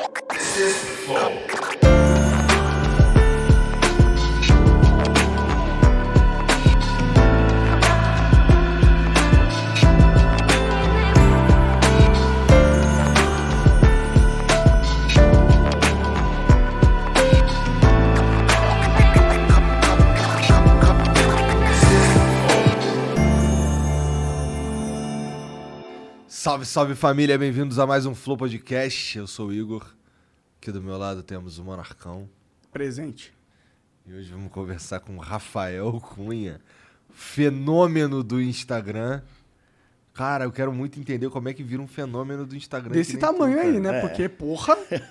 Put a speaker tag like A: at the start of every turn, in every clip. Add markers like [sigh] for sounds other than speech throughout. A: Francis Flow.
B: Salve, salve família, bem-vindos a mais um Flow Podcast. Eu sou o Igor. Aqui do meu lado temos o Monarcão.
C: Presente.
B: E hoje vamos conversar com o Rafael Cunha, fenômeno do Instagram. Cara, eu quero muito entender como é que vira um fenômeno do Instagram. que
C: Desse
B: nem tu,
C: tamanho
B: cara.
C: aí, né?
D: É.
C: Porque, porra, 10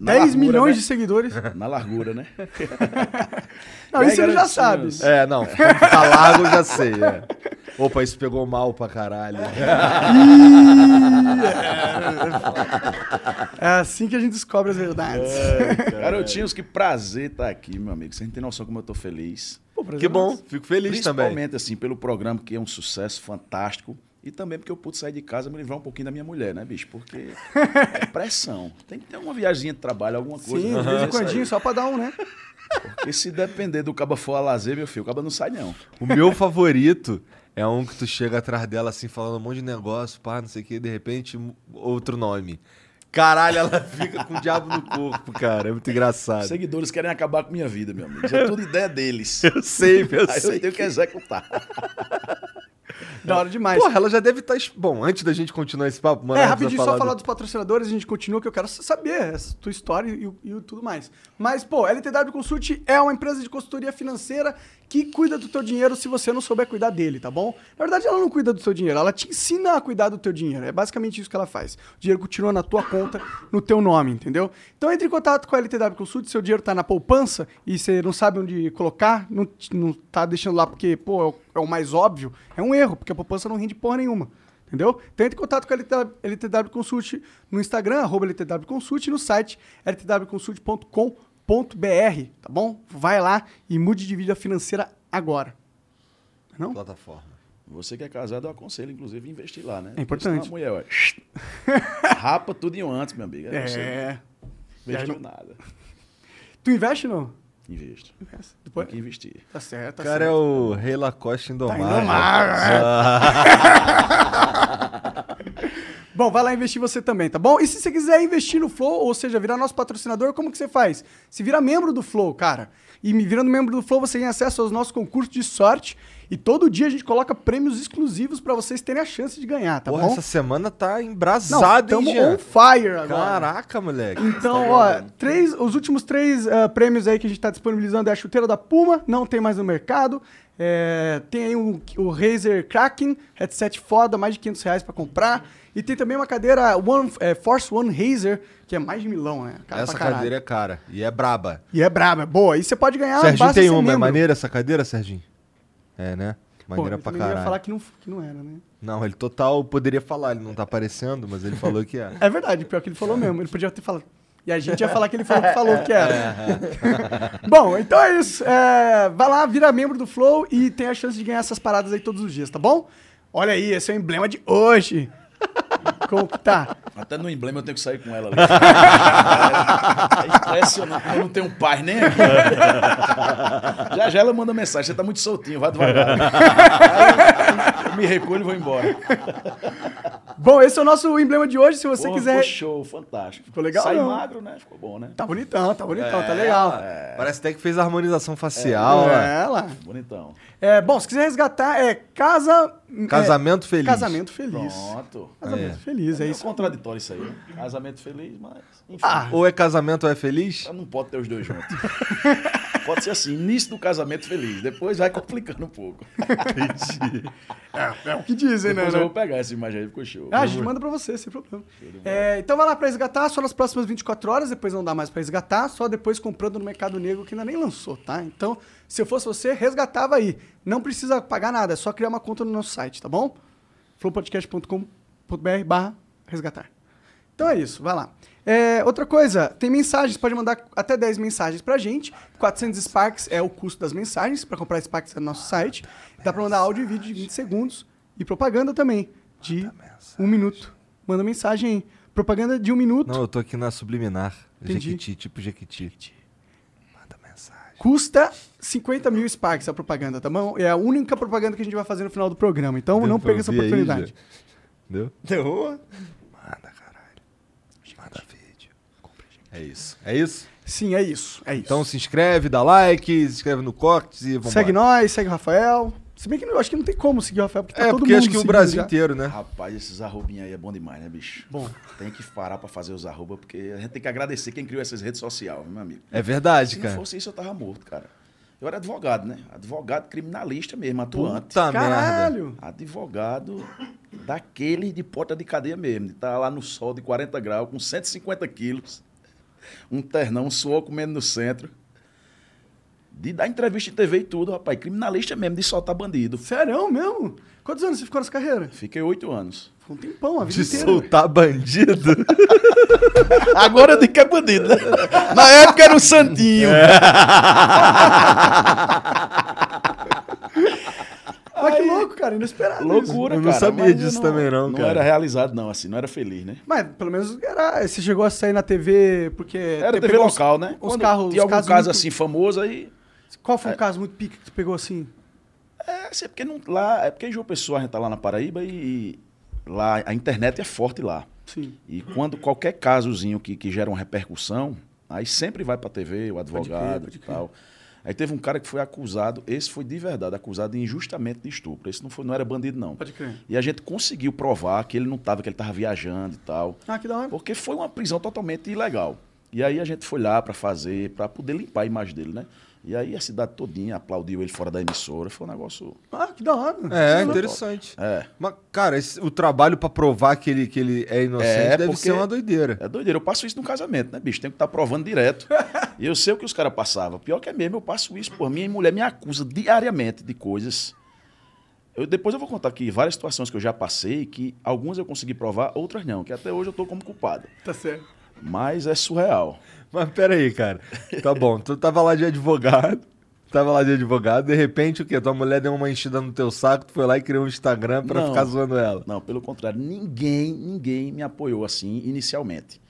D: Na largura,
C: milhões
D: né? [laughs]
C: de seguidores.
D: Na largura, né?
C: Não, isso ele já
D: garantimos.
C: sabe.
B: É, não, quando tá largo eu já sei. É. Opa, isso pegou mal pra caralho.
C: É assim que a gente descobre as verdades.
D: Garotinhos, que prazer estar aqui, meu amigo. Vocês não têm noção como eu tô feliz.
C: [laughs] Pô,
B: [laughs]
C: prazer
B: Que bom,
C: nosso.
B: fico feliz
D: Principalmente,
B: também.
D: assim, pelo programa, que é um sucesso fantástico. E também porque eu pude sair de casa e me livrar um pouquinho da minha mulher, né, bicho? Porque
C: [laughs]
D: é pressão. Tem que ter uma viagemzinha de trabalho, alguma coisa.
C: Sim, de
D: né?
C: vez em
D: Isso aí.
C: quando, só pra dar um, né?
D: Porque se depender do caba for a lazer, meu filho, o caba não sai, não.
B: O meu favorito é um que tu chega atrás dela assim, falando um monte de negócio, pá, não sei o que, de repente, m- outro nome. Caralho, ela fica com o diabo no corpo, cara. É muito engraçado.
D: Os seguidores querem acabar com minha vida, meu
C: [laughs]
D: amigo. Isso é tudo ideia deles.
B: Eu sei, eu
D: Aí
B: sei.
D: eu tenho que executar.
C: Da hora demais.
B: Porra, ela já deve estar. Bom, antes da gente continuar esse papo, mano.
C: é,
B: ela
C: rapidinho,
B: precisa
C: só falar
B: do-
C: dos patrocinadores, a gente continua, que eu quero saber essa tua história e, o- e o tudo mais. Mas, pô, LTW Consult é uma empresa de consultoria financeira que cuida do teu dinheiro se você não souber cuidar dele, tá bom? Na verdade, ela não cuida do teu dinheiro, ela te ensina a cuidar do teu dinheiro. É basicamente isso que ela faz. O dinheiro continua na tua conta, no teu nome, entendeu? Então entre em contato com a LTW Consult, seu dinheiro tá na poupança e você não sabe onde colocar, não, não tá deixando lá porque, pô, é o, é o mais óbvio, é um erro, porque a poupança não rende porra nenhuma. Entendeu? Então entre em contato com a LTW, LTW Consult no Instagram, arroba LTW Consult, e no site ltwconsult.com.br, tá bom? Vai lá e mude de vida financeira agora. Não?
B: Plataforma.
D: Você que é casado, eu aconselho, inclusive, investir lá, né?
C: É importante.
D: Porque senão
C: [laughs]
D: a mulher, ó, rapa tudo em um antes, meu amigo. Aí Você
C: É.
D: não investiu nada.
C: Tu investe não?
D: Investe.
C: Investe.
D: Tem
C: Depois.
D: que investir.
C: Tá certo,
B: O
C: tá
B: cara é
C: certo. Tá é.
B: o Rei Lacoste Indomável.
C: Bom, vai lá investir você também, tá bom? E se você quiser investir no Flow, ou seja, virar nosso patrocinador, como que você faz? Se vira membro do Flow, cara. E me virando membro do Flow, você tem acesso aos nossos concursos de sorte. E todo dia a gente coloca prêmios exclusivos pra vocês terem a chance de ganhar, tá
B: Porra,
C: bom?
B: essa semana tá
C: Não,
B: embrasada, hein,
C: tamo
B: Jean?
C: on fire agora.
B: Caraca, moleque.
C: Então, ó, três, os últimos três ah, prêmios aí que a gente tá disponibilizando é a chuteira da Puma, não tem mais no mercado. É, tem aí um- o Razer Kraken, headset foda, mais de 500 reais pra comprar. E tem também uma cadeira One, é, Force One Razer, que é mais de milão, né? Cara
B: essa
C: pra caralho.
B: cadeira é cara. E é braba.
C: E é braba, é boa. E você pode ganhar
B: Serginho
C: basta
B: tem
C: ser
B: uma, é
C: membro.
B: maneira essa cadeira, Serginho? É, né?
C: Pô,
B: Maneira
C: eu
B: pra
C: também não
B: caralho.
C: ia falar que não, que não era, né?
B: Não, ele total poderia falar, ele não tá aparecendo, mas ele falou que
C: [laughs]
B: é.
C: É verdade, pior que ele falou mesmo. Ele podia ter falado. E a gente ia falar que ele falou que falou que [laughs] era. bom, então é isso. É, vai lá, vira membro do Flow e tem a chance de ganhar essas paradas aí todos os dias, tá bom? Olha aí, esse é o emblema de hoje. Como que tá?
D: Até no emblema eu tenho que sair com
C: [laughs]
D: ela ali. é, é impressionante. Eu não tenho paz nem aqui. já já ela manda mensagem. Você tá muito soltinho, vai devagar. Aí eu- eu me recolho e vou embora.
C: Bom, esse é o nosso emblema de hoje. Se você
D: Pô,
C: quiser.
D: Ficou show, fantástico.
C: Ficou legal,
D: Sai
C: não?
D: magro, né? Ficou bom, né?
C: Tá bonitão, tá bonitão, tá legal.
B: É. Parece até que fez harmonização facial. né?
C: É, lá.
D: Bonitão.
C: É, bom, se quiser resgatar, é casa. é,
B: Casamento feliz.
C: Casamento feliz.
D: Pronto.
C: Casamento feliz, é
D: É
C: isso.
D: contraditório isso aí. Né? Casamento feliz, mas. Enfim,
C: Ah.
B: Ou é casamento ou é
C: Tá
B: feliz?
D: não pode ter os dois juntos. [laughs] pode ser assim, início do casamento feliz, depois vai complicando um pouco.
C: É o que dizem, né?
D: Depois
C: né?
D: eu vou pegar essa imagem aí, ficou show.
C: Ah, a gente manda pra você, sem problema. É, então vai lá pra resgatar, só nas próximas 24 horas, depois não dá mais pra resgatar, só depois comprando no Mercado Negro, que ainda nem lançou, tá? Então, se eu fosse você, resgatava aí. Não precisa pagar nada, é só criar uma conta no nosso site, tá bom? flowpodcast.com.br barra resgatar. Então é isso, vai lá. É, outra coisa, tem mensagens, pode mandar até 10 mensagens pra gente. 400 Sparks é o custo das mensagens, pra comprar Sparks é no nosso site. Dá pra mandar áudio e vídeo de 20 segundos e propaganda também, de um minuto. Um Manda mensagem aí. Propaganda de um minuto
B: Não, eu tô aqui na subliminar.
C: Entendi.
B: Jequiti, tipo Jequiti. Manda mensagem.
C: custa 50 mil Sparks a propaganda, tá bom? É a única propaganda que a gente vai fazer no final do programa. Então
B: Deu
C: não
B: pra
C: perca essa
B: ouvir aí,
C: oportunidade.
B: Jé? Entendeu?
D: Terror.
B: Manda, caralho. Manda vídeo. É isso. É isso?
C: Sim, é isso. É isso.
B: Então se inscreve, dá like, se inscreve no Cortes e vamos
C: segue nós, segue o Rafael. Se bem que não- acho que não tem como seguir o Rafael, porque tá
B: É,
C: todo
B: porque
C: mundo
B: acho que o
C: seguindo
B: Brasil
C: já.
B: inteiro, né?
D: Rapaz, esses arrobinhos aí é bom demais, né, bicho?
C: Bom.
D: Tem que parar pra fazer os arroba, porque a gente tem que agradecer quem criou essas redes sociais, meu amigo.
B: É verdade,
D: Se não
B: cara.
D: fosse isso, eu tava morto, cara. Eu era advogado, né? Advogado criminalista mesmo, atuante.
B: Puta merda.
C: Caralho!
D: Advogado daquele de porta de cadeia mesmo. De tá lá no sol de 40 graus, com 150 quilos. Um ternão, um suor comendo no centro. De dar entrevista em TV e tudo, rapaz. Criminalista mesmo, de soltar bandido.
C: Serão mesmo? Quantos anos você ficou nessa carreira?
D: Fiquei oito anos.
C: Foi um tempão, a vida
B: De
C: inteira.
B: soltar
C: [laughs]
B: bandido.
D: Agora eu digo que é bandido, né? Na época era um santinho.
B: É,
C: Mas Ah, que louco, cara, inesperado. isso.
D: Loucura,
B: Eu não
D: cara.
B: sabia
D: mas eu
B: disso também não,
D: Não
B: cara.
D: era realizado, não, assim. Não era feliz, né?
C: Mas pelo menos era, você chegou a sair na TV porque.
D: Era
C: te
D: TV
C: pegou uns-
D: local, né?
C: É, Os
D: Quando
C: carros.
D: Tinha
C: os
D: algum
C: casos
D: caso
C: muito-
D: assim famoso aí.
C: Qual
B: É.
C: foi o caso muito pique que tu pegou assim?
D: É, assim, é porque não, lá, é porque em João Pessoa a gente tá lá na Paraíba e, e lá a internet é forte lá.
C: Sim.
D: E quando qualquer casozinho que, que gera uma repercussão, aí sempre vai pra TV, o
C: crer,
D: advogado
C: pode
D: e tal. Aí teve um cara que foi acusado, esse foi de verdade, acusado injustamente de estupro. Esse não, foi, não era bandido, não.
C: Pode crer.
D: E a gente conseguiu provar que ele não tava, que ele tava viajando e tal.
C: Ah, que da hora.
D: Porque foi uma prisão totalmente ilegal. E aí a gente foi lá para fazer, para poder limpar a imagem dele, né? E aí a cidade todinha aplaudiu ele fora da emissora. Foi um negócio.
C: Ah, que da hora.
B: É,
C: Que da hora.
B: interessante.
D: É.
B: Mas, cara, esse- o trabalho pra provar que ele, que ele é inocente
D: É,
B: deve
D: porque-
B: ser uma doideira.
D: [laughs] É doideira. Eu passo isso no casamento, né, bicho? Tem que estar provando direto. E eu sei o que os caras passavam. Pior que é mesmo, eu passo isso por minha mulher me acusa diariamente de coisas. Eu, depois eu vou contar aqui várias situações que eu já passei, que algumas eu consegui provar, outras não, que até hoje eu tô como culpado.
C: Tá certo.
D: Mas é surreal.
B: Mas pera aí, cara. Tá bom, tu tava lá de advogado. Tava lá de advogado, de repente o quê? Tua mulher deu uma enchida no teu saco, tu foi lá e criou um Instagram pra
D: Não.
B: ficar zoando ela.
D: Não, pelo contrário, ninguém, ninguém me apoiou assim inicialmente.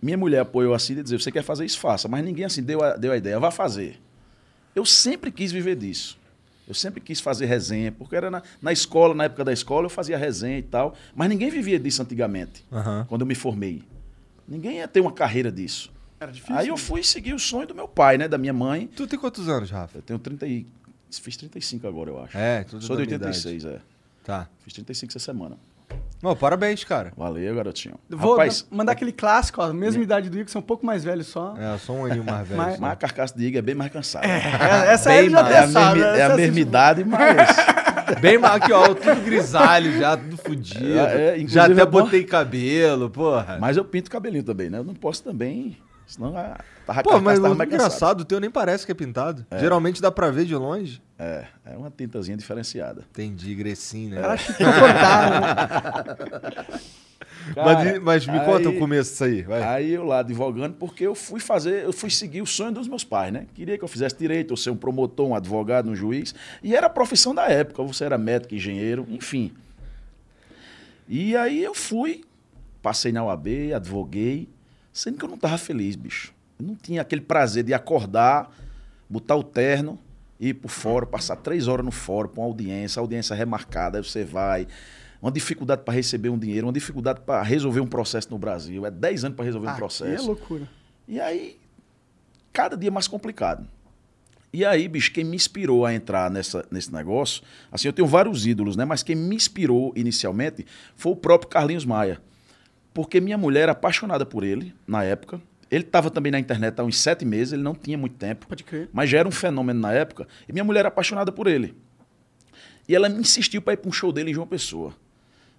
D: Minha mulher apoiou assim de dizer, você quer fazer isso, faça. Mas ninguém assim deu a, deu a ideia, vá fazer. Eu sempre quis viver disso. Eu sempre quis fazer resenha, porque era na, na escola, na época da escola, eu fazia resenha e tal. Mas ninguém vivia disso antigamente,
B: Aham.
D: quando eu me formei. Ninguém ia ter uma carreira disso.
C: Era difícil.
B: né?
D: Aí eu fui seguir o sonho do meu pai, né? Da minha mãe.
B: Tu tem quantos anos, Rafa?
D: Eu tenho 30 e... Fiz 35 agora, eu acho.
B: É, tudo
D: Sou de
B: da minha idade.
D: 86, é.
B: Tá.
D: Fiz 35 essa semana.
B: Não, parabéns, cara.
D: Valeu, garotinho.
C: Vou um
D: Rapaz, É.
C: na- mandar aquele clássico, ó, mesma idade do Igor, são um pouco mais velho só.
B: É, eu sou um aninho mais velho.
C: Mas-
D: [laughs] mas a carcaça de Iga é bem mais cansada. É,
C: É, [laughs] essa
B: Bem
C: aí ele já
B: mais.
C: até
D: a,
C: sabe.
D: mesma,
C: né?
D: é a
C: Essa-
D: mesma idade, mas.
B: Bem mal aqui, ó, tudo grisalho já, tudo fudido.
D: É, é, inclusive
B: já até
D: é bom-
B: botei cabelo, porra.
D: mas eu pinto o cabelinho também, né? Eu não posso também. Senão a, a
B: Pô, mas
D: tava
B: o
D: mais cansada.
B: engraçado, o teu nem parece que é pintado. Geralmente dá pra ver de longe.
D: É, é uma tintazinha diferenciada.
B: Entendi, grecinho, né?
C: Era Chico Fantaro, né?
B: mas, mas me conta
D: aí-
B: o começo disso aí, vai.
D: Aí eu lá advogando, porque eu fui fazer, eu fui seguir o sonho dos meus pais, né? Queria que eu fizesse direito, ou ser um promotor, um advogado, um juiz. E era a profissão da época, você era médico, engenheiro, enfim. E aí eu fui, passei na UAB, advoguei, sendo que eu não estava feliz, bicho. Eu não tinha aquele prazer de acordar, botar o terno, ir pro fórum, passar três horas no fórum, pra uma audiência, audiência remarcada, aí você vai. Uma dificuldade para receber um dinheiro, uma dificuldade para resolver um processo no Brasil. [laughs] É 10 anos para resolver um
C: Aqui é
D: processo.
C: loucura.
D: E aí, cada dia é mais complicado. E aí, bicho, quem me inspirou a entrar nessa, nesse negócio, assim, eu tenho vários ídolos, né? Mas quem me inspirou inicialmente foi o próprio Carlinhos Maia. Porque minha mulher era apaixonada por ele, na época. Ele estava também na internet há uns sete meses, ele não tinha muito tempo
C: Pode crer.
D: mas já era um fenômeno na época, e minha mulher era apaixonada por ele. E ela me insistiu para ir para um show dele em João Pessoa.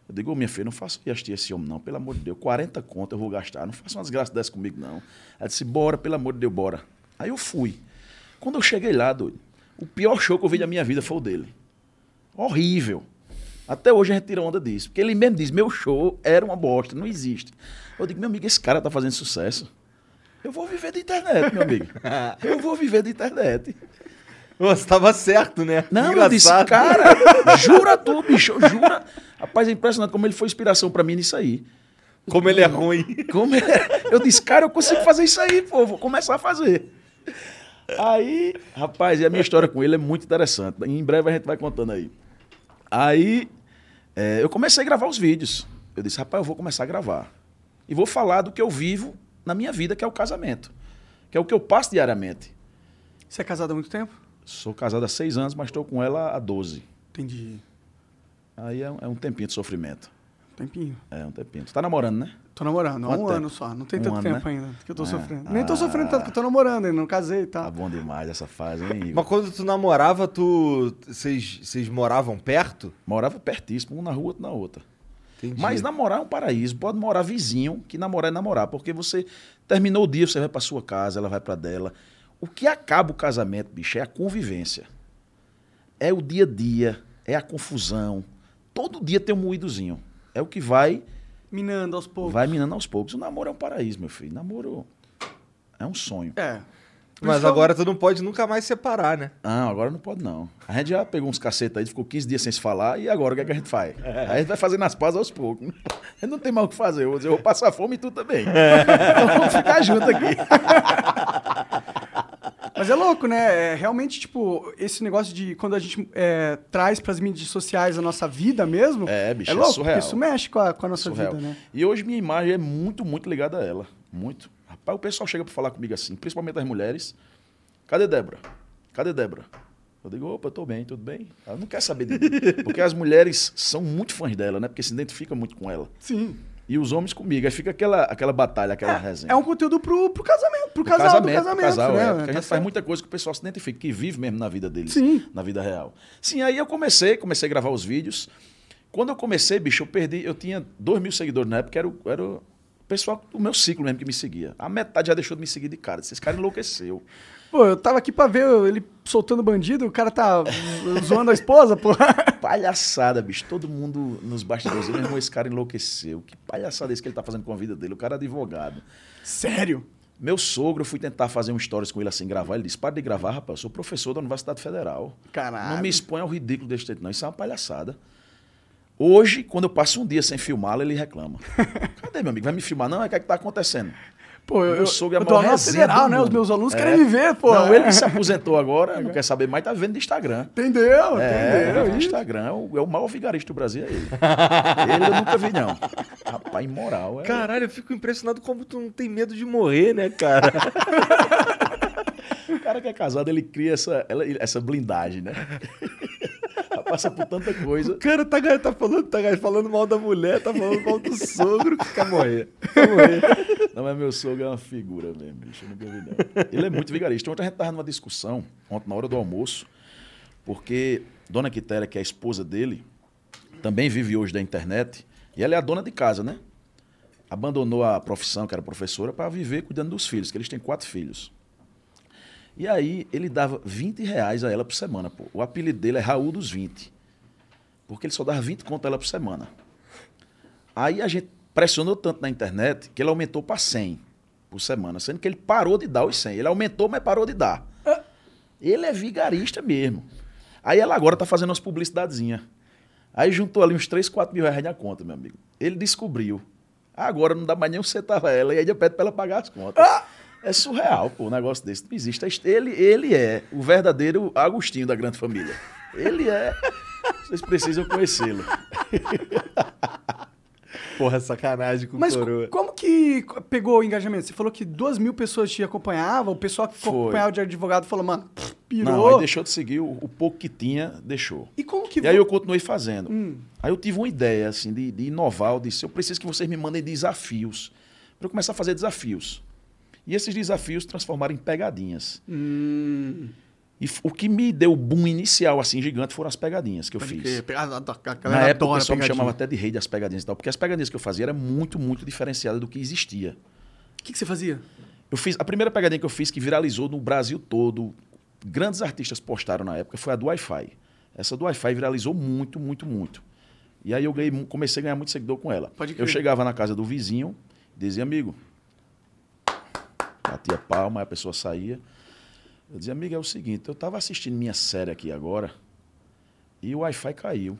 D: Eu digo, ô, minha filha, não faça ir assistir esse homem, não, pelo amor de Deus, 40 contas eu vou gastar, não faça uma desgraça dessa comigo, não. Ela disse, bora, pelo amor de Deus, bora. Aí eu fui. Quando eu cheguei lá, doido, o pior show que eu vi da minha vida foi o dele. Horrível. Até hoje a gente tira onda disso. Porque ele mesmo diz, meu show era uma bosta, não existe. Eu digo, meu amigo, esse cara tá fazendo sucesso. Eu vou viver da internet, meu amigo. Eu vou viver da internet.
B: Você tava certo, né?
D: Não, eu disse, cara, jura tu, bicho, jura. Rapaz, é impressionante como ele foi inspiração pra mim nisso aí.
B: Como ele é ruim.
D: Como é? Eu disse, cara, eu consigo fazer isso aí, pô, vou começar a fazer. Aí, rapaz, e a minha história com ele é muito interessante. Em breve a gente vai contando aí. Aí, é, eu comecei a gravar os vídeos. Eu disse, rapaz, eu vou começar a gravar. E vou falar do que eu vivo na minha vida, que é o casamento. Que é o que eu passo diariamente.
C: Você é casado há muito tempo?
D: Sou casado há seis anos, mas estou com ela há 12.
C: Entendi.
D: Aí é um, é um tempinho de sofrimento.
C: Tempinho.
D: É um tempinho. Tu tá namorando, né?
C: Tô namorando, há um
D: Quanto
C: ano
D: tempo?
C: só. Não tem
D: Um
C: tanto
D: ano,
C: tempo
D: né?
C: ainda que eu tô
D: É.
C: sofrendo. Nem tô
D: Ah.
C: sofrendo tanto que eu tô namorando ainda, não casei e
D: Tá
C: tal.
D: bom demais essa fase, hein, Igor?
B: Mas quando tu namorava, tu. Vocês vocês moravam perto?
D: Morava pertíssimo, um na rua, outro na outra.
B: Entendi.
D: Mas namorar é um paraíso. Pode morar vizinho, que namorar é namorar. Porque você terminou o dia, você vai pra sua casa, ela vai pra dela. O que acaba o casamento, bicho, é a convivência. É o dia a dia, é a confusão. Todo dia tem um moídozinho. É o que vai,
C: Minando aos poucos.
D: vai minando aos poucos. O namoro é um paraíso, meu filho. Namoro é um sonho.
C: É. Por isso
B: Mas
D: então-
C: que eu-
B: agora tu não pode nunca mais separar, né?
D: Não, agora não pode não. A gente já pegou uns caceta aí, ficou 15 dias sem se falar, e agora o que, é que a gente faz? Aí a gente vai fazendo as pazes aos poucos. A gente não tem mais o que fazer, eu vou, dizer, eu vou passar fome e tu também. [laughs] Então vamos ficar junto aqui.
C: Mas é louco, né? É, realmente, tipo, esse negócio de quando a gente é, traz pras mídias sociais a nossa vida mesmo.
D: É, bicho, é
C: louco,
D: surreal.
C: porque isso mexe com a, com a nossa
D: Surreal.
C: vida, né?
D: E hoje minha imagem é muito, muito ligada a ela. Muito. Rapaz, o pessoal chega pra falar comigo assim, principalmente as mulheres. Cadê Débora? Cadê Débora? Eu digo, opa, tô bem, tudo bem? Ela não quer saber de mim. Porque as mulheres são muito fãs dela, né? Porque se identificam muito com ela.
C: Sim.
D: E os homens comigo. Aí fica aquela, aquela batalha, aquela resenha.
C: É um conteúdo pro, pro casamento, pro
D: Do
C: casal do
D: pro
C: casamento,
D: casal,
C: né?
D: é, porque a
C: Tá
D: gente faz
C: certo.
D: muita coisa que o pessoal se identifica, que vive mesmo na vida deles,
C: Sim.
D: na vida real. Sim, aí eu comecei, comecei a gravar os vídeos. Quando eu comecei, bicho, eu perdi, eu tinha dois mil seguidores na época, era, o- era o pessoal do meu ciclo mesmo que me seguia. A metade já deixou de me seguir de cara. Esse cara enlouqueceu.
C: Pô, eu tava aqui pra ver ele soltando bandido, o cara tá [laughs] zoando a esposa, pô. [laughs]
D: Palhaçada, bicho. Todo mundo nos bastidores, meu irmão, esse cara enlouqueceu. Que palhaçada é esse que ele tá fazendo com a vida dele? O cara é advogado.
C: Sério?
D: Meu sogro, eu fui tentar fazer um stories com ele assim, gravar. Ele disse: para de gravar, rapaz, eu sou professor da Universidade Federal.
C: Caralho.
D: Não me expõe ao ridículo desse jeito, não. Isso é uma palhaçada. Hoje, quando eu passo um dia sem filmá-lo,
C: [laughs]
D: ele reclama. Cadê, meu amigo? Vai me filmar? Não, é o que é que tá acontecendo?
C: Pô, eu,
D: Meu
C: eu,
D: sogro é a
C: eu tô
D: maior
C: na
D: resenha
C: federal,
D: do
C: né?
D: mundo.
C: Os meus alunos
D: É.
C: querem me ver, pô.
D: não,
C: É.
D: ele se aposentou agora, não quer saber mais, tá vendo de Instagram.
C: [laughs] Entendeu?
D: É,
C: entendeu?
D: no
C: Ih,
D: Instagram é o, é o maior vigarista do Brasil, é
C: [laughs]
D: ele. ele eu nunca vi, não. Rapaz, imoral. É...
B: Caralho, eu fico impressionado como tu não tem medo de morrer, né, cara?
D: O cara que é casado, ele cria essa, ela- essa
C: [laughs]
D: blindagem, né? Passa por tanta coisa.
B: O [laughs] cara tá, tá falando, tá falando mal da mulher, tá falando mal do sogro, que quer morrer. Quer morrer.
D: Não, mas meu sogro é uma figura mesmo, bicho. Eu nunca vi, não. Ele é muito vigarista. Ontem a gente estava numa discussão, ontem na hora do almoço, porque Dona Quitéria, que é a esposa dele, também vive hoje da internet, e ela é a dona de casa, né? Abandonou a profissão, que era professora, para viver cuidando dos filhos, que eles têm quatro filhos. E aí ele dava 20 reais a ela por semana, pô. O apelido dele é Raul dos 20. Porque ele só dava 20 conto a ela por semana. Aí a gente pressionou tanto na internet que ele aumentou para 100 por semana, sendo que ele parou de dar os 100. Ele aumentou, mas parou de dar. Ele é vigarista mesmo. Aí ela agora tá fazendo umas publicidadezinhas. Aí juntou ali uns 3, 4 mil reais na conta, meu amigo. Ele descobriu. Agora não dá mais nem um centavo a ela e ainda pede pra ela pagar as contas. É surreal, pô, um negócio desse. Não existe. Ele, ele é o verdadeiro Agostinho da grande família. Ele é. Vocês precisam conhecê-lo.
B: Porra, sacanagem com o
C: Mas co-
B: coroa.
C: como que co- pegou o engajamento? Você falou que duas mil pessoas te acompanhavam, o pessoal que
D: Foi.
C: acompanhava de advogado falou, mano, pff,
D: Não,
C: pirou.
D: aí deixou de seguir o, o pouco que tinha, deixou.
C: E como que... Hum,
D: E aí eu continuei fazendo. Aí eu tive uma ideia, assim, de, de inovar. Eu disse, eu preciso que vocês me mandem desafios. Para eu começar a fazer desafios. E esses desafios transformaram em pegadinhas.
C: Hum,
D: E f- o que me deu o boom inicial, assim, gigante, foram as pegadinhas que eu
C: pode
D: fiz.
C: crer. Pega- a- a- a galera
D: Na época o
C: adora
D: pessoal me
C: pegadinha.
D: chamava até de rei das pegadinhas e tal, porque as pegadinhas que eu fazia era muito, muito diferenciada do que existia.
C: O que, que você fazia?
D: Eu fiz a primeira pegadinha que eu fiz que viralizou no Brasil todo. Grandes artistas postaram na época foi a do Wi-Fi. Essa do Wi-Fi viralizou muito, muito, muito. E aí eu ganhei mu- comecei a ganhar muito seguidor com ela.
C: Pode crer.
D: eu chegava na casa do vizinho, dizia amigo, batia palma, aí a pessoa saía. Eu dizia amigo é o seguinte, eu estava assistindo minha série aqui agora e o Wi-Fi caiu.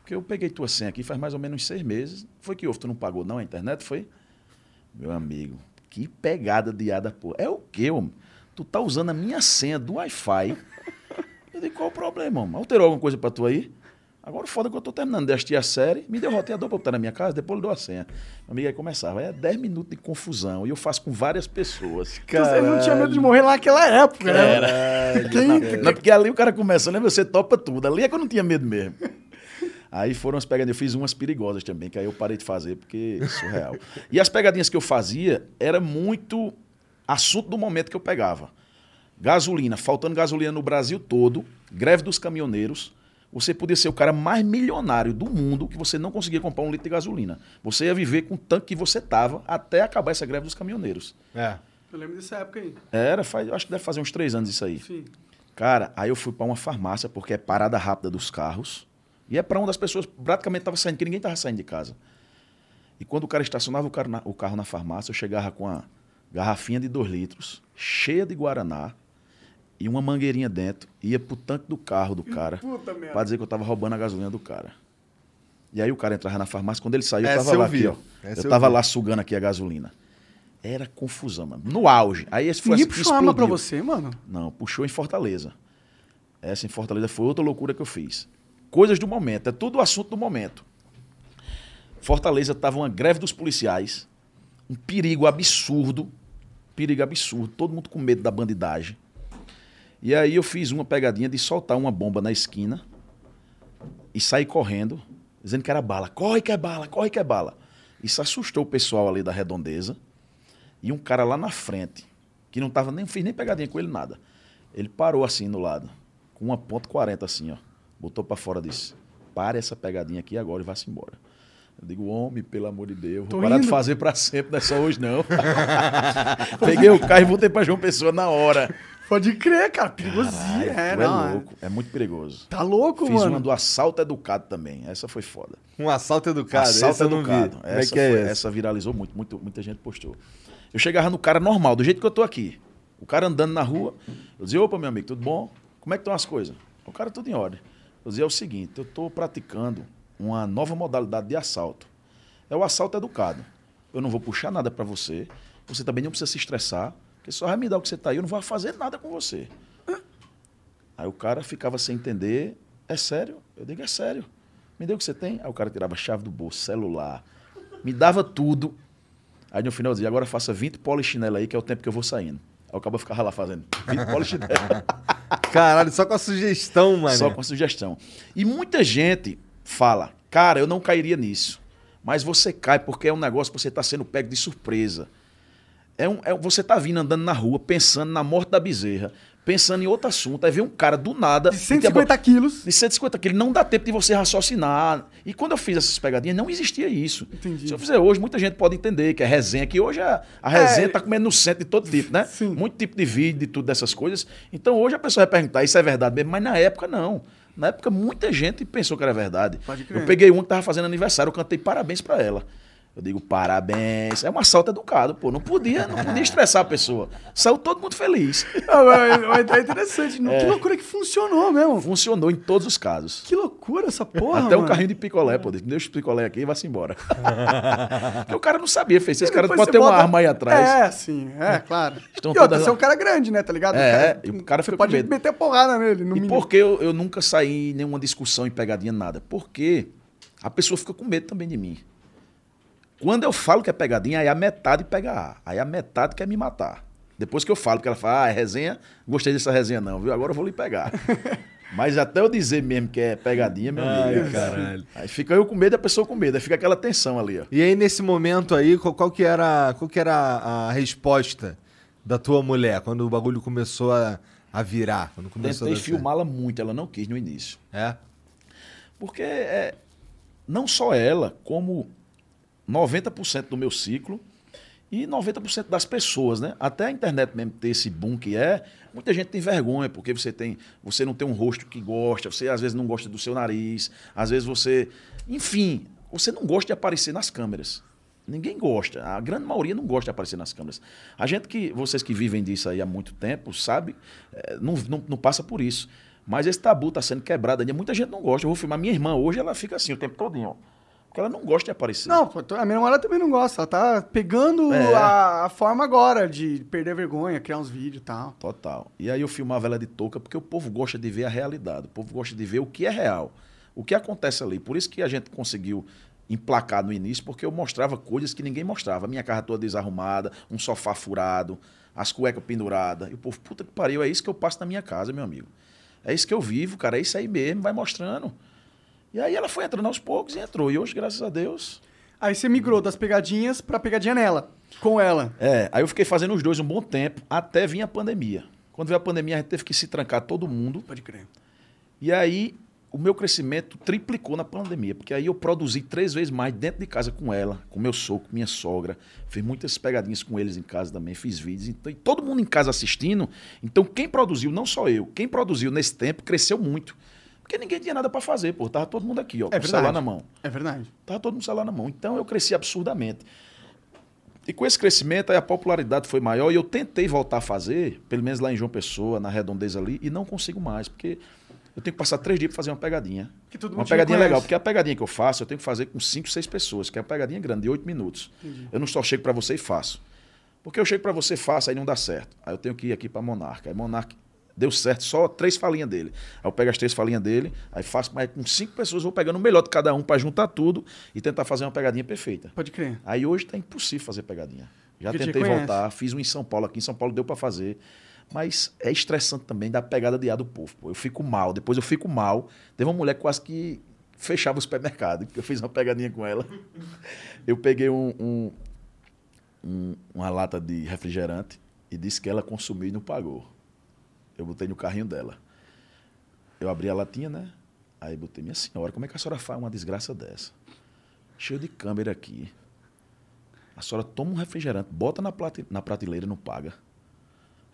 D: Porque eu peguei tua senha aqui faz mais ou menos seis meses. Foi que houve? Tu não pagou não a internet? Foi? Meu amigo, que pegada diada, pô. É o quê, homem? Tu tá usando a minha senha do Wi-Fi. Eu digo, qual o problema, homem? Alterou alguma coisa pra tu aí? Agora o foda é que eu tô terminando de assistir a série, me deu roteador pra botar na minha casa, depois eu dou a senha. Meu amigo, aí começava. É 10 minutos de confusão. E eu faço com várias pessoas.
C: Então, Você não tinha medo de morrer lá naquela época, né? Quem,
D: Não, porque ali o cara começa, lembra? Você topa tudo. Ali é que eu não tinha medo mesmo. Aí foram as pegadinhas. Eu fiz umas perigosas também, que aí eu parei de fazer, porque é surreal. E as pegadinhas que eu fazia era muito assunto do momento que eu pegava. Gasolina, faltando gasolina no Brasil todo, greve dos caminhoneiros. Você podia ser o cara mais milionário do mundo que você não conseguia comprar um litro de gasolina. Você ia viver com o tanque que você tava até acabar essa greve dos caminhoneiros.
B: É.
C: Eu lembro dessa época aí.
D: Era, faz, eu acho que deve fazer uns três anos isso aí.
C: Sim.
D: Cara, aí eu fui pra uma farmácia, porque é parada rápida dos carros. E é pra onde as pessoas praticamente estavam saindo, que ninguém tava saindo de casa. E quando o cara estacionava o carro, na, o carro na farmácia, eu chegava com a garrafinha de dois litros, cheia de Guaraná, e uma mangueirinha dentro, ia pro tanque do carro do cara,
C: Puta merda.
D: pra dizer que eu tava roubando a gasolina do cara. E aí o cara entrava na farmácia, quando ele saiu, eu
B: Essa
D: tava
B: eu
D: lá
B: vi.
D: aqui, ó.
B: Essa
D: eu
B: eu
D: tava
B: vi.
D: lá sugando aqui a gasolina. Era confusão, mano. No auge. Aí esse foi
C: Ninguém
D: assim que
C: puxou uma arma pra
D: explodiu.
C: você, mano.
D: Não, puxou em Fortaleza. Essa em Fortaleza foi outra loucura que eu fiz. Coisas do momento, é tudo assunto do momento. Fortaleza estava uma greve dos policiais, um perigo absurdo, perigo absurdo, todo mundo com medo da bandidagem. E aí eu fiz uma pegadinha de soltar uma bomba na esquina e sair correndo, dizendo que era bala. Corre que é bala, corre que é bala. Isso assustou o pessoal ali da redondeza. E um cara lá na frente, que não tava nem, fiz nem pegadinha com ele, nada. Ele parou assim no lado, com uma ponto 40 assim, ó. Botou pra fora e disse, pare essa pegadinha aqui agora e vá-se embora. Eu digo, homem, pelo amor de Deus,
C: Tô
D: vou parar de
C: indo.
D: fazer pra sempre, não é só
C: [laughs]
D: hoje não. Peguei o carro e voltei pra João Pessoa na hora.
C: Pode crer, cara. Perigosinho.
D: Ai,
C: É,
D: tu é
C: não, é.
D: louco, é muito perigoso.
C: Tá louco,
D: Fiz
C: mano.
D: uma do assalto educado também, essa foi foda.
B: Um assalto educado.
D: Assalto
B: esse eu não
D: educado.
B: vi. Como é
D: Essa,
B: que é
D: foi-
B: esse?
D: essa viralizou muito, muito, muita gente postou. Eu chegava no cara normal, do jeito que eu tô aqui. O cara andando na rua, eu dizia, opa, meu amigo, tudo bom? Como é que estão as coisas? O cara tudo em ordem. Eu dizia, é o seguinte, eu tô praticando uma nova modalidade de assalto. É o assalto educado. Eu não vou puxar nada para você, você também não precisa se estressar, porque só vai me dar o que você tá aí, eu não vou fazer nada com você. Aí o cara ficava sem entender. É sério? Eu digo, é sério. Me deu o que você tem? Aí o cara tirava a chave do bolso, celular, me dava tudo. Aí no final eu dizia, agora faça 20 polichinela aí, que é o tempo que eu vou saindo. Aí o cara ficava lá fazendo [laughs] 20 polichinela.
B: Caralho, só com a sugestão, mano.
D: Só com a sugestão. E muita gente fala, cara, eu não cairia nisso. Mas você cai porque é um negócio que você está sendo pego de surpresa. É um, é um- você tá vindo andando na rua, pensando na morte da bezerra, pensando em outro assunto. Aí vem um cara do nada.
C: De
D: e te abo-
C: 150 quilos.
D: [laughs] de 150 quilos, não dá tempo de você raciocinar. E quando eu fiz essas pegadinhas, não existia isso.
C: Entendi.
D: Se eu fizer hoje, muita gente pode entender que é resenha, que hoje a, a resenha
C: É.
D: tá comendo no centro de todo tipo, né?
C: Sim.
D: Muito tipo de vídeo, de tudo dessas coisas. Então hoje a pessoa vai perguntar, isso é verdade mesmo, mas na época não. Na época muita gente pensou que era verdade.
C: Pode crer.
D: Eu peguei uma que tava fazendo aniversário, eu cantei parabéns para ela. Eu digo, parabéns. É um assalto educado, pô. Não podia, não podia estressar a pessoa. Saiu todo mundo feliz.
C: Não, mas, mas é interessante. Que loucura que funcionou mesmo.
D: Funcionou em todos os casos.
C: Que loucura essa porra,
D: Até
C: mano.
D: um carrinho de picolé, pô. Deixa o picolé aqui e vai-se
B: [laughs]
D: embora. Porque o cara não sabia, fez. Esse
C: E
D: cara
C: depois você
D: pode ter uma
C: bota-
D: arma aí atrás. Né?
C: É, sim, é, claro.
D: Estão
C: e outra,
D: todas-
C: você é um cara grande, né, tá ligado?
D: É, e o cara foi
C: você
D: com
C: pode
D: medo.
C: meter porrada nele, no
D: E
C: mínimo.
D: por que eu, eu nunca saí em nenhuma discussão e pegadinha, nada? Porque a pessoa fica com medo também de mim. Quando eu falo que é pegadinha, aí a metade pega A. Aí a metade quer me matar. Depois que eu falo, que ela fala, ah, é resenha, gostei dessa resenha não, viu? Agora eu vou
C: [laughs]
D: lhe pegar. Mas até eu dizer mesmo que é pegadinha, meu
B: Ai,
D: amigo.
B: caralho.
D: Aí fica eu com medo e a pessoa com medo. Aí fica aquela tensão ali, ó.
B: E aí, nesse momento aí, qual, qual que era, qual que era a, a resposta da tua mulher quando o bagulho começou a, a virar? Quando começou
D: Tentei
B: a dar
D: Né? filmá-la muito, ela não quis no início.
B: certo? É?
D: Porque é, não só ela, como 90% do meu ciclo e 90% das pessoas, né? Até a internet mesmo ter esse boom que é, muita gente tem vergonha, porque você tem, você não tem um rosto que gosta, você às vezes não gosta do seu nariz, às vezes você, enfim, você não gosta de aparecer nas câmeras. Ninguém gosta, a grande maioria não gosta de aparecer nas câmeras. A gente que, vocês que vivem disso aí há muito tempo, sabe, eh, não, não, não passa por isso. Mas esse tabu tá sendo quebrado ainda. Muita gente não gosta. Eu vou filmar minha irmã hoje, ela fica assim o tempo todinho, ó. Porque ela não gosta de aparecer.
C: Não, pô, a minha namorada também não gosta. Ela tá pegando
D: É.
C: a, a forma agora de perder a vergonha, criar uns vídeos e tal.
D: Total. E aí eu filmava ela de touca, porque o povo gosta de ver a realidade, o povo gosta de ver o que é real, o que acontece ali. Por isso que a gente conseguiu emplacar no início, porque eu mostrava coisas que ninguém mostrava. A minha casa toda desarrumada, um sofá furado, as cuecas penduradas. E o povo, puta que pariu, é isso que eu passo na minha casa, meu amigo. É isso que eu vivo, cara, é isso aí mesmo, vai mostrando. E aí ela foi entrando aos poucos e entrou. E hoje, graças a Deus,
C: Aí você migrou das pegadinhas pra pegadinha nela, com ela.
D: É, aí eu fiquei fazendo os dois um bom tempo, até vir a pandemia. Quando veio a pandemia, a gente teve que se trancar todo mundo.
C: Pode crer.
D: E aí o meu crescimento triplicou na pandemia, porque aí eu produzi três vezes mais dentro de casa com ela, com meu sogro, com minha sogra. Fiz muitas pegadinhas com eles em casa também, fiz vídeos. Então, e todo mundo em casa assistindo. Então, quem produziu, não só eu, quem produziu nesse tempo cresceu muito. Porque ninguém tinha nada pra fazer, pô. Tava todo mundo aqui, ó, com o celular
C: verdade.
D: na mão.
C: É verdade.
D: Tava Tá todo mundo com o celular na mão. Então eu cresci absurdamente. E com esse crescimento, aí a popularidade foi maior e eu tentei voltar a fazer, pelo menos lá em João Pessoa, na redondeza ali, e não consigo mais, porque eu tenho que passar três dias para fazer uma pegadinha.
C: Que todo
D: uma
C: mundo te
D: pegadinha
C: reconhece.
D: legal, porque a pegadinha que eu faço, eu tenho que fazer com cinco, seis pessoas, que é uma pegadinha grande, de oito minutos. Eu não só chego para você e faço. Porque eu chego para você e faço, aí não dá certo. Aí eu tenho que ir aqui para Monarca. Aí Monarca deu certo, só três falinhas dele. Aí eu pego as três falinhas dele, aí faço mas com cinco pessoas, vou pegando o melhor de cada um para juntar tudo e tentar fazer uma pegadinha perfeita.
C: Pode crer.
D: Aí hoje tá impossível fazer pegadinha. Já
C: É. Porque te
D: tentei
C: conhece.
D: voltar, fiz um em São Paulo aqui, em São Paulo deu pra fazer. Mas é estressante também da pegada de ar do povo. Pô. Eu fico mal, depois eu fico mal. Teve uma mulher que quase que fechava o supermercado, [laughs] porque eu fiz uma pegadinha com ela. Eu peguei um- um- um- uma lata de refrigerante e disse que ela consumiu e não pagou. Eu botei no carrinho dela. Eu abri a latinha, né? Aí botei, minha senhora, como é que a senhora faz uma desgraça dessa? Cheio de câmera aqui. A senhora toma um refrigerante, bota na, plate- na prateleira e não paga.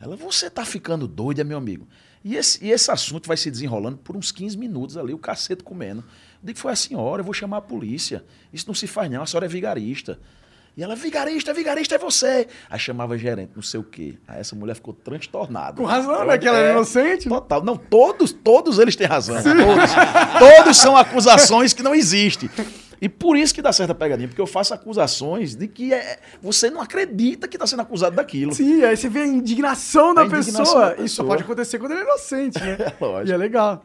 D: Ela, você tá ficando doida, meu amigo. E esse, e esse assunto vai se desenrolando por uns 15 minutos ali, o cacete comendo. Eu digo, foi a senhora, eu vou chamar a polícia. Isso não se faz não, a senhora é vigarista. E ela, vigarista, vigarista é você. Aí chamava gerente, não sei o quê. Aí essa mulher ficou transtornada.
C: Com razão,
D: Ela-
C: né? Que ela era
D: É.
C: inocente. né?
D: Total. Não, todos, todos eles têm razão. Todos. Todos são acusações que não existem. E por isso que dá certa pegadinha, porque eu faço acusações de que é, você não acredita que está sendo acusado daquilo.
C: Sim, aí você vê a indignação da
D: A indignação
C: pessoa.
D: da
C: Isso só
D: pessoa.
C: pode acontecer quando ele é inocente, né?
D: [laughs] lógico.
C: E é legal.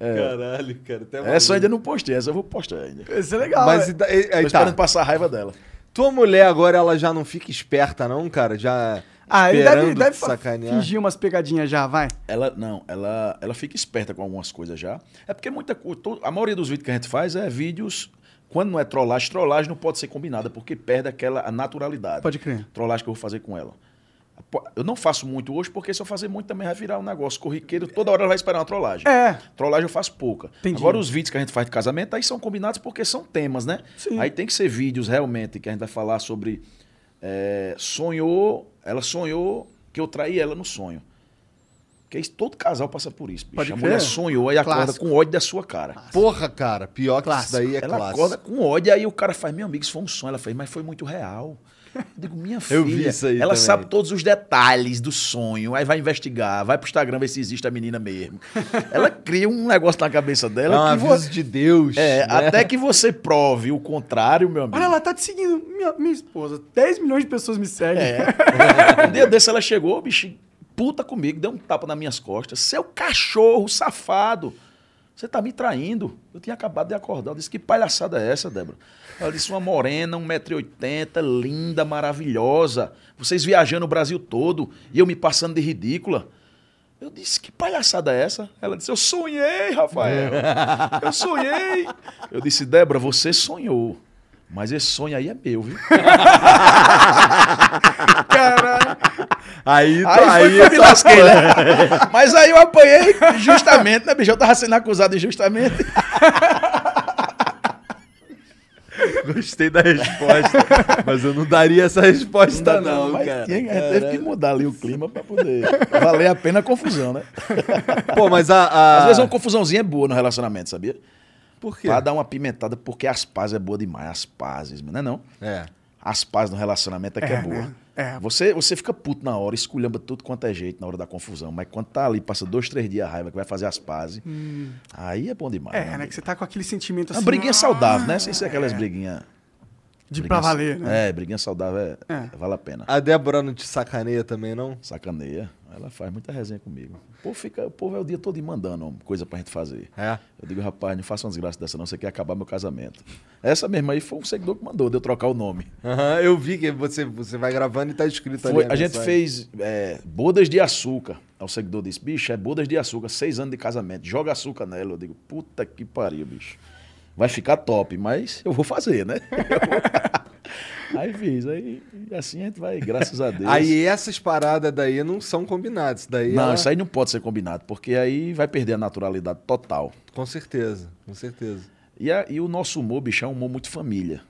B: É. Caralho, cara. Até
D: Essa eu
B: maluco.
D: ainda não postei, essa eu vou postar ainda. Tô
C: Isso é legal.
B: Mas
C: é.
B: e da- e- aí tá.
D: esperando passar a raiva dela.
B: Tua mulher agora, ela já não fica esperta, não, cara? Já.
C: Ah, ele
B: esperando
C: deve,
B: te
C: deve fa-
B: sacanear.
C: fingir umas pegadinhas já, vai.
D: Ela não, ela, ela fica esperta com algumas coisas já. É porque muita co- to- a maioria dos vídeos que a gente faz é vídeos quando não é trollagem, trollagem não pode ser combinada porque perde aquela a naturalidade.
C: Pode crer.
D: trollagem que eu vou fazer com ela. Po- Eu não faço muito hoje, porque se eu fazer muito também vai virar um negócio corriqueiro. Toda hora ela vai esperar uma trollagem.
C: É.
D: Trollagem eu faço pouca.
C: Entendi.
D: Agora, os vídeos que a gente faz de casamento, aí são combinados porque são temas, né?
C: Sim.
D: Aí tem que ser vídeos realmente que a gente vai falar sobre. é, sonhou, ela sonhou que eu traí ela no sonho. Porque isso, todo casal passa por isso. Bicho.
C: Pode
D: A
C: crer.
D: mulher sonhou e acorda
C: Clássico.
D: com ódio da sua cara.
B: Porra, cara. Pior que isso daí é
D: ela
B: clássico.
D: acorda com ódio, aí o cara faz, meu amigo, isso foi um sonho. Ela fez, mas foi muito real. Eu digo, minha filha,
B: [laughs] Eu vi isso aí
D: ela
B: também.
D: sabe todos os detalhes do sonho, aí vai investigar, vai pro Instagram ver se existe a menina mesmo. Ela cria um negócio na cabeça
B: É um
D: dela que
B: aviso
D: você...
B: de Deus.
D: É,
B: né?
D: até que você prove o contrário, meu amigo.
C: Olha, ela tá te seguindo. Minha, minha esposa, 10 milhões de pessoas me seguem. [laughs]
D: É. um dia desse ela chegou, bicho, puta comigo, deu um tapa nas minhas costas. Seu cachorro safado, você tá me traindo. Eu tinha acabado de acordar. Eu disse, que palhaçada é essa, Débora? Ela disse, uma morena, 1,80m, linda, maravilhosa. Vocês viajando o Brasil todo e eu me passando de ridícula. Eu disse, que palhaçada é essa? Ela disse, eu sonhei, Rafael. Eu sonhei. Eu disse, Débora, você sonhou. Mas esse sonho aí é meu, viu?
B: [laughs] Aí, tá,
D: Aí,
B: aí,
D: foi que eu me lasquei, né? [laughs] Mas aí eu apanhei injustamente, né, bicho? Eu tava sendo acusado injustamente.
B: [laughs] Gostei da resposta. mas eu não daria essa resposta, não,
D: mas
B: cara. É.
D: tinha- é, teve que mudar ali o clima pra poder valer a pena a confusão, né?
B: Pô, mas a. a-
D: Às vezes uma confusãozinha é boa no relacionamento, sabia?
B: Por Ah. quê?
D: Pra dar uma pimentada, porque as pazes é boa demais, as pazes, não é não?
B: É.
D: As pazes no relacionamento é que é, boa.
C: É.
D: Você, você fica puto na hora, esculhamba tudo quanto é jeito na hora da confusão. Mas quando tá ali, passa dois, três dias a raiva, que vai fazer as pazes. Aí é bom demais.
C: É, né? Que você tá com aquele sentimento
D: Uma
C: assim.
D: briguinha
C: ah,
D: saudável, né? Sem ser aquelas briguinhas.
C: De
D: briguinha-
C: pra valer, né?
D: É, briguinha saudável é-
C: É.
D: vale a pena.
B: A Débora não te sacaneia também, não?
D: Sacaneia. Ela faz muita resenha comigo. O povo, fica, o povo é o dia todo mandando homem, coisa pra gente fazer.
B: É.
D: Eu digo, rapaz, não faça uma desgraça dessa, não. Você quer acabar meu casamento. Essa mesma aí foi um seguidor que mandou, de eu trocar o nome.
B: Aham, eu vi que você, você vai gravando e tá escrito
D: Foi-
B: ali.
D: a gente
B: mensagem.
D: fez é, bodas de açúcar. Aí o seguidor disse, bicho, é bodas de açúcar, seis anos de casamento, joga açúcar nela. Eu digo, puta que pariu, bicho. Vai ficar top, mas eu vou fazer, né? [laughs] aí fiz, aí e assim a gente vai, graças a Deus.
B: Aí essas paradas daí não são combinadas. Isso Daí é
D: não,
B: ela-
D: isso aí não pode ser combinado, porque aí vai perder a naturalidade total.
B: Com certeza, com certeza.
D: E, a- e o nosso humor, bicho, é um humor muito família.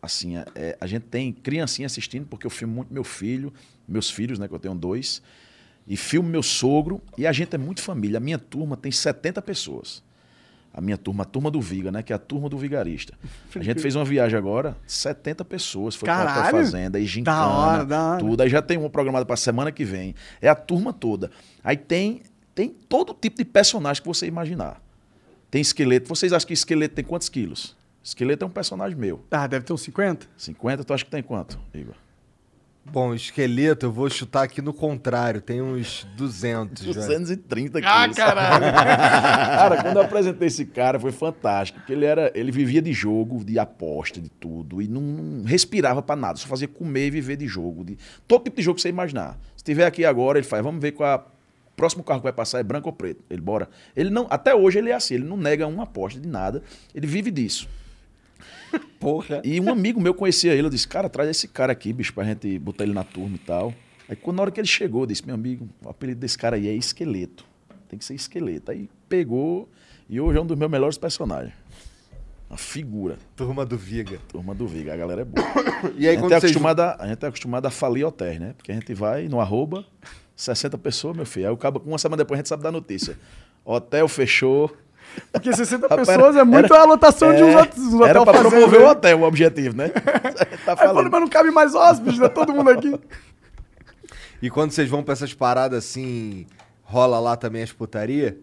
D: Assim, é- é, a gente tem criancinha assistindo, porque eu filmo muito meu filho, meus filhos, né, que eu tenho dois, e filmo meu sogro, e a gente é muito família. A minha turma tem 70 pessoas. A minha turma, a turma do Viga, né, que é a turma do vigarista. A gente fez uma viagem agora, 70 pessoas, foi pra
C: Caralho!
D: Hotel Fazenda, e gincana,
C: Da hora, da hora.
D: tudo. Aí já tem uma programada pra semana que vem. É a turma toda. Aí tem, tem todo tipo de personagem que você imaginar. Tem esqueleto. Vocês acham que esqueleto tem quantos quilos? Esqueleto é um personagem meu.
C: Ah, deve ter uns 50?
D: 50, tu acha que tem quanto, Igor?
B: Bom, esqueleto, eu vou chutar aqui no contrário. Tem uns 200, já.
D: 230 quilos.
C: Ah, caralho!
D: Cara, quando eu apresentei esse cara, foi fantástico. Porque ele, era, ele vivia de jogo, de aposta, de tudo. E não, não respirava pra nada. Só fazia comer e viver de jogo. De, todo tipo de jogo que você imaginar. Se tiver aqui agora, ele faz, vamos ver qual a. o Próximo carro que vai passar é branco ou preto. Ele bora. Ele não, até hoje ele é assim, ele não nega uma aposta de nada. Ele vive disso.
B: Porra.
D: E um amigo meu conhecia ele, eu disse, cara, traz esse cara aqui, bicho, pra gente botar ele na turma e tal. Aí quando na hora que ele chegou, eu disse, meu amigo, o apelido desse cara aí é esqueleto. Tem que ser esqueleto. Aí pegou e hoje é um dos meus melhores personagens. Uma figura,
B: Turma do Viga.
D: turma do Viga, a galera é boa.
B: E aí,
D: a,
B: quando
D: gente é
B: vocês...
D: acostumado a, a gente é acostumado a falir hotéis, né? Porque a gente vai no arroba, 60 pessoas, meu filho. Aí acaba uma semana depois a gente sabe da notícia. Hotel fechou,
C: Porque 60
D: Rapaz,
C: pessoas é
D: era-
C: muito a lotação de uns
D: é,
C: outros. Uns
D: Era
C: hotel
D: pra
C: fazendo,
D: promover
C: né?
D: o hotel, o objetivo, né? [laughs] tá
C: Aí falando, mas não cabe mais hóspedes, né? Todo mundo aqui.
B: E quando vocês vão pra essas paradas assim, rola lá também as putaria?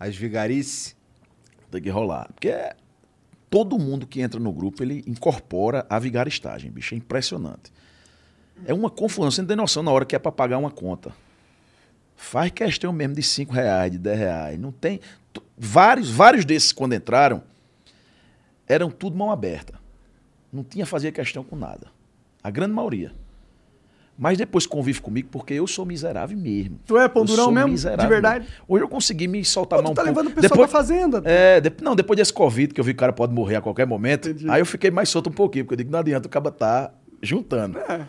B: As vigarice?
D: Tem que rolar. Porque é- todo mundo que entra no grupo, ele incorpora a vigaristagem, bicho. É impressionante. É uma confusão. Você não tem noção na hora que é para pagar uma conta. Faz questão mesmo de 5 reais, de 10 reais. Não tem... t- Vários, vários desses, quando entraram, eram tudo mão aberta. Não tinha fazer questão com nada. A grande maioria. Mas depois convive comigo porque eu sou miserável mesmo.
C: Tu é pão
D: Eu
C: durão
D: sou
C: mesmo? De
D: miserável
C: verdade?
D: mesmo. Hoje eu consegui me soltar
C: Pô,
D: mais
C: tu
D: um
C: tá
D: pouco.
C: levando o pessoal
D: Depois-
C: pra fazenda.
D: é, de- não, depois desse Covid, que eu vi que o cara pode morrer a qualquer momento,
C: Entendi.
D: aí eu fiquei mais solto um pouquinho, porque eu digo, não adianta o cara tá juntando.
C: É.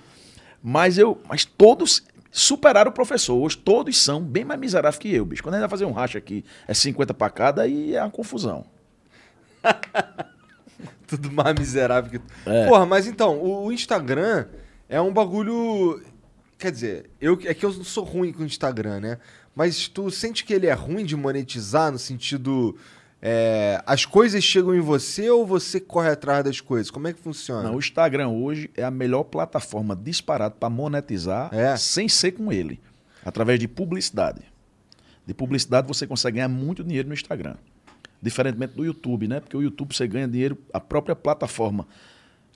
D: Mas eu, mas todos superaram o professor, hoje todos são bem mais miseráveis que eu, bicho. Quando a gente vai fazer um racha aqui, é 50 pra cada, aí é uma confusão.
B: [laughs] Tudo mais miserável que. tu.
D: É.
B: Porra, mas então, o, o Instagram é um bagulho. Quer dizer, eu, é que eu sou ruim com o Instagram, né? Mas tu sente que ele é ruim de monetizar no sentido. é, as coisas chegam em você ou você corre atrás das coisas? Como é que funciona?
C: Ah.
D: Não, o Instagram hoje é a melhor plataforma disparada para monetizar
B: É.
D: sem ser com ele, através de publicidade. De publicidade você consegue ganhar muito dinheiro no Instagram. Diferentemente do YouTube, né? Porque o YouTube você ganha dinheiro, a própria plataforma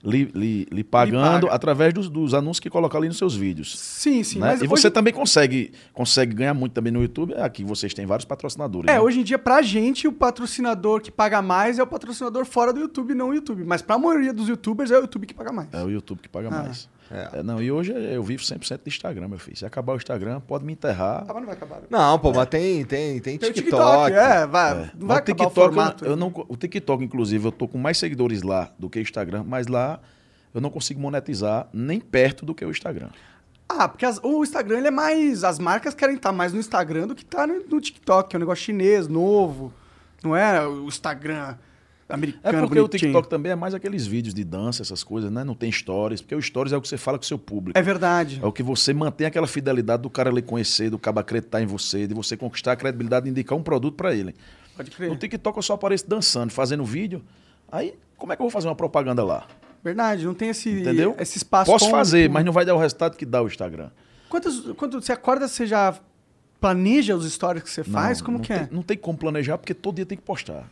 D: lhe, lhe- lhe pagando
C: paga.
D: através dos, dos anúncios que coloca ali nos seus vídeos.
C: Sim, sim.
D: né?
C: Mas
D: e
C: hoje-
D: você também consegue, consegue ganhar muito também no YouTube. É, Aqui vocês têm vários patrocinadores.
C: É,
D: né?
C: hoje em dia, pra gente, o patrocinador que paga mais é o patrocinador fora do YouTube, não o YouTube. Mas pra maioria dos youtubers, é o YouTube que paga mais.
D: É o YouTube que paga
C: Ah,
D: mais.
B: é.
D: É, não, e hoje eu vivo 100% de Instagram, meu filho. Se acabar o Instagram, pode me enterrar.
C: Ah, mas não vai acabar. né?
B: Não, pô, mas tem, tem, tem,
C: Tem o
B: TikTok.
C: TikTok, é, vai,
D: É.
C: não vai
D: Mas o
C: acabar o
D: TikTok,
C: formato.
D: eu, eu não, co- o TikTok, inclusive, eu tô com mais seguidores lá do que o Instagram, mas lá eu não consigo monetizar nem perto do que o Instagram.
C: Ah, porque as- o Instagram, ele é mais... As marcas querem estar mais no Instagram do que estar no, no TikTok, que é um negócio chinês, novo. Não é o Instagram
D: É
C: americano
D: porque o
C: bonitinho.
D: TikTok também é mais aqueles vídeos de dança, essas coisas, né? Não tem stories, porque o stories é o que você fala com o seu público.
C: É verdade.
D: É o que você mantém aquela fidelidade do cara lhe conhecer, do cara acreditar em você, de você conquistar a credibilidade e indicar um produto para ele.
C: Pode crer.
D: é No TikTok eu só apareço dançando, fazendo vídeo. Aí, como é que eu vou fazer uma propaganda lá?
C: Verdade, não tem esse,
D: Entendeu?
C: esse espaço.
D: Posso
C: tão-
D: fazer, mas não vai dar o resultado que dá o Instagram.
C: Quantas, quando você acorda, você já planeja os stories que você faz?
D: Não,
C: Como
D: não
C: que
D: tem,
C: é?
D: Não tem como planejar, porque todo dia tem que postar.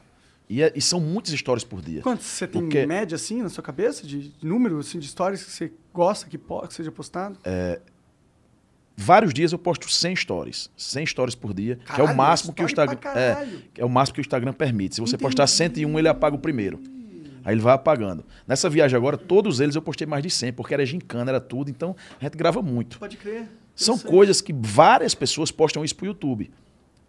D: E, é- e são muitas histórias por dia.
C: Quantos você tem
D: Porque-
C: média assim na sua cabeça de de número assim, de stories que você gosta que, po- que seja postado?
D: É, Vários dias eu posto 100 stories. 100 stories por dia, que é
C: Caralho,
D: o máximo que o
C: story pra
D: Instagram.
C: caralho.
D: É, que é o máximo que o Instagram permite. Se você postar 101, ele apaga o primeiro. Aí ele vai apagando. Nessa viagem agora, todos eles eu postei mais de 100, porque era gincana, era tudo, então a gente grava muito.
C: Pode crer.
D: São
C: Interessante.
D: coisas que várias pessoas postam isso pro YouTube.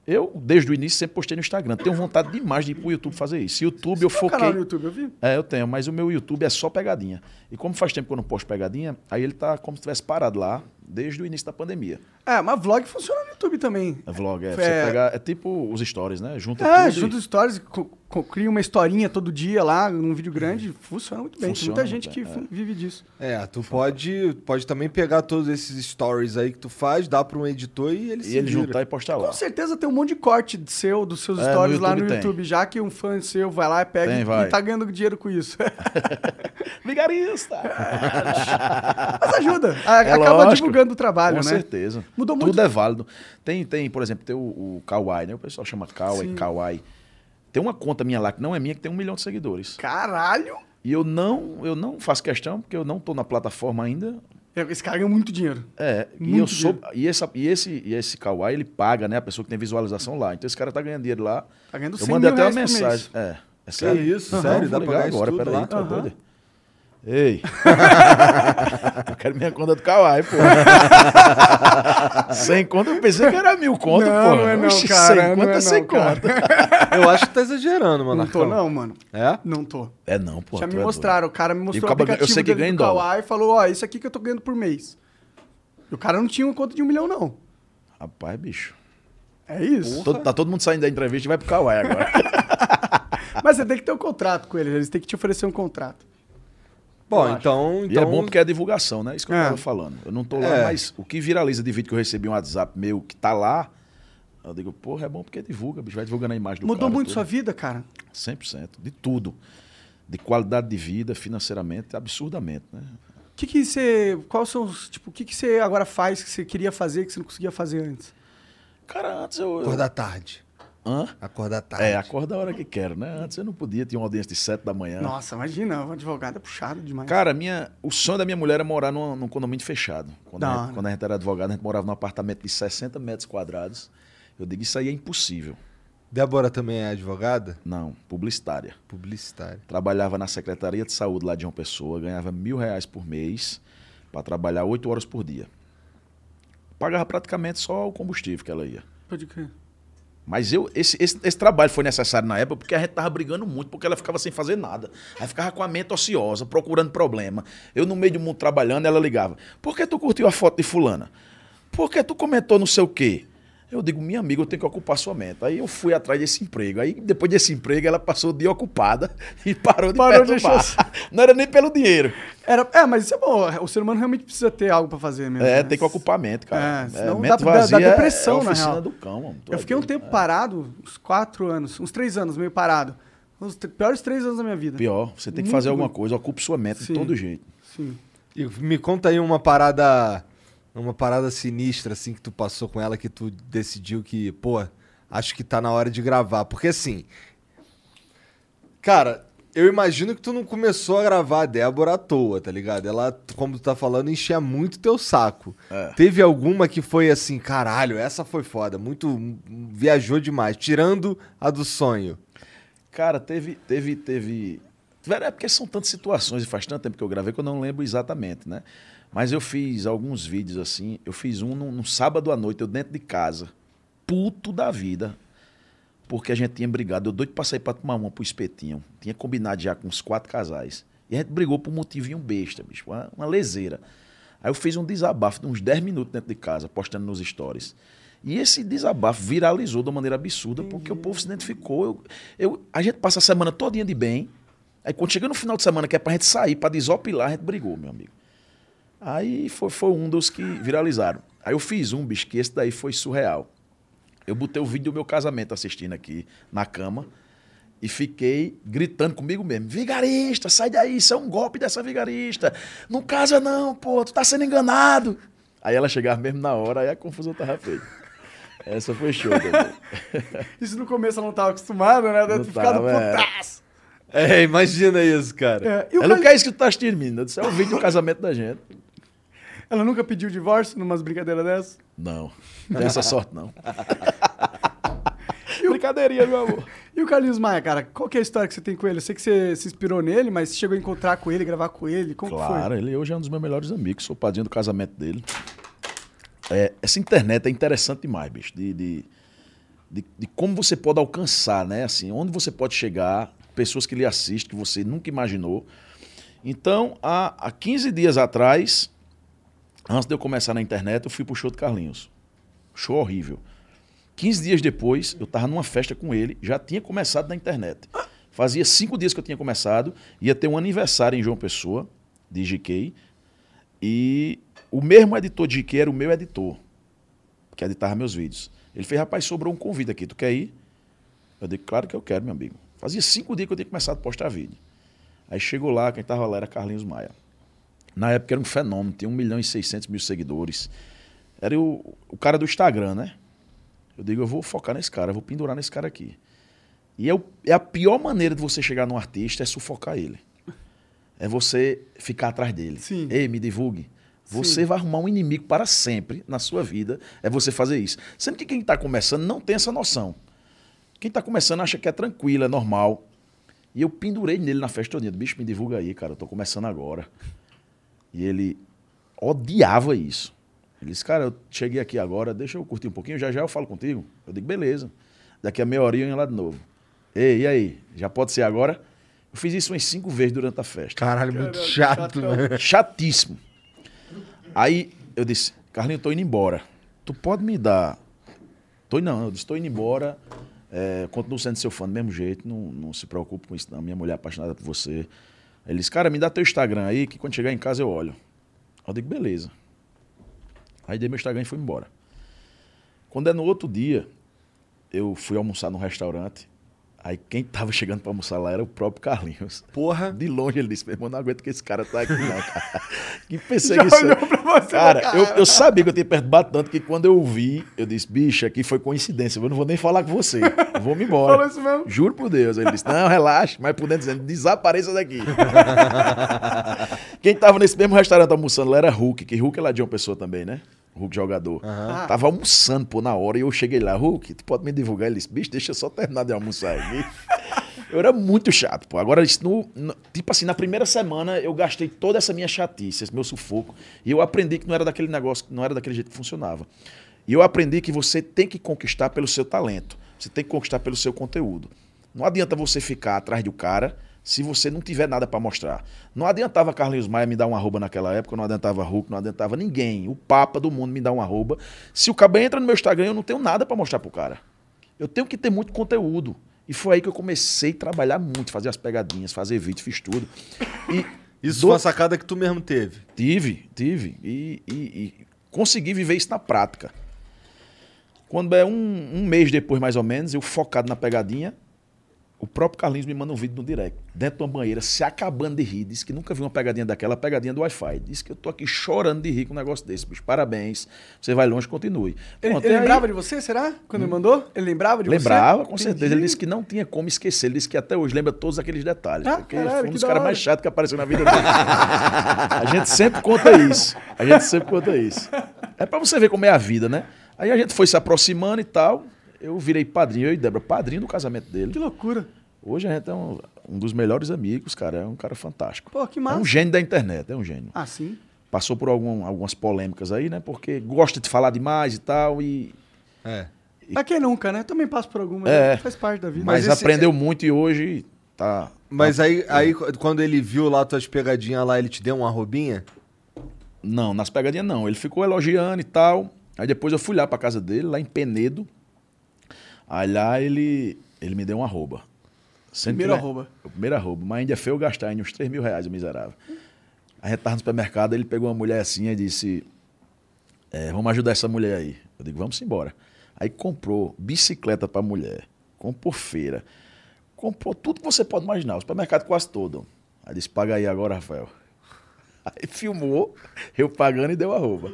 D: Eu, desde o início, sempre postei no Instagram. Tenho vontade demais de ir pro YouTube fazer isso. YouTube eu
C: Tem um canal
D: foquei.
C: no YouTube, eu vi.
D: É, eu tenho, mas o meu YouTube é só pegadinha. E como faz tempo que eu não posto pegadinha, aí ele tá como se tivesse parado lá desde o início da pandemia.
C: É, mas vlog funciona no YouTube também.
D: É vlog, é.
C: É.
D: Você pega, é tipo os stories, né? Junta
C: É,
D: tudo.
C: junta os stories, co- co- cria uma historinha todo dia lá, num vídeo grande, funciona muito bem.
D: Funciona
C: Tem muita gente que
D: muito bem,
C: fu- vive disso.
B: É, tu pode, pode também pegar todos esses stories aí que tu faz, dá pra um editor e ele
D: E
B: se
D: ele
B: vira.
D: juntar e postar lá.
C: Com certeza tem um monte de corte de seu, dos seus
D: É, no
C: stories lá no
D: YouTube tem.
C: YouTube, já que um fã seu vai lá e pega
D: Tem,
C: e-
D: vai.
C: e tá ganhando dinheiro com isso. [laughs]
D: [laughs] Vigarista!
C: Mas ajuda, a-
D: É
C: acaba
D: lógico.
C: divulgando o trabalho,
D: Com
C: né?
D: certeza.
C: Mudou
D: Tudo
C: muito.
D: é válido. Tem, tem, por exemplo, tem o, o Kawaii, né? O pessoal chama Kawaii,
C: Sim.
D: Kawaii. Tem uma conta minha lá que não é minha, que tem um milhão de seguidores.
C: Caralho!
D: E eu não, eu não faço questão, porque eu não tô na plataforma ainda.
C: É, Esse cara ganha muito dinheiro.
D: É, e
C: Muito
D: eu sou. E, essa, e esse, e esse Kawaii, ele paga, né? A pessoa que tem visualização lá. Então esse cara tá ganhando dinheiro lá.
C: Tá ganhando 100
D: Eu mandei
C: mil
D: até uma
C: reais por mês.
D: mensagem. É. É sério?
B: isso?
D: Aham,
B: Sério?
D: vou
B: Dá pra
D: ligar
B: ganhar isso
D: agora,
B: tudo
D: peraí,
B: lá?
D: tu é
C: Aham.
D: doido?
C: [laughs]
D: Ei! eu quero minha conta do Kawaii, pô. sem conta, eu pensei que era mil conto,
C: Não,
D: pô.
C: não é não,
D: Oxi,
C: cara,
D: Sem
C: não
D: conta,
C: é não,
D: sem
C: cara.
D: conta.
B: Eu acho que tá exagerando, mano.
C: Não tô não, mano.
B: É?
C: Não tô.
D: É não, pô.
C: Já
D: tu
C: me
D: é doido.
C: mostraram, o cara me mostrou o
D: acaba- eu
C: aplicativo
D: sei que
C: dele
D: ganha em
C: do
D: dólar.
C: Kawaii e falou, ó, isso aqui que eu tô ganhando por mês. E o cara não tinha uma conta de um milhão, não.
D: Rapaz, bicho.
C: É isso.
D: Todo- tá todo mundo saindo da entrevista e vai pro Kawaii agora.
C: Mas você tem que ter um contrato com eles, eles têm que te oferecer um contrato.
B: Bom,
C: Eu acho.
B: então,
D: E
B: então.
D: é bom porque é divulgação, né? Isso que eu
C: É.
D: tava falando. Eu não tô lá,
B: É.
D: mas o que viraliza de vídeo que eu recebi um WhatsApp meu que tá lá, eu digo, porra, é bom porque divulga, bicho. Vai divulgando a imagem do
C: Mudou
D: cara,
C: muito
D: tudo.
C: sua vida, cara?
D: 100%. De tudo. De qualidade de vida, financeiramente, absurdamente, né?
C: O que que você... Quais são os... Tipo, o que que você agora faz que você queria fazer que você não conseguia fazer antes?
D: Cara, antes eu... eu-
B: Acordar tarde.
D: Hã?
B: Acordar tarde.
D: É, acorda a hora que quero, né? Antes eu não podia, tinha uma audiência de 7 da manhã.
C: Nossa, imagina, um advogado é puxado demais.
D: É. Cara, minha, o sonho da minha mulher era morar num, num condomínio fechado. Quando
C: Da
D: a,
C: hora.
D: gente, quando a gente era advogado, a gente morava num apartamento de 60 metros quadrados. Eu digo, isso aí é impossível.
B: Débora também é advogada?
D: Não, publicitária.
B: Publicitária.
D: Trabalhava na Secretaria de Saúde lá de uma pessoa, ganhava mil reais por mês para trabalhar oito horas por dia. Pagava praticamente só o combustível que ela ia.
C: Pode crer.
D: Mas eu, esse, esse, esse trabalho foi necessário na época porque a gente tava brigando muito, porque ela ficava sem fazer nada. Aí ficava com a mente ociosa, procurando problema. Eu, no meio do mundo trabalhando, ela ligava: Por que tu curtiu a foto de Fulana? Por que tu comentou não sei o quê? Eu digo, minha amiga, eu tenho que ocupar sua mente. Aí eu fui atrás desse emprego. Aí depois desse emprego, ela passou o dia ocupada [laughs] e parou de
C: Parou de
D: perturbar. [laughs] Não era nem pelo dinheiro.
C: Era, é, mas isso é bom. O ser humano realmente precisa ter algo pra fazer mesmo.
D: É,
C: né?
D: tem que ocupar a mente, cara.
C: É, senão
D: mente
C: dá- dá- dá
D: vazia é-
C: depressão,
D: é
C: na
D: oficina
C: real.
D: do cão, mano. Tu
C: Eu
D: é
C: fiquei um
D: doido.
C: tempo parado, uns quatro anos, uns três anos meio parado. Os tr- piores três anos da minha vida.
D: Pior, você tem
C: Muito
D: que fazer
C: ruim.
D: alguma coisa, ocupe sua mente
C: Sim.
D: de todo jeito.
C: Sim.
B: E me conta aí uma parada. Uma parada sinistra, assim, que tu passou com ela, que tu decidiu que, pô, acho que tá na hora de gravar. Porque assim. Cara, eu imagino que tu não começou a gravar a Débora à toa, tá ligado? Ela, como tu tá falando, enchia muito teu saco.
D: É.
B: Teve alguma que foi assim, caralho, essa foi foda, muito. viajou demais, tirando a do sonho.
D: Cara, teve, teve, teve. tiveram- É porque são tantas situações e faz tanto tempo que eu gravei que eu não lembro exatamente, né? Mas eu fiz alguns vídeos assim. Eu fiz um num, num sábado à noite, eu dentro de casa, puto da vida, porque a gente tinha brigado. Eu doido pra sair pra tomar uma pro espetinho. Tinha combinado já com uns quatro casais. E a gente brigou por um motivinho besta, bicho, uma, uma leseira. Aí eu fiz um desabafo de uns 10 minutos dentro de casa, postando nos stories. E esse desabafo viralizou de uma maneira absurda, porque o povo se identificou. Eu, eu- a gente passa a semana todinha de bem. Aí quando chega no final de semana, que é pra gente sair, pra desopilar, a gente brigou, meu amigo. Aí foi, foi um dos que viralizaram. Aí eu fiz um, bicho, que esse daí foi surreal. Eu botei o vídeo do meu casamento assistindo aqui na cama. E fiquei gritando comigo mesmo: Vigarista, sai daí, isso é um golpe dessa vigarista. Não casa não, pô, tu tá sendo enganado. Aí ela chegava mesmo na hora, aí a confusão tava feita. Essa foi show, Dodô.
C: Isso no começo ela não tava acostumada, né? Deve
D: Não
C: ter ficado
D: tava, é.
C: putaço.
B: É, imagina isso, cara.
C: É, [laughs] e o
D: Ela, o
C: Cali-
D: que é isso que tu tá assistindo, menina? Eu disse, é o vídeo do casamento da gente.
C: Ela nunca pediu divórcio numas brincadeiras dessas?
D: Não, não tem essa
C: [laughs]
D: sorte, não.
C: Brincadeirinha, meu amor. E o Carlinhos Maia, cara, qual que é a história que você tem com ele? Eu sei que você se inspirou nele, mas você chegou a encontrar com ele, gravar com ele, como que foi?
D: Claro, ele hoje é um dos meus melhores amigos, sou padrinho do casamento dele. É, essa internet é interessante demais, bicho, de, de, de, de como você pode alcançar, né? Assim, onde você pode chegar, pessoas que lhe assistem, que você nunca imaginou. Então, há, há 15 dias atrás, antes de eu começar na internet, eu fui pro show do Carlinhos. Show horrível. 15 dias depois, eu estava numa festa com ele, já tinha começado na internet. Fazia cinco dias que eu tinha começado, ia ter um aniversário em João Pessoa, de GK, e o mesmo editor de GK era o meu editor, que editava meus vídeos. Ele fez, rapaz, sobrou um convite aqui, tu quer ir? Eu dei, claro que eu quero, meu amigo. Fazia cinco dias que eu tinha começado a postar vídeo. Aí chegou lá, quem estava lá era Carlinhos Maia. Na época era um fenômeno, tinha 1 milhão e 600 mil seguidores. Era o, o cara do Instagram, né? Eu digo, eu vou focar nesse cara, eu vou pendurar nesse cara aqui. E é, o- é a pior maneira de você chegar num artista é sufocar ele. É você ficar atrás dele.
C: Sim.
D: Ei, me divulgue. Você vai arrumar um inimigo para sempre na sua vida, é você fazer isso. Sendo que quem está começando não tem essa noção. Quem está começando acha que é tranquilo, é normal. E eu pendurei nele na festa todinha. Bicho, me divulga aí, cara, eu tô começando agora. E ele odiava isso. Ele disse, cara, eu cheguei aqui agora, deixa eu curtir um pouquinho, já já eu falo contigo. Eu digo, beleza. Daqui a meia horinha eu ia lá de novo. Ei, e aí? Já pode ser agora? Eu fiz isso umas cinco vezes durante a festa.
B: Caralho, muito
C: Caralho,
B: chato,
C: chatão.
B: né?
D: Chatíssimo. Aí eu disse, Carlinho, eu tô indo embora. Tu pode me dar. Tô não, eu disse, tô indo embora. É, continuo sendo seu fã do mesmo jeito, não, não se preocupe com isso, não. Minha mulher é apaixonada por você. Ele disse, cara, me dá teu Instagram aí, que quando chegar em casa eu olho. Eu digo, beleza. Aí dei meu Instagram e fui embora. Quando é no outro dia, eu fui almoçar num restaurante. Aí quem tava [laughs] chegando pra almoçar lá era o próprio Carlinhos.
B: Porra.
D: De longe ele disse, meu irmão, não aguento que esse cara tá aqui, não,
C: [laughs]
D: cara.
C: [laughs]
D: Que
C: Já
D: perseguição.
C: olhou pra você,
D: Cara,
C: né,
D: eu, eu sabia que eu tinha perturbado tanto que quando eu vi, eu disse, bicho, aqui foi coincidência, eu não vou nem falar com você.
C: [laughs]
D: Eu vou me embora.
C: Falou isso mesmo?
D: Juro por Deus. Ele disse, não, relaxa, mas por dentro dizendo, desapareça
C: [laughs]
D: daqui. Quem tava nesse mesmo restaurante almoçando lá era Hulk, que Hulk é lá de uma pessoa também, né? Hulk jogador.
C: Ah.
D: Tava almoçando, pô, na hora, e eu cheguei lá, Hulk, tu pode me divulgar? Ele disse, bicho, deixa eu só terminar de almoçar aqui. Eu era muito chato, pô. Agora, isso no, no- tipo assim, na primeira semana eu gastei toda essa minha chatice, esse meu sufoco. E eu aprendi que não era daquele negócio, que não era daquele jeito que funcionava. E eu aprendi que você tem que conquistar pelo seu talento. Você tem que conquistar pelo seu conteúdo. Não adianta você ficar atrás do cara se você não tiver nada pra mostrar. Não adiantava Carlinhos Maia me dar um arroba naquela época, não adiantava Hulk, não adiantava ninguém. O Papa do mundo me dar um arroba. Se o cabra entra no meu Instagram, eu não tenho nada pra mostrar pro cara. Eu tenho que ter muito conteúdo. E foi aí que eu comecei a trabalhar muito, fazer as pegadinhas, fazer vídeo, fiz tudo. E
B: Isso
D: do-
B: foi uma sacada que tu mesmo teve.
D: tive, tive. E, e- e consegui viver isso na prática. Quando é um, um mês depois, mais ou menos, eu focado na pegadinha, o próprio Carlinhos me manda um vídeo no direct, dentro de uma banheira, se acabando de rir. Disse que nunca viu uma pegadinha daquela, a pegadinha do Wi-Fi. Disse que eu tô aqui chorando de rir com um negócio desse. Bicho, parabéns, você vai longe, continue.
C: Ele,
D: Pronto,
C: ele
D: e aí-
C: lembrava de você, será? Quando ele mandou? Ele lembrava de
D: Lembrava,
C: você?
D: com certeza. Ele disse que não tinha como esquecer. Ele disse que até hoje lembra todos aqueles detalhes.
C: Ah,
D: porque
C: caralho,
D: foi um
C: que
D: dos
C: da
D: caras
C: hora.
D: mais chatos que apareceu
C: [laughs]
D: na vida dele. a gente sempre conta isso. A gente sempre conta isso. É pra você ver como é a vida, né? Aí a gente foi se aproximando e tal. Eu virei padrinho, eu e Débora, padrinho do casamento
C: Que
D: dele.
C: loucura.
D: Hoje a gente é um, um dos melhores amigos, cara. É um cara fantástico.
C: Pô, que
D: é
C: massa.
D: um gênio da internet, é um gênio
C: Ah, sim.
D: passou por algum- algumas polêmicas aí, né? Porque gosta de falar demais e tal. E
B: É.
C: Pra quem nunca, né? Também passo por alguma.
D: É.
C: né? Faz parte da vida.
D: Mas,
B: esse-
C: é
D: aprendeu muito e hoje tá.
B: Mas aí, aí, quando ele viu lá tuas pegadinhas lá, ele te deu uma roubinha?
D: Não, nas pegadinhas não. Ele ficou elogiando e tal. Aí depois eu fui lá pra casa dele, lá em Penedo. Aí lá ele, ele me deu um arroba. Sendo que,
C: Primeiro
D: né,
C: arroba.
D: O primeiro arroba. Mas ainda é feio eu gastar ainda uns 3 mil reais, o miserável. A gente tava no supermercado, ele pegou uma mulher assim e disse: é, Vamos ajudar essa mulher aí. Eu digo: Vamos embora. Aí comprou bicicleta pra mulher, comprou feira, Comprou tudo que você pode imaginar, o supermercado quase todo. Aí disse, paga aí agora, Rafael. [laughs] Aí filmou, eu pagando e deu arroba.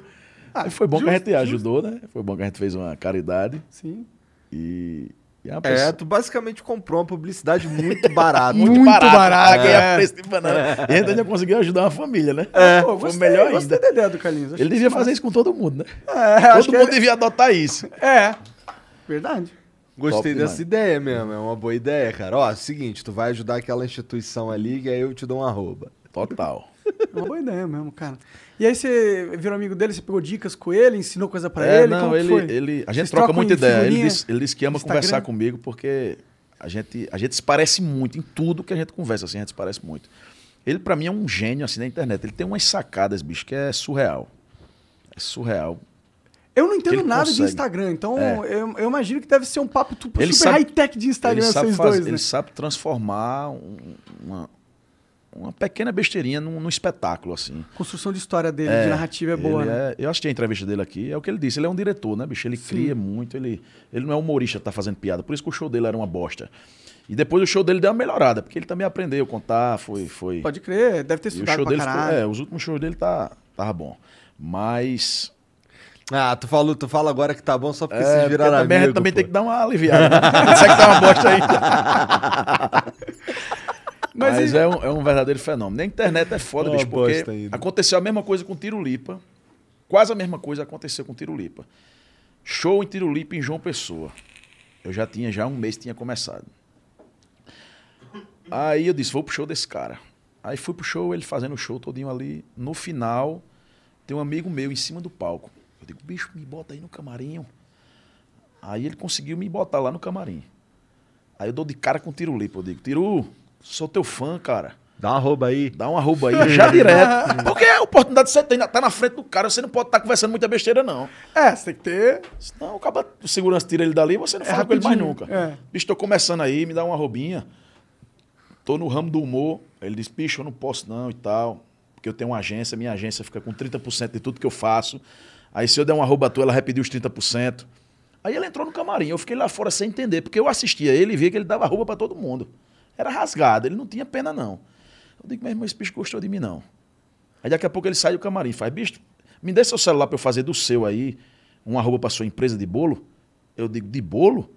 D: Aí foi bom que a
C: Ah, justo,
D: gente ajudou, né? Foi bom que a gente fez uma caridade.
C: Sim.
D: E, e uma
B: É,
D: pessoa-
B: tu basicamente comprou uma publicidade muito [laughs]
D: Tá
B: barata.
C: Muito barato,
D: Paguei a
C: é.
D: preço de banana. E a gente ainda conseguiu ajudar uma família, né?
C: Ah, Pô,
D: foi
C: gostei,
D: melhor
C: gostei
D: ainda.
C: da ideia do Carlinhos. Achei
D: Ele devia
C: que isso
D: fazer isso com todo mundo, né?
C: é- É, acho
D: todo
C: que
D: mundo
C: ele-
D: devia adotar isso.
C: É, verdade.
B: Gostei
D: Top
B: dessa
D: demais.
B: ideia mesmo, é uma boa ideia, cara. Ó, seguinte, tu vai ajudar aquela instituição ali e aí eu te dou um arroba.
D: Total.
C: É uma boa ideia mesmo, cara. E aí você virou amigo dele, você pegou dicas com ele, ensinou coisa pra
D: É,
C: ele?
D: não,
C: como que
D: ele,
C: foi?
D: ele- A gente
C: Vocês
D: troca
C: trocam
D: muita
C: em
D: ideia. Ele
C: figurinha?
D: disse, ele disse que ama
C: Instagram?
D: conversar comigo porque a gente, a gente se parece muito em tudo que a gente conversa, assim, a gente se parece muito. Ele, pra mim, é um gênio, assim, na internet. Ele tem umas sacadas, bicho, que é surreal. É surreal.
C: Eu não entendo
D: ele
C: nada de
D: consegue.
C: Instagram, então
D: É.
C: eu, eu imagino que deve ser um papo tu-
D: Ele
C: super
D: sabe-
C: high-tech de Instagram,
D: ele sabe
C: vocês
D: fazer-
C: dois, né?
D: ele sabe transformar um- uma, uma pequena besteirinha num, num espetáculo, assim.
C: Construção de história dele, de narrativa é
D: Ele
C: boa, né?
D: é- eu assisti a entrevista dele aqui, é o que ele disse. Ele é um diretor, né, bicho? Ele cria muito, ele, ele não é humorista, tá fazendo piada. Por isso que o show dele era uma bosta. E depois o show dele deu uma melhorada, porque ele também aprendeu a contar, foi. foi...
C: Pode crer, deve ter
D: é. e o
C: estudado
D: show
C: pra
D: dele ficou-
C: caralho.
D: é, os últimos shows dele tá, tava bom. Mas.
B: Ah, tu falou, tu fala agora que tá bom só porque
D: é,
B: vocês
D: porque
B: viraram
D: também,
B: amigo.
D: também
B: pô.
D: tem que dar uma aliviada. Né? [laughs] Isso é que tá uma bosta
C: [laughs]
D: ainda.
C: Mas
D: Mas,
C: e-
D: é, um, é um verdadeiro fenômeno. Na internet é foda,
B: É uma
D: bicho, porque
B: bosta ainda.
D: aconteceu a mesma coisa com Tirulipa. Quase a mesma coisa aconteceu com Tirulipa. Show em Tirulipa em João Pessoa. Eu já tinha, já um mês tinha começado. Aí eu disse, vou pro show desse cara. Aí fui pro show, ele fazendo o show todinho ali. No final, tem um amigo meu em cima do palco. Eu digo, bicho, me bota aí no camarim. Aí ele conseguiu me botar lá no camarim. Aí eu dou de cara com o Tirulipa. Eu digo, Tiru, sou teu fã, cara.
B: Dá um arroba aí.
D: Dá um arroba aí, já
C: [laughs]
D: direto. Porque a oportunidade que você tem, tá na frente do cara, você não pode estar conversando muita besteira, não.
C: É, você tem que ter...
D: Senão acaba, o segurança tira ele dali e você não
C: É
D: fala com ele mais
C: rapidinho,
D: nunca.
C: é.
D: Bicho, tô começando aí, me dá uma roubinha. Tô no ramo do humor. Ele diz, bicho, eu não posso não e tal. Porque eu tenho uma agência, minha agência fica com 30% de tudo que eu faço. Aí se eu der uma rouba tua, ela vai pedir os 30%. Aí ele entrou no camarim, eu fiquei lá fora sem entender, porque eu assistia ele e via que ele dava rouba pra todo mundo. Era rasgado, ele não tinha pena não. Eu digo, meu irmão, esse bicho gostou de mim não. Aí daqui a pouco ele sai do camarim e faz, bicho, me dê seu celular pra eu fazer do seu aí, um arroba pra sua empresa de bolo. Eu digo, de bolo?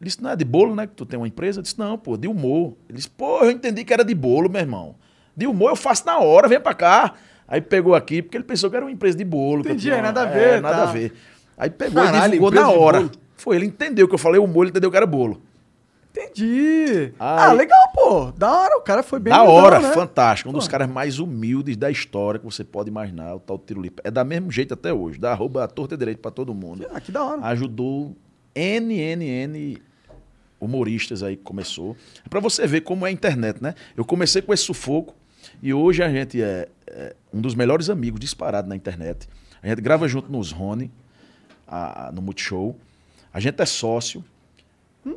D: Ele disse, não é de bolo, né? Que tu tem uma empresa? Eu disse, não, pô, de humor. Ele disse, pô, eu entendi que era de bolo, meu irmão. De humor eu faço na hora, vem pra cá. Aí pegou aqui, porque ele pensou que era uma empresa de bolo. que eu
C: Entendi,
D: tinha-
C: é, nada a ver,
D: nada
C: tá.
D: a ver. Aí pegou e
B: Caralho,
D: divulgou
B: empresa
D: na
B: de
D: hora.
B: bolo.
D: Foi, ele entendeu que eu falei humor, ele entendeu que era bolo.
C: Entendi.
D: Ai.
C: Ah, legal, pô. Da hora, o cara foi bem
D: da
C: humildão,
D: hora,
C: né?
D: fantástico. Um dos
C: Pô.
D: caras mais humildes da história que você pode imaginar, o tal Tirulipa. É da mesmo jeito até hoje, dá arroba à torta e direito pra todo mundo.
C: Ah, que da hora.
D: Ajudou NNN humoristas aí que começou. É pra você ver como é a internet, né? Eu comecei com esse sufoco e hoje a gente é, é um dos melhores amigos disparado na internet. A gente grava junto nos Rony, a- a- no Multishow. A gente é sócio.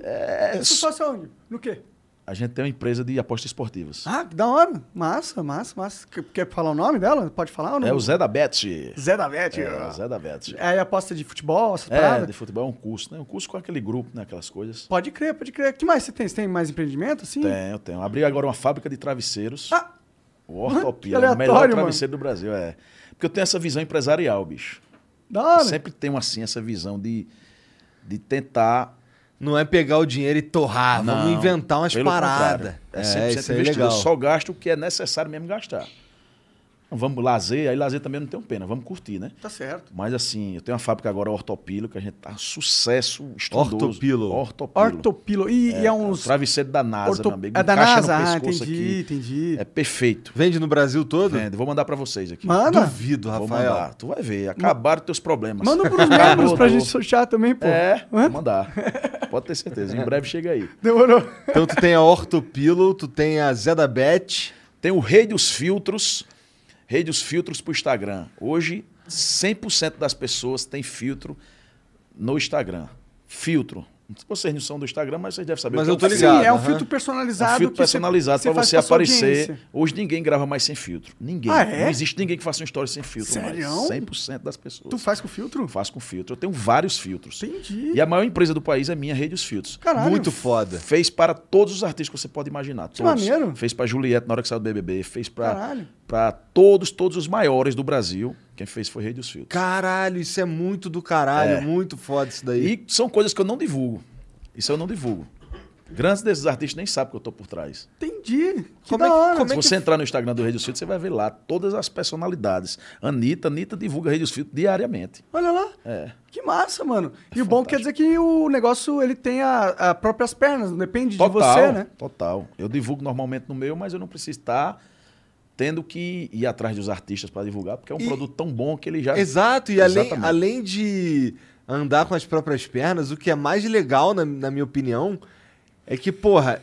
D: É,
C: Isso só se onde? No quê?
D: a gente tem uma empresa de apostas esportivas.
C: Ah, que da hora. Massa, massa, massa. Quer, quer falar o nome dela? Pode falar ou não?
D: É o Zé da Bet.
C: Zé da Vete.
D: É, o Zé da Bet.
C: Aí aposta de futebol, essas
D: É,
C: paradas?
D: de futebol é um curso, né? Um curso com aquele grupo, né? Aquelas coisas.
C: Pode crer, pode crer. O que mais você tem? Você tem mais empreendimento, assim?
D: Tenho, tenho. Abri agora uma fábrica de travesseiros.
C: Ah,
D: O Ortopia,
C: Que
D: o
C: aleatório,
D: melhor
C: mano.
D: travesseiro do Brasil, é. Porque eu tenho essa visão empresarial, bicho.
C: da hora.
D: Sempre tenho, assim, essa visão de, de tentar...
B: Não é pegar o dinheiro e torrar,
D: não,
B: Ah, vamos inventar umas
D: pelo
B: paradas.
D: contrário. É 100% investidor. Eu só gasto o que é necessário mesmo gastar. Não Vamos lazer, aí lazer também eu não tenho pena. Vamos curtir, né?
C: Tá certo.
D: Mas assim, eu tenho uma fábrica agora, Ortopilo, que a gente tá sucesso estrondoso.
B: Ortopilo.
D: Ortopilo.
C: Ortopilo. E e é, uns...
D: Travesseiro da NASA,
C: orto-
D: meu amigo.
C: É da
D: Encaixa no
C: NASA? Ah, entendi,
D: pescoço aqui.
C: entendi.
D: É perfeito.
B: Vende no Brasil todo?
D: Vendo. Vou mandar pra vocês aqui.
C: Manda.
B: Duvido,
D: Vou
B: Rafael.
D: mandar. Tu vai ver. Acabaram teus problemas.
C: Manda pros
D: [laughs] Acabou,
C: membros pra
D: tô.
C: gente sortear também, pô.
D: É, vou
C: Hã?
D: mandar. Pode ter certeza. Em breve chega aí.
C: Demorou.
B: Então tu tem a Ortopilo, tu tem a Zé da Bet.
D: Tem o Rei dos Filtros. Rei dos Filtros pro Instagram. Hoje, 100% das pessoas têm filtro no Instagram. Filtro. Vocês não são do Instagram, mas vocês devem saber.
B: Mas
D: que
B: eu tô
D: um
B: ligado.
C: Sim, é um
B: aham.
C: filtro
D: É um
C: personalizado.
D: filtro
C: que você-
D: personalizado para
C: faz
D: você
C: sua
D: aparecer.
C: audiência.
D: Hoje ninguém grava mais sem filtro. Ninguém.
C: Ah, é?
D: Não existe ninguém que faça uma história sem filtro.
C: Sério?
D: Mais. 100% das pessoas.
C: Tu faz com filtro?
D: Eu faço com filtro. Eu tenho vários filtros.
C: Entendi.
D: E a maior empresa do país é minha rede Os Filtros.
C: Caralho.
B: Muito foda.
D: Fez para todos os artistas que você pode imaginar. Todos.
C: maneiro.
D: Fez para Juliette na hora que saiu do BBB. Fez para
C: Caralho.
D: para todos, todos os maiores do Brasil. Quem fez foi rede Os Filtros.
B: Caralho, isso é muito do caralho. Muito foda isso daí.
D: E são coisas que eu não divulgo. Isso eu não divulgo. Grandes desses artistas nem sabem que eu tô por trás.
C: Entendi. Que
B: Como é
C: da
B: que-
C: hora.
B: como é
D: Se você entrar no Instagram do Rede Filtro, você vai ver lá todas as personalidades. Anitta, Anitta divulga Rede Filtro diariamente.
C: Olha lá.
D: É.
C: Que massa, mano. e o bom quer dizer que o negócio ele tem as próprias pernas, não depende de você, né?
D: Total. Eu divulgo normalmente no meu, mas eu não preciso estar tendo que ir atrás dos artistas para divulgar, porque é um
B: E-
D: produto tão bom que
C: É.
D: ele já.
B: Exato, e além,
D: Exatamente.
B: além de andar com as próprias pernas, o que é mais legal, na, na minha opinião, é que, porra,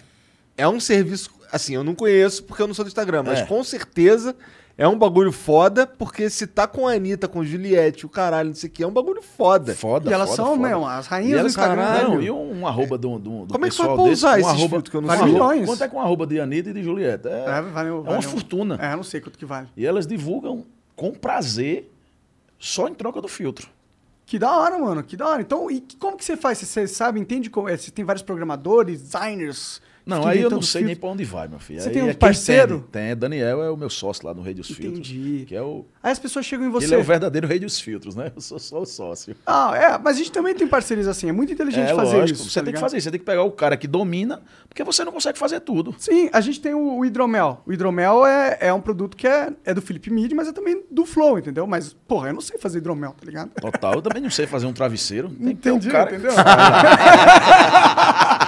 B: é um serviço. Assim, eu não conheço porque eu não sou do Instagram, mas
D: É.
B: com certeza é um bagulho foda, porque se tá com a Anitta, com Juliette, o caralho, não sei o que, é um bagulho foda.
D: Foda,
C: E elas
D: foda,
C: são,
D: foda.
C: meu, as
D: E
C: rainhas do
D: elas,
C: Instagram.
B: caralho.
D: Não, e um, um arroba do, do, do
B: Como é que
D: pessoal
B: faz pra
D: desse,
B: usar
D: um
B: esses
D: arroba,
B: filtros que eu não
D: um
C: sei?
D: arroba-
C: Milhões.
D: Quanto é que um arroba de Anitta e de Julieta? É,
C: É, valeu,
D: é uma
C: valeu.
D: fortuna.
C: É, eu não sei quanto que vale.
D: E elas divulgam com prazer, só em troca do filtro.
C: Que da hora, mano, que da hora. Então, e que- como que você faz? Você, você sabe, entende como. é, Você tem vários programadores, designers.
D: Não,
C: fica
D: aí eu
C: inventando
D: não sei nem
C: filtro.
D: pra onde vai, meu filho.
C: Você
D: Aí
C: tem um
D: é quem
C: parceiro?
D: entende. Tem, Daniel é o meu sócio lá no Rei dos
C: Entendi.
D: Filtros. Que é o,
C: Aí as pessoas chegam em você.
D: Ele é o verdadeiro rei dos filtros, né? Eu sou só o sócio.
C: Ah, é, mas a gente também tem parcerias assim. É muito inteligente
D: é,
C: fazer
D: lógico.
C: isso.
D: você
C: tá
D: tem que
C: ligado?
D: fazer isso. Você tem que pegar o cara que domina, porque você não consegue fazer tudo.
C: Sim, a gente tem o, o hidromel. O hidromel é, é um produto que é, é do Felipe Mid, mas é também do Flow, entendeu? Mas, porra, eu não sei fazer hidromel, tá ligado?
D: Total, eu também não sei fazer um travesseiro. Tem que ter um
C: Entendi,
D: cara...
C: entendeu? [laughs]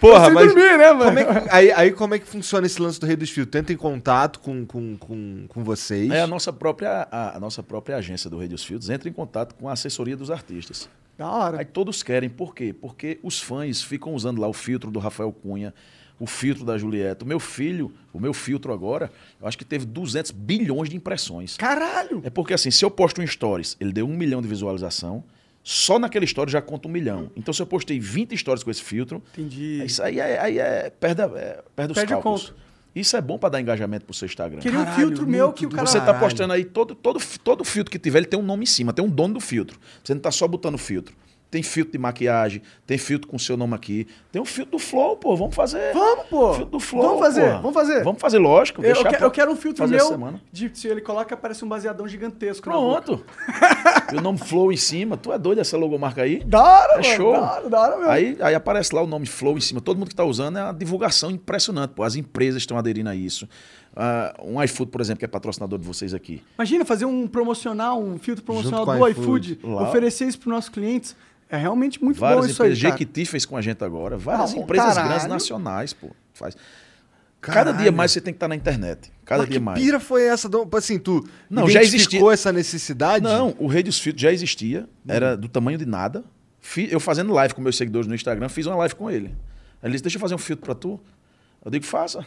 B: Porra,
C: Sem dormir, né, mano?
B: Como é que- aí, aí como é que funciona esse lance do Rei dos Fios? Tenta em contato com, com, com, com vocês.
D: É a nossa própria, a, a nossa própria agência do Rei dos Filtros entra em contato com a assessoria dos artistas.
C: Da hora.
D: Aí todos querem, por quê? Porque os fãs ficam usando lá o filtro do Rafael Cunha, o filtro da Julieta. O meu filho, o meu filtro agora, eu acho que teve 200 bilhões de impressões.
C: Caralho!
D: É porque assim, se eu posto um stories, ele deu um milhão de visualização, só naquele story já conta um milhão. Então, se eu postei 20 stories com esse filtro,
C: Entendi.
D: isso aí é, aí é- perde, a- é- perde os
C: Perde o
D: cálculos.
C: conto.
D: Isso é bom para dar engajamento pro seu Instagram.
C: Queria um
B: Caralho,
C: filtro meu
B: muito
C: que o
B: do-
C: cara.
D: Você tá
B: Caralho.
D: postando aí todo, todo, todo filtro que tiver, ele tem um nome em cima, tem um dono do filtro. Você não tá só botando filtro. Tem filtro de maquiagem, tem filtro com seu nome aqui, tem o filtro do Flow, pô. Vamos fazer.
C: Vamos, pô!
D: Filtro do Flow.
C: Vamos fazer,
D: porra.
C: vamos fazer.
D: Vamos fazer, lógico.
C: Eu,
D: deixar
C: que-
D: pra-
C: eu quero um filtro
D: fazer
C: meu.
D: essa semana.
C: De, se ele coloca, parece um baseadão gigantesco. na boca.
D: Pronto. e o nome Flow em cima. Tu é doido essa logomarca aí?
C: Da hora,
D: É
C: mano.
D: show.
C: Da hora, da hora mesmo.
D: Aí, aí aparece lá o nome Flow em cima. Todo mundo que tá usando é uma divulgação impressionante. Pô. As empresas estão aderindo a isso. Ah, um iFood, por exemplo, que é patrocinador de vocês aqui.
C: Imagina fazer um promocional, um filtro promocional
B: Junto com
C: do
B: o
C: iFood,
B: iFood.
D: Lá.
C: oferecer isso pros nossos clientes. É realmente muito
D: Várias
C: bom isso aí.
D: empresas.
C: Cara.
D: Jequiti fez com a gente agora. Várias
C: Ah,
D: empresas
C: caralho.
D: grandes nacionais, pô. Faz. Cada
B: Caralho.
D: dia mais você tem que estar na internet. Cada
B: Mas
D: dia
B: que
D: mais.
B: pira foi essa? Dom? Assim, tu
D: Não, já
B: identificou
D: existia.
B: essa necessidade?
D: Não, o Rei dos Filtros já existia,
B: Uhum.
D: era do tamanho de nada. Fi- Eu fazendo live com meus seguidores no Instagram, fiz uma live com ele. Aí Ele disse, deixa eu fazer um filtro pra tu. Eu digo, faça.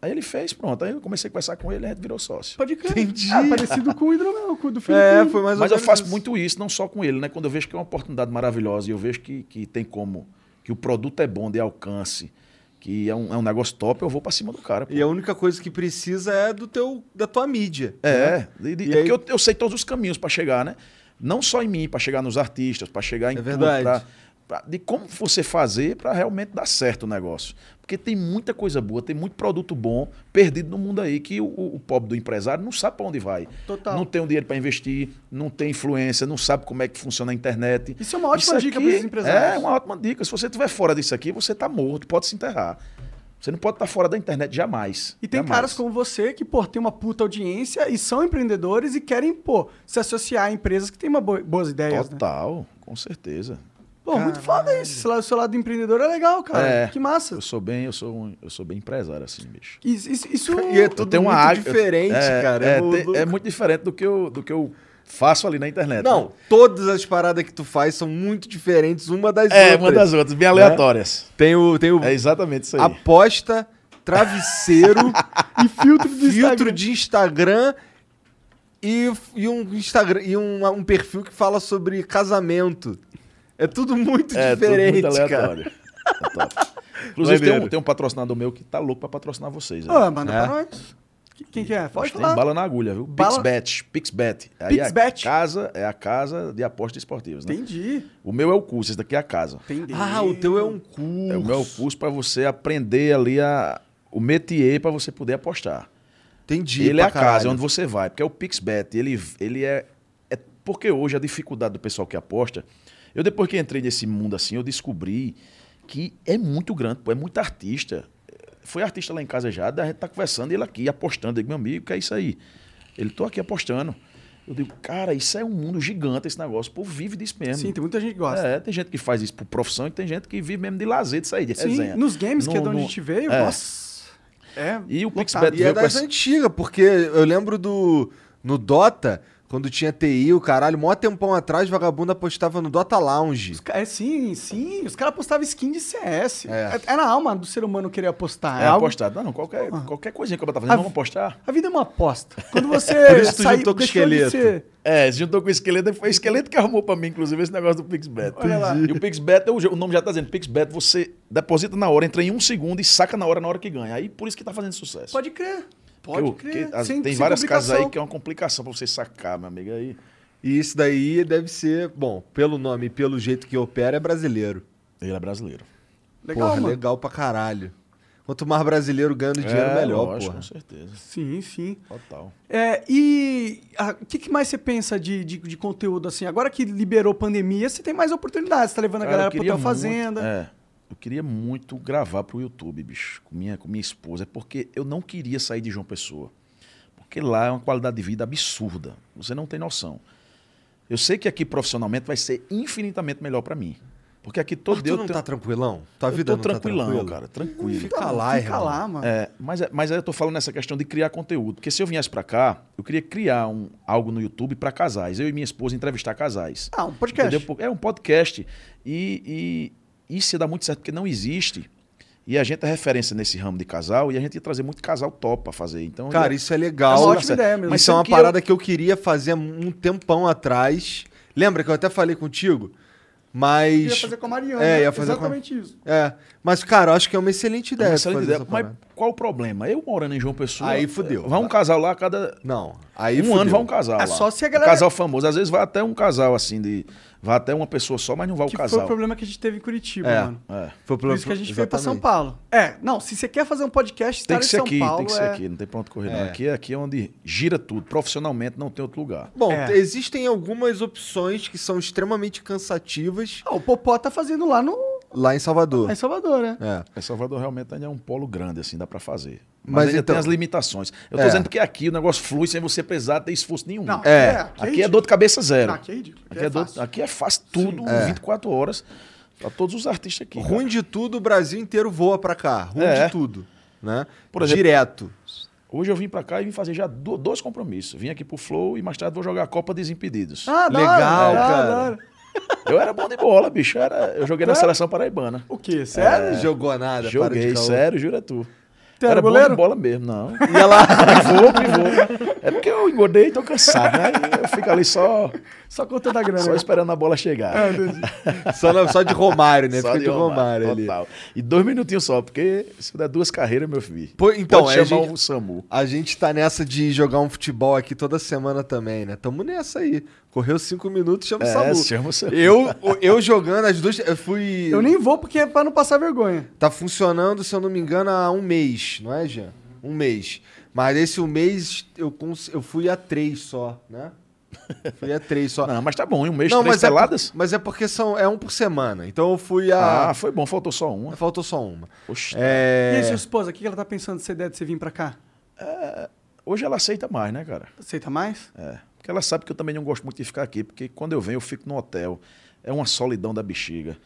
D: Aí ele fez, pronto. Aí eu comecei a conversar com ele, a gente virou sócio.
C: Pode crer.
B: Entendi.
C: É parecido com o hidromel, com o do Felipe.
B: É,
C: Mid.
B: foi mais ou
D: Uhum. Mas eu
B: menos
D: faço
B: isso.
D: muito isso, não só com ele, né? Quando eu vejo que é uma oportunidade maravilhosa e eu vejo que, que tem como, que o produto é bom, de alcance, que é um, é um negócio top, eu vou pra cima do cara. pô.
B: E é um a única coisa que precisa é do teu, da tua mídia.
C: Né?
D: É, e- e-
B: E
D: é
B: aí-
D: porque eu, eu sei todos os caminhos para chegar, né? Não só em mim, para chegar nos artistas, para chegar
B: É
D: em tudo,
B: verdade.
D: pra- pra- de como você fazer para realmente dar certo o negócio. Porque tem muita coisa boa, tem muito produto bom perdido no mundo aí que o, o- o pobre do empresário não sabe para onde vai.
C: Total.
D: Não tem o dinheiro para investir, não tem influência, não sabe como é que funciona a internet.
C: Isso é uma ótima
D: Isso
C: dica
D: aqui
C: para esses empresários.
D: É uma ótima dica. Se você estiver fora disso aqui, você está morto, pode se enterrar. Você não pode estar fora da internet jamais.
C: E tem
D: jamais.
C: caras como você que, pô, tem uma puta audiência e são empreendedores e querem, pô, se associar a empresas que têm uma bo- boas ideias, né?
D: Total, com certeza.
C: Pô, muito foda isso. Esse lado- O seu lado empreendedor é legal, cara.
D: É.
C: Que massa.
D: Eu sou bem, eu sou, um- eu sou bem empresário, assim, bicho.
C: Isso... isso,
D: [laughs]
C: isso-
B: E é tudo
D: eu tenho uma
B: muito
D: água-
B: diferente,
D: é,
B: cara.
D: É,
B: É
D: te-
B: maluco.
D: é muito diferente do que, eu, do que eu faço ali na internet.
B: Não,
D: né?
B: todas as paradas que tu faz são muito diferentes uma das
D: É,
B: outras.
D: uma das outras, bem aleatórias.
B: Tem o, tem o
D: É exatamente isso aí.
B: aposta,
D: [laughs]
B: travesseiro,
C: E filtro do
B: filtro
C: Instagram.
B: de Instagram e, e um Instagram e um, um perfil que fala sobre casamento. É tudo muito
D: É, tudo
B: diferente,
D: muito
B: cara.
D: aleatório. É top. Inclusive, tem um,
B: Maneiro.
D: tem um patrocinador meu que tá louco pra patrocinar vocês. né?
C: Ah, manda
B: É.
C: pra nós. Qu- Quem que é? Pode
D: Mas tem
C: falar.
D: bala na agulha, viu?
C: Bala-
D: Pixbet, Pixbet. Aí
C: Pixbet.
D: A casa é a casa de apostas esportivas, né?
C: Entendi.
D: O meu é o curso, esse daqui é a casa.
C: Entendi.
B: Ah, o teu é um curso.
D: É o meu curso pra você aprender ali a, o métier pra você poder apostar.
B: Entendi.
D: ele
B: pra
D: é a casa, é
B: caralho.
D: onde você vai, porque é o Pixbet, ele, ele é, é. Porque hoje a dificuldade do pessoal que aposta. Eu, depois que entrei nesse mundo assim, eu descobri que é muito grande, pô, é muito artista. Foi artista lá em casa já, daí a gente tá conversando, ele aqui apostando. Eu digo, meu amigo, que é isso aí? Ele, tô aqui apostando. Eu digo, cara, isso é um mundo gigante, esse negócio. Pô, vive disso mesmo.
C: Sim, tem muita gente que gosta.
D: É, tem gente que faz isso por profissão e tem gente que vive mesmo de lazer disso aí, de
C: Sim,
D: resenha.
C: nos games, que é
D: No-
C: de onde
D: no-
C: a gente veio,
D: é.
C: nossa. É,
D: E o
C: lotado.
D: Pixbet
B: E é
D: veio com
B: das
D: essa...
B: antigas, porque eu lembro do. No Dota, quando tinha TI, o caralho, mó tempão atrás, vagabundo apostava no Dota Lounge.
C: Os ca- É sim, sim. Os caras postavam skin de CS.
B: É.
C: É. na alma do ser humano querer apostar. É,
D: É
C: algo-
D: apostar. Não, qualquer,
C: Porra.
D: qualquer coisinha que eu tava
C: A-
D: fazendo, vamos apostar?
C: A vida é uma aposta. Quando você
B: Por isso tu juntou com o
C: deixou de
B: esqueleto.
C: ser-
D: É, se juntou com o esqueleto, foi o esqueleto que arrumou pra mim, inclusive, esse negócio do PixBet.
C: Olha lá.
D: E o PixBet, o jo- o nome já tá dizendo, PixBet, você deposita na hora, entra em um segundo e saca na hora, na hora que ganha. Aí por isso que tá fazendo sucesso.
C: Pode crer.
D: Porque
C: Pode
D: o-
C: crer.
D: que as-
C: Sem-
D: tem
C: sem
D: várias casas aí
C: complicação.
D: que é uma complicação pra você sacar, meu amigo. Aí.
B: E isso daí deve ser, bom, pelo nome e pelo jeito que opera, é brasileiro.
D: Ele é brasileiro.
C: Legal,
B: porra, né?
C: mano.
B: legal pra caralho. Quanto mais brasileiro ganhando dinheiro,
D: É,
B: melhor,
D: lógico,
B: porra.
D: Com certeza.
C: Sim, sim.
D: Total.
C: É, e ah, o que, que mais você pensa de, de, de conteúdo assim? Agora que liberou pandemia, você tem mais oportunidades. Você tá levando a
D: Cara,
C: galera
D: eu
C: pro
D: queria
C: Hotel
D: muito-
C: Fazenda.
D: É. Eu queria muito gravar pro YouTube, bicho, com minha, com minha esposa, é porque eu não queria sair de João Pessoa. Porque lá é uma qualidade de vida absurda. Você não tem noção. Eu sei que aqui profissionalmente vai ser infinitamente melhor pra mim. Porque aqui todo
B: Mas
D: dia
B: tu
D: eu
B: não
D: tenho- um,
B: tá tranquilão? Tua
D: eu
B: vida
D: tô
B: não
D: tranquilão,
B: tá tranquila?
D: cara, tranquilo.
B: Fica lá,
C: Então, fica
B: irmão.
C: lá, mano.
D: É, mas, é- mas aí eu tô falando nessa questão de criar conteúdo. Porque se eu viesse pra cá, eu queria criar um, algo no YouTube pra casais. Eu e minha esposa entrevistar casais.
C: Ah, um podcast.
D: Entendeu? Porque É um podcast. E, e isso ia dar muito certo, porque não existe. E a gente é referência nesse ramo de casal e a gente ia trazer muito casal top pra fazer. Então,
B: Cara,
D: ia-
B: isso é
C: É
B: legal.
C: uma
D: Nossa,
C: ótima ideia mesmo.
B: Mas
D: Mas
B: isso é uma
D: sendo que
B: parada que eu queria fazer há um tempão atrás. Lembra que eu até falei contigo?
C: Eu ia
B: Mas.
C: fazer com a Mariana.
B: É, ia fazer com a-
C: Exatamente isso.
B: É. Mas, cara, eu acho que é uma excelente
D: é
B: ideia.
D: uma
B: tu
D: excelente
B: fazer
D: ideia.
B: essa
D: Mas
B: parada.
D: qual o problema? Eu morando em João Pessoa.
B: Aí fudeu.
D: Vai um casal lá a cada.
B: Não. Aí
D: um
B: fudeu.
D: ano vai um casal.
C: É
D: lá.
C: só se a
D: Um
C: galera-
D: casal famoso. Às vezes vai até um casal assim de. Vai até uma pessoa só, mas não vai o
C: que foi É o
D: casal.
C: problema que a gente teve em Curitiba,
B: É.
C: mano.
D: É.
B: Foi o
C: Por
B: problema-
C: isso que a gente veio pra São
B: Exatamente.
C: Paulo. É, não, se você quer fazer um podcast, estar
D: Tem
C: em
D: que ser
C: São
D: aqui,
C: Paulo
D: tem que ser
C: é...
D: aqui. Não tem pra onde correr, não.
B: É.
D: Aqui, aqui é onde gira tudo. Profissionalmente não tem outro lugar.
B: Bom,
C: É.
B: existem algumas opções que são extremamente cansativas
C: Ah, o Popó tá fazendo lá no
B: lá em Salvador.
C: lá em Salvador, né?
B: É.
D: É, Salvador realmente ainda é um polo grande, assim, dá pra fazer. Mas,
B: Mas
D: ainda
B: então-
D: tem as limitações. Eu tô
B: É.
D: dizendo porque aqui o negócio flui sem você precisar ter esforço nenhum.
C: Não,
B: É.
C: aqui,
D: aqui é dor de cabeça zero.
C: Não, aqui
D: Aqui,
C: é ridículo. Aqui,
D: é, dor-
C: fácil.
D: aqui é fácil tudo, 24 horas, pra todos os artistas aqui. cara.
B: Ruim de tudo, o Brasil inteiro voa pra cá. Ruim
D: É.
B: de tudo. Né?
D: Por exemplo-
B: Direto.
D: Hoje eu vim pra cá e vim fazer já do- dois compromissos. Vim aqui pro Flow e mais tarde vou jogar a
B: [laughs]
D: Copa Desimpedidos.
C: Ah, da hora,
B: Legal,
C: da hora,
B: cara.
C: da hora.
D: Eu era bom de bola, bicho. Eu, era- eu joguei na seleção paraibana.
C: O quê? Sério?
B: Jogou nada, para de
D: é. Joguei,
B: caô.
D: sério, jura tu.
C: Tu era
D: era bom
C: goleiro?
D: de bola mesmo, não.
B: E ela... [laughs]
D: Pivô, pivô. É porque eu engordei e tô cansado, né? Eu fico ali só,
C: Só conta da grana.
B: né?
D: só esperando a bola
C: É,
D: chegar.
B: só, na- só de Romário, É, né?
D: Só
B: Fica
D: de
B: de Romário, ali.
D: total. E dois minutinhos só, porque se der duas carreiras, meu filho.
B: Pô, então,
D: pode
B: é, a
D: chamar um
B: gente-
D: o SAMU.
B: A gente tá nessa de jogar um futebol aqui toda semana também, né? Tamo nessa aí. Correu cinco minutos, chama o
D: É,
B: Samu.
D: chama o SAMU.
B: Eu, eu jogando as duas. Eu fui.
C: Eu nem vou porque é pra não passar vergonha.
B: Tá funcionando, se eu não me engano, há um mês, não é, Jean? Um mês. Mas esse um mês eu, cons- eu fui a três só,
D: [laughs]
B: né? Fui a três só.
D: Não, mas tá bom, em um mês,
B: Não,
D: três
B: é, por-
D: peladas?
B: mas é porque são, é um por semana. Então eu fui a.
D: Ah, foi bom, faltou só uma.
B: Faltou só uma.
D: Oxe,
B: É...
C: E aí, sua esposa, o que que ela tá pensando dessa ideia de você vir pra cá?
D: Hoje ela aceita mais, né, cara?
C: Aceita mais?
D: É. Porque ela sabe que eu também não gosto muito de ficar aqui, porque quando eu venho, eu fico no hotel. É uma solidão da bexiga.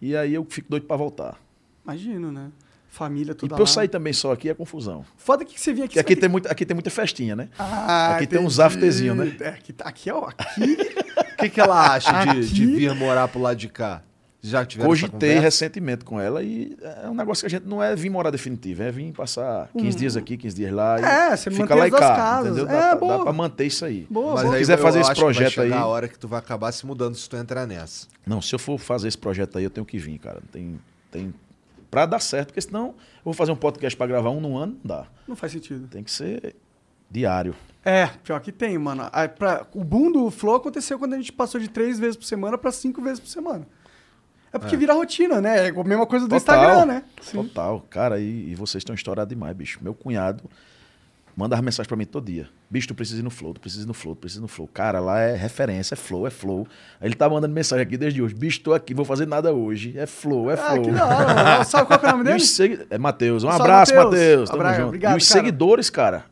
D: E aí eu fico doido pra voltar.
C: Imagino, né? Família,
D: E
C: tudo
D: pra eu sair também só aqui é confusão.
C: Foda que você vinha aqui.
D: Porque
C: você
D: aqui
C: vai
D: tem, muita, aqui tem muita festinha, né?
C: Ah,
D: Aqui tem uns afterzinho, né?
C: É, aqui, tá- aqui, ó, aqui,
B: O que, que ela acha de, de
C: Aqui?
B: vir morar pro lado de cá? Já tiveram essa
D: Cogitei
B: conversa?
D: recentemente com ela e é um negócio que a gente não é vir morar definitivo, é vir passar 15 dias aqui, 15 dias lá e
C: Hum. É, você
D: fica
C: mantém
D: lá
C: as
D: e
C: duas
D: cá,
C: casas.
D: entendeu?
C: É,
D: Dá, pra,
C: boa.
D: dá pra manter isso aí.
C: Boa,
B: Mas
C: boa.
B: aí
D: quiser
B: eu
D: fazer esse
B: acho que
D: projeto
B: vai chegar
D: aí-
B: a hora que tu vai acabar se mudando se tu entrar nessa.
D: Não, se eu for fazer esse projeto aí, eu tenho que vir, cara. Tem, tem para dar certo, porque senão eu vou fazer um podcast pra gravar um no ano, não dá.
C: Não faz sentido.
D: Tem que ser diário.
C: É, pior que tem, mano. Aí, pra- o boom do Flow aconteceu quando a gente passou de três vezes por semana pra cinco vezes por semana. É porque vira rotina, né? É a mesma coisa do Instagram, né?
D: Total, cara, e, e vocês estão estourados demais, bicho. Meu cunhado manda as mensagens pra mim todo dia. Bicho, tu precisa ir no flow, tu precisa ir no flow, tu precisa ir no flow. Cara, lá é referência, é flow, é flow. Aí Ele tá mandando mensagem aqui desde hoje. Bicho, tô aqui, vou fazer nada hoje. É flow, é
C: Ah,
D: flow.
C: que da hora. mano. Sabe qual que é o nome
D: [laughs] E
C: dele?
D: os segui- É Matheus. Um
C: Salve,
D: abraço,
C: Matheus.
D: Matheus. Tamo
C: Abraço,
D: junto.
C: obrigado,
D: e os
C: cara.
D: seguidores, cara,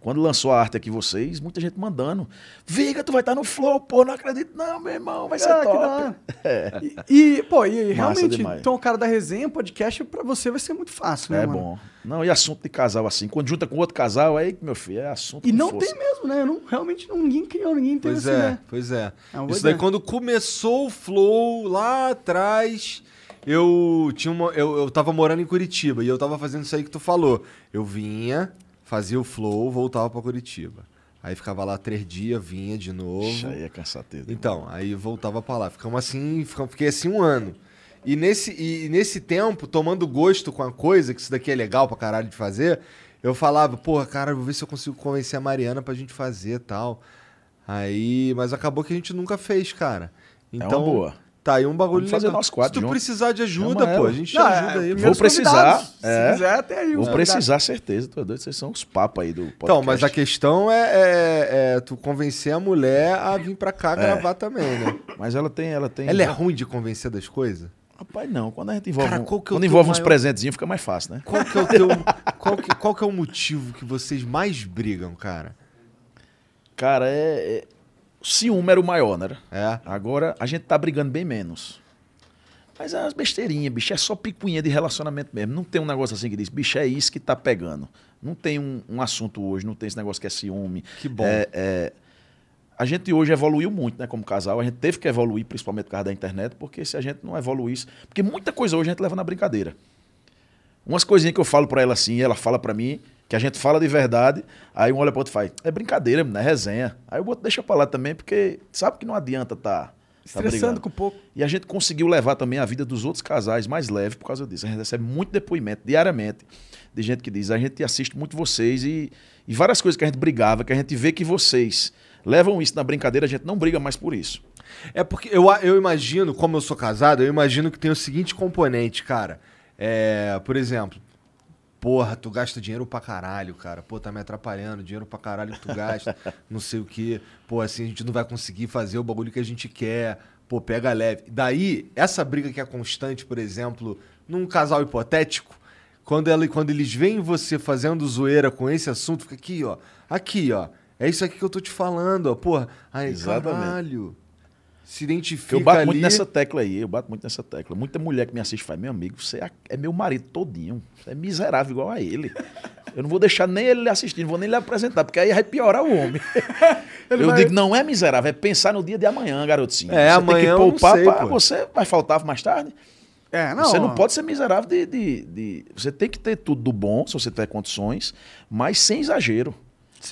D: quando lançou a arte aqui, vocês, muita gente mandando. Viga, tu vai estar no flow, pô, não acredito não, meu irmão, vai ser
C: Ah, que
D: top. É.
C: da hora. E, e, pô, e realmente,
D: demais.
C: então o cara da resenha, podcast, pra você vai ser muito fácil, né,
D: É
C: mano?
D: bom. Não, e assunto de casal assim. Quando junta com outro casal, aí, meu filho, é assunto
C: E
D: com
C: não
D: força.
C: tem mesmo, né? Não, realmente não- ninguém criou, ninguém teve
B: Pois
C: essa
B: é,
C: ideia.
B: pois é.
C: assim, É uma boa
B: Isso daí,
C: ideia.
B: quando começou o Flow lá atrás, eu tinha uma, eu, eu tava morando em Curitiba e eu tava fazendo isso aí que tu falou. Eu vinha, fazia o Flow, voltava pra Curitiba. Aí ficava lá três dias, vinha de novo.
D: Ixi, aí é cansativo.
B: Então, aí voltava pra lá. Ficamos assim, ficamos- fiquei assim um ano. E nesse, e nesse tempo, tomando gosto com a coisa, que isso daqui é legal pra caralho de fazer, eu falava, porra, cara, eu vou ver se eu consigo convencer a Mariana pra gente fazer e tal. Aí, mas acabou que a gente nunca fez, cara. Então,
D: é uma boa.
B: tá aí um bagulho
D: Vamos fazer nós
B: Se
D: quatro
B: tu
D: juntos.
B: precisar de ajuda,
D: Chama
B: pô,
D: ela.
B: a gente
C: Não,
B: te
C: é,
B: ajuda aí.
C: primeiros
D: Vou precisar,
C: convidados.
D: é.
C: Se quiser, tem aí um os
D: Vou
C: convidados.
D: precisar, certeza. Tu é doido, vocês são os papos aí do podcast.
B: Então, mas a questão é, é- é tu convencer a mulher a vir pra cá gravar também, né?
D: Mas ela tem, É. ela tem. um-
B: Ela é ruim de convencer das coisas?
D: Rapaz, não. Quando a gente envolve,
B: Cara,
D: um-
B: qual que é o
D: quando
B: teu
D: envolve uns
B: maior-
D: presentezinhos, fica mais fácil, né?
B: Qual que é o teu. qual, que, qual que é o motivo que vocês mais brigam, cara?
D: Cara, é. é... O ciúme era o maior, né?
B: É.
D: Agora a gente tá brigando bem menos. Mas é umas besteirinhas, bicho. É só picuinha de relacionamento mesmo. Não tem um negócio assim que diz, bicho, é isso que tá pegando. Não tem um, um assunto hoje, não tem esse negócio que é ciúme.
B: Que bom.
D: É, é, a gente hoje evoluiu muito, né, como casal. A gente teve que evoluir, principalmente por causa da internet, porque se a gente não evoluísse. Porque muita coisa hoje a gente leva na brincadeira. Umas coisinhas que eu falo pra ela assim, ela fala pra mim, que a gente fala de verdade, aí um olha pro outro e faz, é brincadeira, mano, é resenha. Aí o outro deixa pra lá também, porque sabe que não adianta tá. tá brigando.
C: Estressando com pouco.
D: E a gente conseguiu levar também a vida dos outros casais mais leve por causa disso. A gente recebe muito depoimento diariamente de gente que diz: a gente assiste muito vocês e, e várias coisas que a gente brigava, que a gente vê que vocês levam isso na brincadeira, a gente não briga mais por isso.
B: É porque eu, eu imagino, como eu sou casado, eu imagino que tem o seguinte componente, cara. É, por exemplo, porra, tu gasta dinheiro pra caralho, cara. Pô, tá me atrapalhando, dinheiro pra caralho que tu gasta, não sei o quê. Pô, assim a gente não vai conseguir fazer o bagulho que a gente quer. Pô, pega leve. Daí, essa briga que é constante, por exemplo, num casal hipotético, quando, ela, quando eles veem você fazendo zoeira com esse assunto, fica aqui, ó. Aqui, ó. É isso aqui que eu tô te falando, ó. Porra, aí,
D: Exatamente.
B: caralho. Se
D: Porque
B: identifica
D: eu bato
B: ali.
D: muito nessa tecla aí, eu bato muito nessa tecla. Muita mulher que me assiste faz, meu amigo, você é- é meu marido todinho. Você é miserável igual a ele. Eu não vou deixar nem ele lhe assistir, não vou nem lhe apresentar, porque aí vai piorar o
B: [laughs]
D: homem. eu
C: vai-
D: digo, não é miserável, é pensar no dia de amanhã, garotinho.
B: É,
D: você
B: amanhã eu
D: tem
B: não
D: que poupar
B: sei,
D: pra-
B: pô.
D: você vai faltar mais tarde.
C: É, não.
D: você não pode ser miserável de, de- de- Você tem que ter tudo do bom, se você tiver condições, mas sem exagero.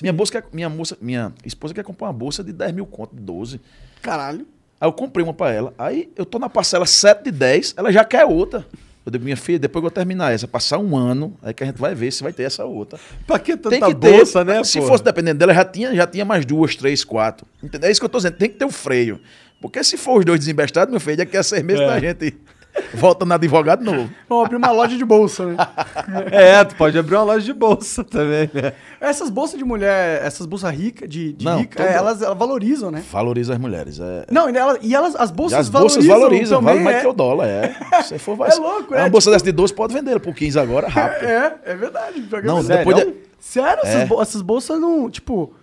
D: Minha, bolsa quer- minha, moça, minha esposa quer comprar uma bolsa de 10 mil conto, de 12.
C: Caralho.
D: Aí eu comprei uma pra ela. Aí eu tô na parcela 7 de 10, ela já quer outra. Eu digo, minha filha, depois que eu terminar essa, passar um ano, aí que a gente vai ver se vai ter essa outra.
B: Pra que tanta
D: Tem que ter.
B: bolsa, né,
D: se
B: pô?
D: fosse dependendo dela, já tinha, já tinha mais duas, três, quatro. Entendeu? É isso que eu tô dizendo. Tem que ter um freio. Porque se for os dois desembestados, meu filho, daqui a seis
B: É.
D: meses tá a gente [laughs] volta na advogado novo.
C: Vamos abrir uma loja de bolsa,
D: [laughs]
C: né?
B: É, tu pode abrir uma loja de bolsa também, né?
C: Essas bolsas de mulher, essas bolsas ricas, de, de
D: Não,
C: rica,
D: toda-
C: é, elas, elas valorizam, né?
D: Valoriza as mulheres. É...
C: Não, e elas, e elas as
D: E
C: bolsas
D: as bolsas
C: valorizam.
D: valorizam,
C: também,
D: vale mais
C: é,
D: que o dólar, é. Se for,
C: [laughs]
D: vai...
C: É louco,
D: é.
C: é,
D: Uma bolsa dessa de 12 pode vender ela por 15 agora, rápido.
C: É, é verdade. pior que é
D: Não,
C: verdade.
D: depois
B: Sério?
D: de-
C: Sério, essas,
D: É.
C: bo- essas bolsas não, tipo.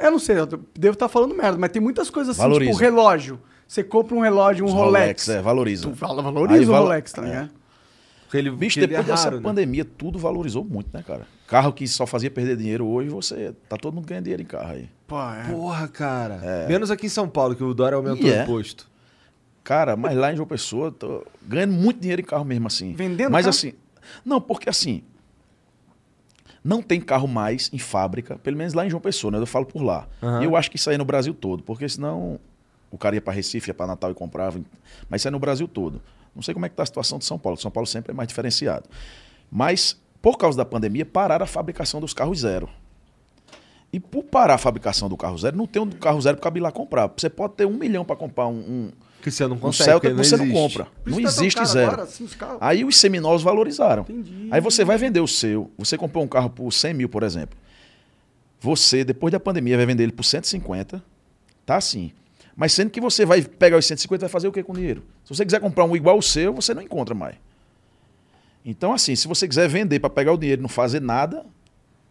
C: Eu não sei, eu devo estar falando merda, mas tem muitas coisas assim,
D: Valoriza.
C: tipo relógio. Você compra um relógio, um
D: Os
C: Rolex.
D: é, valoriza.
C: Tu fala, valoriza
D: Aí é.
C: o
D: valo-
C: Rolex, tá ligado?
B: Porque ele,
D: Bicho,
B: porque ele
D: depois
B: é
D: dessa
B: raro, né?
D: pandemia, tudo valorizou muito, né, cara? Carro que só fazia perder dinheiro hoje, você. Tá todo mundo ganhando dinheiro em carro aí.
C: Pô, é.
B: Porra, cara. Menos aqui em São Paulo, que o Dória aumentou
D: É. E é.
B: o imposto.
D: Cara, mas lá em João Pessoa, tô ganhando muito dinheiro em carro mesmo assim.
C: Vendendo
D: Mas
C: carro?
D: assim, não, porque assim, não tem carro mais em fábrica, pelo menos lá em João Pessoa, né? Eu falo por lá.
B: Aham.
D: E eu acho que isso aí é no Brasil todo, porque senão o cara ia para Recife, ia para Natal e comprava, mas isso é no Brasil todo. Não sei como é que tá a situação de São Paulo. São Paulo sempre é mais diferenciado. Mas por causa da pandemia, pararam a fabricação dos carros zero. E por parar a fabricação do carro zero, não tem um carro zero para caber lá comprar. Você pode ter um milhão para comprar um, um,
B: Que você não
D: um
B: consegue.
D: Celta
B: porque
D: que você não
B: existe.
D: compra.
C: Por
D: Não
C: isso tá tão
D: existe
C: caro
D: zero.
C: agora, assim, os carros.
D: Aí os seminovos valorizaram.
C: Entendi.
D: Aí você vai vender o seu. Você comprou um carro por 100 mil, por exemplo. Você, depois da pandemia, vai vender ele por 150. Tá assim. Mas sendo que você vai pegar os 150 e vai fazer o que com o dinheiro? Se você quiser comprar um igual ao seu, você não encontra mais. Então, assim, se você quiser vender para pegar o dinheiro e não fazer nada,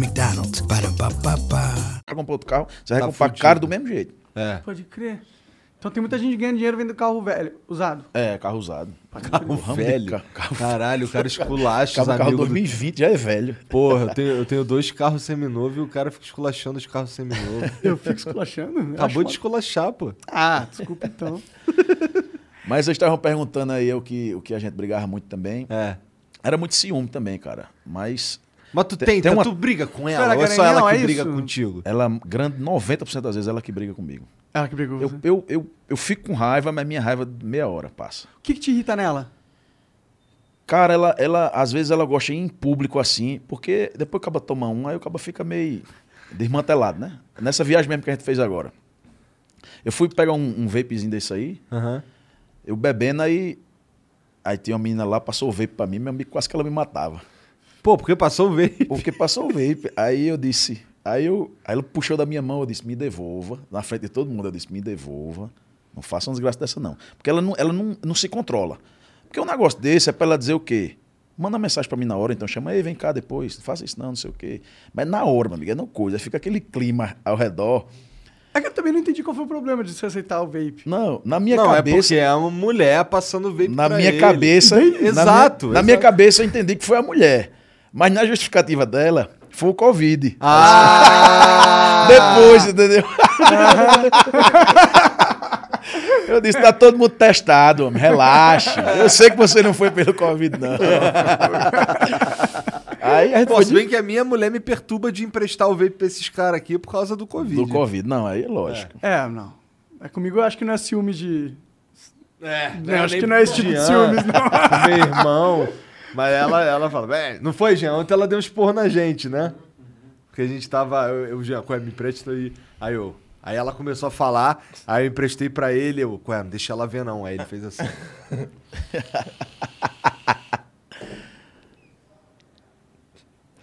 A: McDonald's. Ba-da-ba-ba-ba.
D: você comprar outro carro, você vai
B: Tá
D: comprar
B: fudido.
D: caro do mesmo jeito.
B: É.
C: Pode crer. Então tem muita gente ganhando dinheiro vendendo carro velho, usado.
D: É, carro usado.
B: Carro
D: Ramo de
B: velho.
D: ca- carro
B: Caralho, o
D: [laughs]
B: cara esculacha os
D: Acaba o carro
B: amigos. do-
D: 2020, já é velho.
B: [laughs] Porra, eu tenho, eu tenho dois carros seminovos e o cara fica esculachando os carros
D: [laughs]
B: seminovos.
C: Eu fico esculachando. eu acho
B: Acabou de esculachar, pô.
C: Ah, desculpa
D: [laughs]
C: então.
D: Mas eles estavam perguntando aí o que, o que a gente brigava muito também.
B: É.
D: Era muito ciúme também, cara. Mas
B: Mas tu
D: Tem-
B: tenta,
D: tem uma-
B: tu briga com ela,
C: Espera,
B: ou é só
C: Garanhão,
B: ela que
C: é
B: briga
C: isso?
B: contigo?
D: ela, grande 90% das vezes, ela que briga comigo.
C: Ela que brigou.
D: Eu,
C: com você.
D: eu, eu, eu fico com raiva, mas minha raiva de meia hora passa.
C: O que, que te irrita nela?
D: Cara, ela, ela, às vezes ela gosta de ir em público assim, porque depois acaba tomar um, aí o acaba fica meio desmantelado, né? Nessa viagem mesmo que a gente fez agora. Eu fui pegar um, um vapezinho desse aí,
B: Aham.
D: eu bebendo aí. Aí tinha uma menina lá, passou o vape pra mim, meu amigo quase que ela me matava.
B: Pô, porque passou o veio.
D: Porque passou o vape. Aí eu disse. Aí, eu, aí ela puxou da minha mão, eu disse, me devolva. Na frente de todo mundo, eu disse, me devolva. Não faça uma desgraça dessa, não. Porque ela não, ela não, não se controla. Porque um negócio desse é pra ela dizer o quê? Manda uma mensagem pra mim na hora, então chama, ei, vem cá depois, não faça isso não, não sei o quê. Mas na hora, meu amigo, é não coisa. Fica aquele clima ao redor.
C: É que eu também não entendi qual foi o problema de você aceitar o vape.
D: Não, na minha
B: Não, é
D: cabeça.
B: porque é uma mulher passando o veio
D: na
B: pra
D: minha
B: ele.
D: cabeça. na minha-
B: [laughs] Exato.
D: Na minha,
B: exato.
D: cabeça eu entendi que foi a mulher. Mas na justificativa dela, foi o Covid.
B: Ah!
D: Depois, entendeu? Eu disse, tá todo mundo testado, homem. Relaxa. Eu sei que você não foi pelo Covid, não. [laughs]
C: É,
D: Aí a
B: [laughs]
D: gente
B: Pô,
D: foi
B: se bem que a minha mulher me perturba de emprestar o vape pra esses caras aqui por causa do Covid.
D: do Covid. Não, aí é lógico.
C: É, não. É comigo eu acho que não é ciúme de.
B: É,
C: Não, acho que não é esse tipo de ciúmes,
D: [laughs]
B: não. [laughs] Meu irmão. Mas ela, ela fala, velho, não foi, Jean? Ontem ela deu um esporro na gente, né? Porque a gente tava, eu, eu Jean, Coé, me empresta aí. Aí eu, aí ela começou a falar, aí eu emprestei pra ele, eu, Coé, não deixa ela ver não. Aí ele fez assim.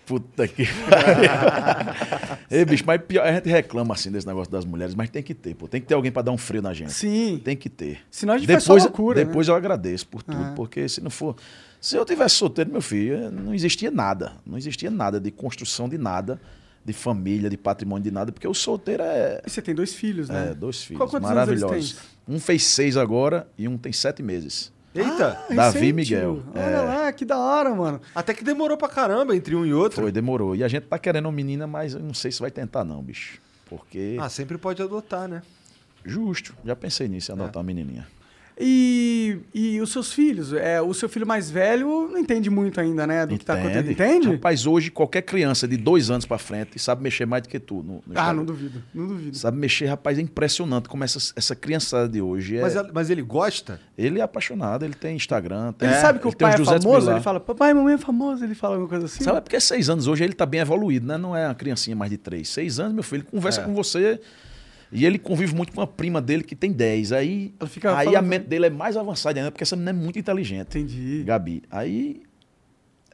D: Puta que pariu. Ei, bicho, mas pior, a gente reclama assim desse negócio das mulheres, mas tem que ter, pô. Tem que ter alguém pra dar um freio na gente.
C: Sim.
D: Tem que ter.
C: Senão a gente faz
D: depois,
C: só loucura, né?
D: Depois eu agradeço por tudo, porque se não for. Se eu tivesse solteiro, meu filho, eh, não existia nada. Não existia nada de construção de nada, de família, de patrimônio, de nada, porque o solteiro é.
C: E você tem dois filhos, né?
D: é, dois filhos
C: Qual- quantos anos eles
D: maravilhosos. Um fez seis agora e um tem sete meses.
B: [laughs] Eita!
C: têm?
D: Davi
C: Recente.
D: Miguel,
C: Olha
D: é.
C: lá, que da hora, mano.
B: Ah, Até que demorou pra caramba entre um e outro.
D: Foi, demorou. E a gente tá querendo uma menina, mas eu não sei se vai tentar, não, bicho. Porque.
B: Ah, sempre pode adotar, né?
D: Justo. Já pensei nisso, em
C: É.
D: adotar uma menininha.
C: E, e os seus filhos? É, o seu filho mais velho não entende muito ainda, né? Do que tá acontecendo. Entende?
D: Rapaz, hoje qualquer criança de dois anos pra frente sabe mexer mais do que tu. No, no
C: Ah,
D: Instagram.
C: não duvido, não duvido.
D: Sabe mexer, rapaz, é impressionante como essa, essa criançada de hoje é.
B: Mas, ela- mas ele gosta?
D: Ele é apaixonado, ele tem Instagram. Tem,
C: Ele sabe que o
D: tem
C: pai é
D: uns 200 mil
C: famoso?
D: lá.
C: Ele fala, papai, mamãe é famoso? Ele fala alguma coisa assim?
D: Sabe, é porque seis anos hoje ele tá bem evoluído, né? Não é uma criancinha mais de três. Seis anos, meu filho, ele conversa
B: É.
D: com você e ele convive muito com a prima dele que tem 10. Aí,
C: Ela fica
D: aí a
C: falando-
D: mente dele é mais avançada ainda, porque essa menina é muito inteligente.
C: Entendi.
D: Gabi. Aí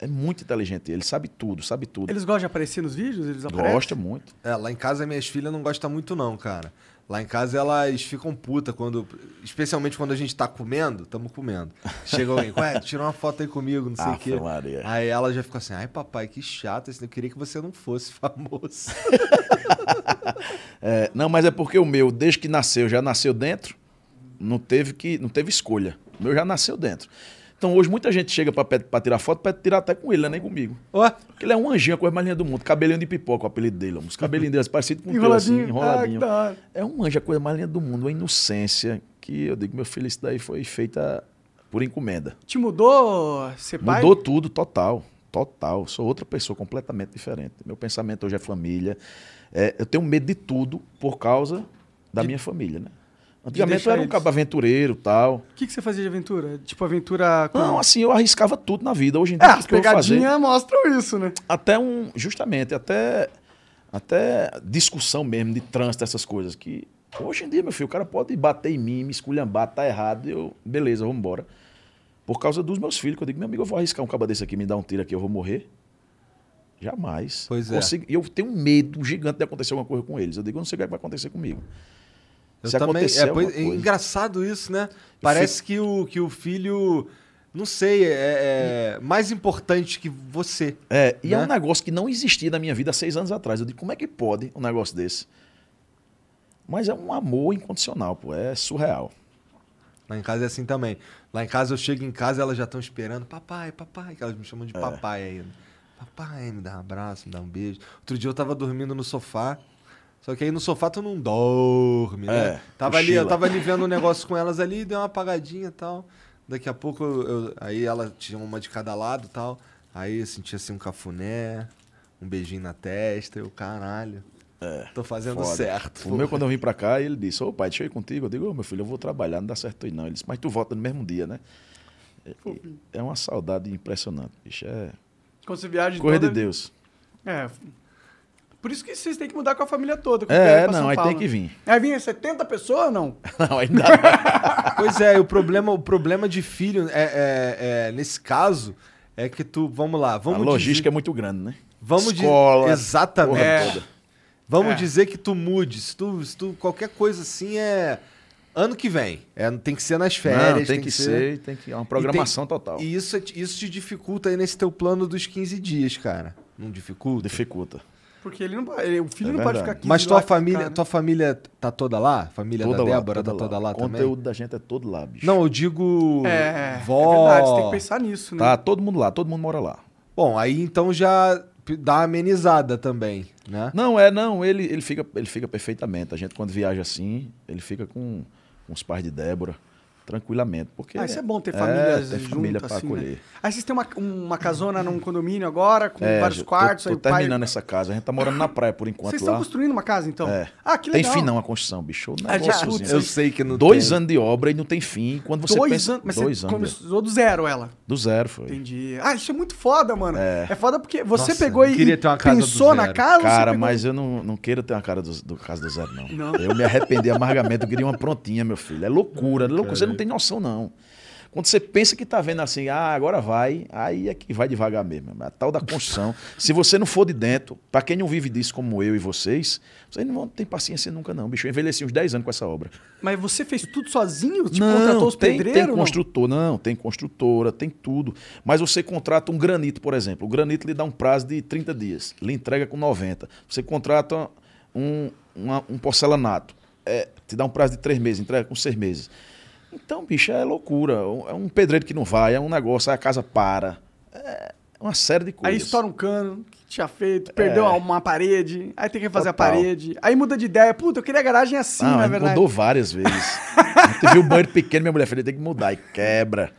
D: é muito inteligente. Ele sabe tudo, sabe tudo.
C: Eles gostam de aparecer nos vídeos? Eles aparecem?
D: Gosta muito.
B: É, lá em casa minhas filhas não gostam muito, não, cara. Lá em casa elas ficam puta quando. Especialmente quando a gente tá comendo, tamo comendo. Chega alguém, ué, tira uma foto aí comigo, não sei o
D: Ave
B: quê.
D: Maria.
B: Aí ela já fica assim, ai papai, que chato, esse- eu queria que você não fosse [laughs] famoso.
D: É, não, mas é porque o meu, desde que nasceu, já nasceu dentro, não teve que, não teve escolha. O meu já nasceu dentro. Então hoje muita gente chega pra, pede- pra tirar foto, pede tirar até com ele, né? nem comigo.
B: Ó,
D: Porque ele é um anjinho, a coisa mais linda do mundo. Cabelinho de pipoca, o apelido dele. ó. Os cabelinhos dele é parecido com o teu, assim,
C: Enroladinho.
D: enroladinho.
C: Ah, que da hora.
D: É um anjo, a coisa mais linda do mundo, uma inocência que eu digo, meu filho, isso daí foi feita por encomenda.
C: Te mudou ser pai?
D: Mudou tudo, total. Total. Sou outra pessoa completamente diferente. Meu pensamento hoje é família. É, eu tenho medo de tudo por causa da minha família, né? Antigamente
C: deixar
D: eu era um
C: eles.
D: cabo aventureiro tal.
C: O que, que você fazia de aventura? Tipo, aventura com...
D: Não, assim, eu arriscava tudo na vida. Hoje em
C: é,
D: dia, o
C: as
D: que que eu vou fazer?
C: pegadinhas mostram isso, né?
D: Até um. Justamente, até. Até discussão mesmo de trânsito, essas coisas. Que hoje em dia, meu filho, o cara pode bater em mim, me esculhambar, tá errado. Eu, beleza, vamos embora. Por causa dos meus filhos, que eu digo, meu amigo, eu vou arriscar um caba desse aqui, me dar um tiro aqui, eu vou morrer. Jamais.
B: Pois é.
D: Consigo- eu tenho um medo gigante de acontecer alguma coisa com eles. Eu digo, eu não sei o que vai acontecer comigo.
B: eu
D: Se
B: também.
D: acontecer
B: É, pois-
D: alguma
B: é
D: coisa.
B: engraçado isso, né? Parece que, o, que o filho, não sei, é, é mais importante que você.
D: É, e é
B: né?
D: um negócio que não existia na minha vida há seis anos atrás. Eu digo, como é que pode um negócio desse? Mas é um amor incondicional, pô. É surreal.
B: Lá em casa é assim também. Lá em casa eu chego em casa elas já estão esperando. Papai, papai, que elas me chamam de
D: É.
B: papai ainda. Papai, me dá um abraço, me dá um beijo. Outro dia eu tava dormindo no sofá. Só que aí no sofá tu não dorme, né?
D: É,
B: tava ali,
D: cochila.
B: eu tava ali
D: [laughs]
B: vendo um negócio com elas ali, deu uma apagadinha e tal. Daqui a pouco eu, eu- aí ela tinha uma de cada lado e tal. Aí eu senti assim um cafuné, um beijinho na testa, eu, caralho. tô fazendo
D: É, Foda.
B: certo.
D: O meu, quando eu vim pra cá, ele disse: Ô pai, deixa eu ir contigo. Eu digo: Ô meu filho, eu vou trabalhar, não dá certo aí não. Ele disse: Mas tu volta no mesmo dia, né? É- É uma saudade impressionante, bicho. É
C: Quando você viaja
D: coisa de
C: toda-
D: Deus.
C: É. Por isso que vocês têm que mudar com a família toda. quando vier
D: É,
C: pra
D: não,
C: São
D: aí
C: Paulo,
D: tem que
B: [laughs]
C: né?
D: vir.
C: Aí vinha 70 pessoas ou não?
D: Não, ainda não.
B: Pois é, e o problema, o problema de filho, é, é- é, nesse caso, é que tu, vamos lá,
D: A
B: vamos dizer,
D: logística é
B: Tá,
D: muito grande, né?
B: vamos di-
D: Escola,
B: exatamente.
D: porra
C: É.
D: toda.
B: Vamos
C: É.
B: dizer que tu mude, se tu, se tu- qualquer coisa assim é ano que vem, é, tem que ser nas férias,
D: Não, tem, que, ser, tem que. É uma programação
B: E tem-
D: total.
B: E isso, é- isso te dificulta aí nesse teu plano dos 15 dias, cara. Não dificulta?
D: Dificulta.
C: Porque ele não pode. ele- o filho
D: É
C: não pode
D: verdade.
C: ficar aqui.
B: Mas tua família,
C: Né?
B: tua família tá toda lá? A Família da Débora tá toda lá,
D: O
B: também?
D: conteúdo da gente é todo lá, bicho.
B: Não, eu digo
C: É,
B: vó.
C: é verdade, você tem que pensar nisso, né?
D: Tá todo mundo lá, todo mundo mora lá.
B: Bom, aí então já p- dá uma amenizada também, né?
D: Não, é, não, ele, ele, fica, ele fica perfeitamente. A gente, quando viaja assim, ele fica com, com os pais de Débora, tranquilamente. Porque
C: Ah, isso é bom ter
D: É,
C: famílias
D: ter
C: juntas,
D: família pra
C: assim,
D: acolher.
C: né? Aí vocês têm uma, uma casona num condomínio agora, com
D: É,
C: vários
D: já tô-
C: quartos,
D: Tô,
C: aí o pai...
D: terminando essa casa. A gente tá morando na praia por enquanto
C: Vocês
D: lá.
C: estão construindo uma casa, então?
D: É.
C: Ah, que
D: tem
C: legal.
D: fim não a construção, bicho. Um
C: Ah, já-
D: negóciozinho.
C: putz, eu
B: sei que não
D: Dois
B: tem.
D: anos de obra e não tem fim. E Quando você
C: dois
D: pensa...
C: anos, mas
D: dois
C: você
D: anos.
C: começou do zero ela.
D: Do zero, foi.
C: Entendi. Ah, isso é muito foda, mano. É,
D: É.
C: foda porque você
B: Nossa,
C: pegou
B: eu
C: e
B: queria ter uma casa do
C: pensou na
B: zero.
C: casa. você
D: Cara,
C: pegou-
D: mas eu não, não quero ter uma cara do, do caso do zero, não.
C: Não.
D: Eu me arrependi amargamente, eu queria uma prontinha, meu filho. É loucura, é loucura. Você não tem noção, não. Quando você pensa que tá vendo assim, ah, agora vai, aí é que vai devagar mesmo. é A tal da construção. Se você não for de dentro, pra quem não vive disso como eu e vocês, vocês não vão ter paciência nunca, não, bicho. Eu envelheci uns 10 anos com essa obra.
C: Mas você fez tudo sozinho? Tipo,
D: não,
C: contratou os
D: tem,
C: pedreiros?
D: tem
C: não?
D: construtor, não? tem construtora, tem tudo. Mas você contrata um granito, por exemplo. O granito lhe dá um prazo de 30 dias, lhe entrega com 90. Você contrata um, uma- um porcelanato, é, te dá um prazo de 3 meses, entrega com 6 meses. Então, bicho, é loucura. É um pedreiro que não vai, é um negócio, aí a casa para. É uma série de
C: Aí
D: coisas. Ah, É.
C: estoura um cano que tinha feito, perdeu uma parede, aí tem que fazer a
D: Total.
C: parede, aí muda de ideia. Puta, eu queria a garagem assim,
D: Não,
C: na
D: a gente
C: verdade.
D: mudou várias vezes. A gente viu o banheiro pequeno, minha mulher falou, tem que mudar, e quebra.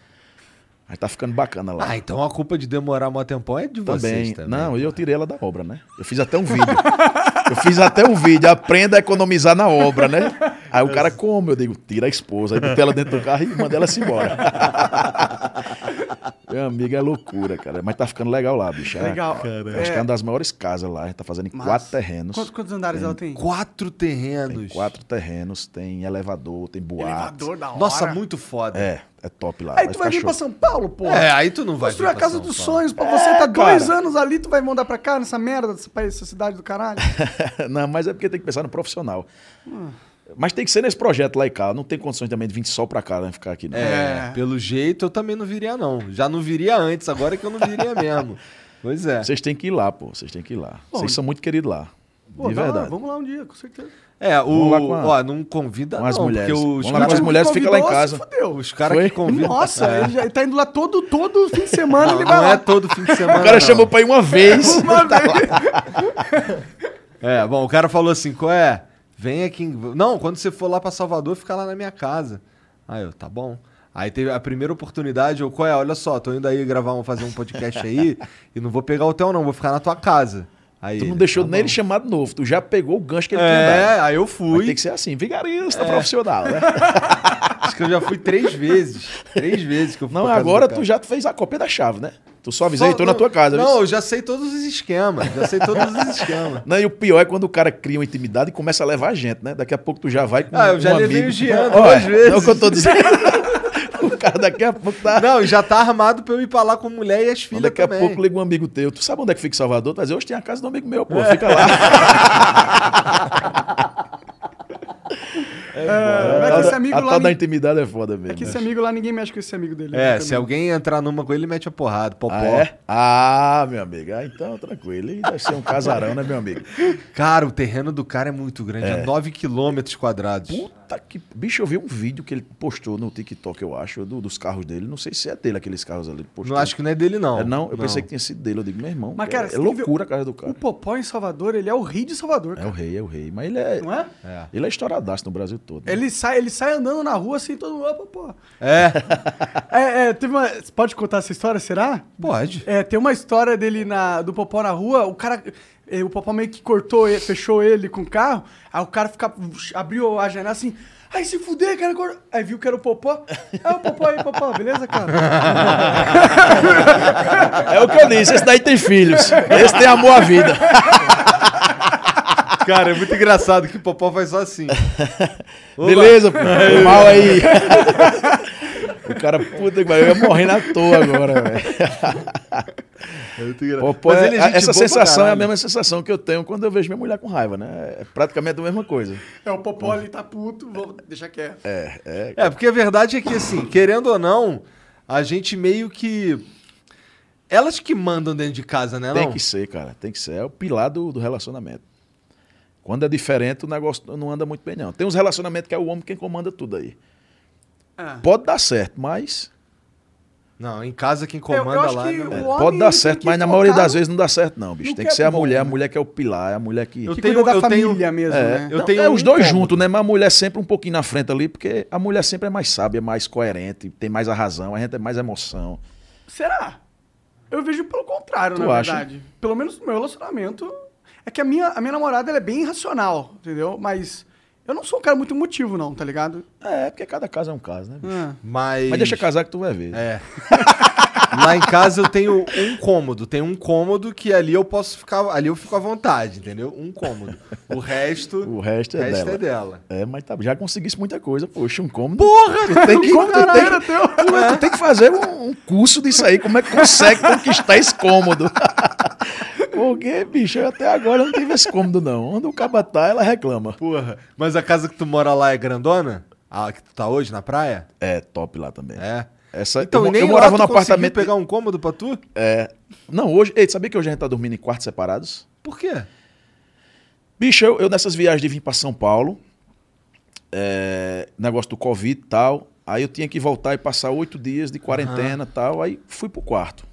D: Aí tá ficando bacana lá.
B: Ah, então a culpa de demorar um tempão é de
D: Também.
B: vocês também.
D: Não, eu tirei ela da obra, né? Eu fiz até um vídeo. [laughs] eu fiz até um vídeo. Aprenda a economizar na obra, né? Aí o cara, como? Eu digo, tira a esposa. Aí botei ela dentro do carro e mandei ela se embora. [laughs] Meu amigo, é loucura, cara. Mas tá ficando legal lá, bicho. É-
C: Legal. né?
D: Acho que é uma das maiores casas lá. A gente tá fazendo em
C: Mas-
D: quatro terrenos.
C: Quantos, quantos andares ela tem?
B: Quatro terrenos.
D: Tem quatro terrenos, tem elevador, tem boate.
C: Elevador da hora.
B: Nossa, muito foda.
D: É, é top lá.
C: Aí tu vai vir
D: ficar
C: pra
D: show.
C: São Paulo, porra.
B: É, aí tu não vai
C: Construir
B: vir
C: a
B: pra
C: casa
B: São
C: dos
B: Paulo.
C: sonhos pra você. Tá dois
D: cara.
C: anos ali, tu vai mandar pra cá nessa merda, desse país, essa cidade do caralho.
D: [laughs] Não, mas é porque tem que pensar no profissional.
C: Ah.
D: Mas tem que ser nesse projeto lá e cá. Não tem condições também de vir só pra cá, né? Ficar aqui. Não.
B: É, pelo jeito eu também não viria, não. Já não viria antes, agora é que eu não
D: [laughs]
B: viria mesmo. Pois é.
D: Vocês têm que ir lá, pô. Vocês têm que ir lá.
C: Bom,
D: Vocês são muito queridos lá.
C: Pô,
D: de
C: vai lá,
D: verdade.
C: vamos lá um dia, com certeza.
B: É, o.
D: Vamos lá com a-
B: Ó, não convida
D: com as
B: não,
D: mulheres.
B: porque os
D: Vamos lá
C: Tipo,
D: com as
B: caras
D: mulheres. fica lá em casa.
C: Fudeu.
B: os cara que
D: Foi?
B: convidam.
C: Nossa,
B: é.
C: ele, já, ele tá indo lá todo, todo fim de semana, ele vai
B: Não
C: lá.
B: é todo fim de semana.
D: [laughs] O cara
B: não.
D: chamou pra ir uma vez.
C: [laughs] Uma vez.
B: É, bom, o cara falou assim: qual é? Vem aqui. em- Não, quando você for lá pra Salvador, fica lá na minha casa. Aí eu, tá bom. Aí teve a primeira oportunidade, eu, qual é? Olha só, tô indo aí gravar um, fazer um podcast
D: [laughs]
B: aí e não vou pegar hotel, não, vou ficar na tua casa. Aí
D: Tu não
B: ele,
D: deixou
B: tá
D: nem ele
B: bom.
D: chamar de novo. Tu já pegou o gancho que ele tinha dado.
B: É, aí eu
D: Mas
B: fui. É.
D: tem que ser assim, vigarista, profissional,
B: [laughs]
D: né?
B: Acho que eu já fui três vezes. Três vezes que eu fui
D: Não,
B: pra casa
D: agora
B: do
D: tu
B: cara.
D: já fez a cópia da chave, né? Tu só avisei,
B: Só-
D: tô na
B: não,
D: tua casa. viu?
B: Não, eu já sei todos os esquemas. Já sei todos os esquemas.
D: Não, e o pior é quando o cara cria uma intimidade e começa a levar a gente, né? Daqui a pouco tu já vai com um
B: Ah, eu já levei
D: amigo.
B: o Jean
D: Ó,
B: duas vezes.
D: Não é o que eu tô dizendo. [laughs] o cara daqui a pouco tá...
B: Não, já tá armado pra eu ir pra lá com mulher e as filhas
D: daqui
B: também.
D: a pouco liga um amigo teu. Tu sabe onde é que fica em Salvador? Tu vai dizer, hoje tem a casa do amigo meu,
B: É.
D: pô.
B: [laughs]
D: Fica lá.
C: É, Mas
D: A-
C: esse amigo
D: a
C: lá.
D: tal da
C: ninguém-
D: intimidade é foda mesmo.
C: É que
D: né?
C: esse amigo lá ninguém mexe com esse amigo dele. né,
B: É,
C: Também.
B: se alguém entrar numa com ele, mete a porrada. Popó.
D: Ah, é? Ah, meu amigo. Ah, então, tranquilo. Ele deve ser um casarão, né, meu amigo?
B: Cara, o terreno do cara é muito grande. É, 9 quilômetros quadrados.
D: Puta que. Bicho, eu vi um vídeo que ele postou no TikTok, eu acho, do- dos carros dele. Não sei se é dele aqueles carros ali. Ele postou.
B: Não acho que não é dele, não.
D: É, não, eu pensei que tinha sido dele. Eu digo, meu irmão,
C: Mas, cara,
D: cara,
C: você
D: é
C: tem que ver-
D: loucura a casa do cara.
C: O Popó em Salvador, ele é o rei de Salvador,
D: É
C: cara.
D: o rei, é o rei. Mas ele é.
C: Não é?
B: É.
D: Ele é estouradaço no Brasil todo. né?
C: Ele sai, ele sai andando na rua assim, todo mundo. Opa, pô.
B: É,
C: É, é, teve uma. Você pode contar essa história, será?
D: [laughs]
B: pode.
C: É, tem uma história dele na, do Popó na rua, o cara. eh, O Popó meio que cortou, ele, fechou ele com o carro, aí o cara fica, abriu a janela assim. Aí se fuder, cara. agora-" Aí viu que era o Popó. Aí o Popó aí, Popó, beleza, cara?
D: É o que eu disse, esse daí tem filhos. Esse tem amor à vida.
B: Cara, é muito engraçado que o Popó faz só assim. Oba.
D: Beleza, pô. Foi Mal aí. o cara, puta que pariu, eu ia morrendo à toa agora, velho.
B: É muito engraçado.
D: Pô,
B: Mas
D: é-
B: ele é gente
D: essa
B: boa pra
D: sensação é a
B: caralho.
D: mesma sensação que eu tenho quando eu vejo minha mulher com raiva, né? É praticamente a mesma coisa.
C: É, o Popó ali tá puto, vou deixar quieto.
D: É, é.
B: É, porque a verdade é que, assim, querendo ou não, a gente meio que. Elas que mandam dentro de casa, né,
D: Tem
B: não?
D: que ser, cara. Tem que ser. É o pilar do, do relacionamento. Quando é diferente, o negócio não anda muito bem, não. Tem uns relacionamentos que é o homem quem comanda tudo aí.
C: Ah.
D: Pode dar certo, mas.
B: Não, em casa quem
C: eu
B: comanda
C: acho
B: lá.
C: que
B: né,
C: o
B: velho?
D: é,
C: homem,
D: pode
C: ele
D: dar
C: tem
D: certo,
C: que
D: mas na maioria
C: focar
D: das
C: no-
D: vezes não dá certo, não, bicho.
C: no
D: Tem
C: que
D: que,
C: é
D: ser a
C: bom,
D: mulher, a
C: né?
D: mulher que é o pilar, é a mulher que.
B: Eu
C: Que
B: tenho-
C: cuida da
B: eu tenho-
C: família mesmo,
D: É,
C: né?
B: eu
D: não,
B: tenho
D: é
B: um
D: os dois
B: incômodo.
D: juntos, né? Mas a mulher sempre um pouquinho na frente ali, porque a mulher sempre é mais sábia, mais coerente, tem mais a razão, a gente tem mais emoção.
C: Será? Eu vejo pelo contrário,
D: Tu
C: na
D: acha?
C: verdade. Pelo menos no meu relacionamento. É que a minha, a minha namorada ela é bem irracional, entendeu? Mas eu não sou um cara muito emotivo, não, tá ligado?
D: É, porque cada caso é um caso, né? bicho?
C: Ah.
B: Mas.
D: Mas deixa casar que tu vai ver.
B: É. [laughs] Lá em casa eu tenho um cômodo. Tem um cômodo que ali eu posso ficar. Ali eu fico à vontade, entendeu? Um cômodo. O resto.
D: O resto é dela.
B: é dela.
D: É, mas tá, já conseguisse muita coisa, poxa, um cômodo.
B: Porra,
D: tu tem que,
C: um cômodo
D: tu tem
C: era
D: que, tu- tu tem que fazer um, um curso disso aí, como é que consegue conquistar esse cômodo. [laughs] Porque, bicho, eu até agora não tive esse cômodo, não. Onde o caba tá, ela reclama.
B: Porra. Mas a casa que tu mora lá é grandona? A que tu tá hoje na praia?
D: É, top lá também.
B: É.
D: Essa,
B: Então,
D: eu,
B: e
D: mo-
B: nem
D: eu
B: lá
D: morava
B: tu
D: num
B: conseguiu
D: apartamento.
B: pegar um cômodo pra tu?
D: É, não, hoje. Ei, sabia que hoje a gente tá dormindo em quartos separados?
B: Por quê?
D: Bicho, eu, eu nessas viagens de vir pra São Paulo, é, negócio do Covid e tal, aí eu tinha que voltar e passar oito dias de quarentena e tal, aí fui pro quarto.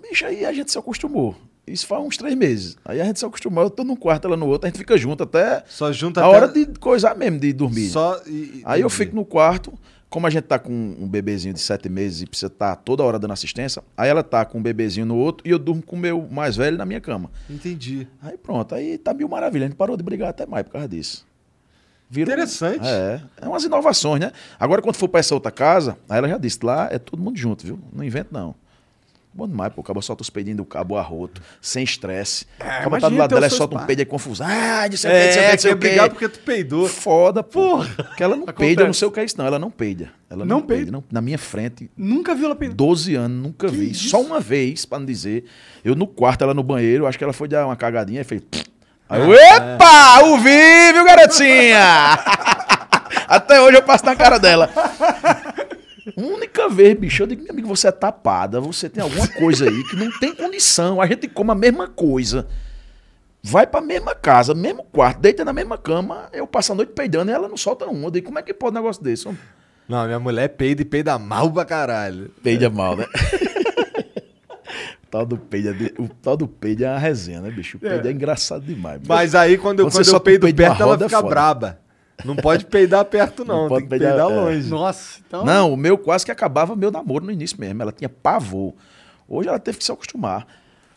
D: Bicho, aí a gente se acostumou. Isso faz uns três meses. Aí a gente se acostumou, eu tô num quarto, ela no outro, a gente fica junto até
B: Só junta
D: a
B: até-
D: hora de coisar mesmo, de dormir.
B: Só. e- e-
D: Aí eu
B: entendi.
D: fico no quarto, como a gente tá com um bebezinho de sete meses e precisa estar toda hora dando assistência, aí ela tá com um bebezinho no outro e eu durmo com o meu mais velho na minha cama.
B: Entendi.
D: Aí pronto, aí tá mil maravilha. A gente parou de brigar até mais por causa disso. Virou-
B: Interessante.
D: É, é umas inovações, né? Agora, quando for pra essa outra casa, aí ela já disse, lá é todo mundo junto, viu? Não invento, não. Bom demais, pô. O cabo solta os peidinhos do cabo arroto, sem estresse. o cabo tá do
C: imagina
D: lado
C: ter
D: dela,
C: os seus
D: solta um
C: pais.
D: peido, é confusão. Ah, disse
B: É,
D: é,
B: é,
D: disse
B: é obrigado
D: é,
B: porque tu peidou.
D: Foda, porra. Porque ela não peida, eu não
C: Acontece.
D: sei o que é isso, não. Ela não peida. Ela não,
C: Não
D: peida.
C: peida?
D: não. Na minha frente,
C: Nunca viu ela peidar.
D: 12 anos, nunca vi. Só uma vez, pra não dizer. Eu no quarto, ela no banheiro, acho que ela foi dar uma cagadinha e fez. "Pff". Aí eu, epa! Ouvi, viu, garotinha? [laughs] Até hoje eu passo na cara dela. Única vez, bicho, eu digo, meu amigo, você é tapada, você tem alguma coisa aí que não tem condição. A gente come a mesma coisa. Vai pra mesma casa, mesmo quarto, deita na mesma cama, eu passo a noite peidando e ela não solta uma. Eu digo, como é que pode um negócio desse? homem?
B: Não, minha mulher peida e peida mal pra caralho.
D: Peide é mal, né? [laughs] o, tal do peide é de- o tal do peide é uma resenha, né, bicho? O peide é, engraçado demais. bicho.
B: Mas aí quando, eu-
D: Quando você
B: quando eu
D: solta o
B: peido
D: peido pra
B: perto, ela
D: roda, é
B: fica
D: foda.
B: braba. Não pode peidar perto, não.
D: Não pode
B: Tem que
D: peidar,
B: peidar
D: é.
B: longe.
C: Nossa, então.
D: Não, o meu quase que acabava meu namoro no início mesmo. Ela tinha pavor. Hoje ela teve que se acostumar.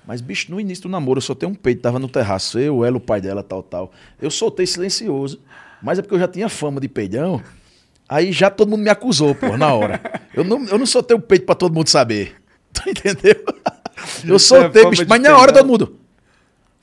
D: Mas, bicho, no início do namoro eu soltei um peito, tava no terraço, eu, ela, o pai dela, tal, tal. Eu soltei silencioso, mas é porque eu já tinha fama de peidão. Aí já todo mundo me acusou, pô, na hora. Eu não, eu não soltei o peito pra todo mundo saber. [laughs] Tu entendeu? Eu
B: Isso é
D: soltei,
B: fama
D: bicho,
B: de
D: mas na hora
B: peidão.
D: todo mundo.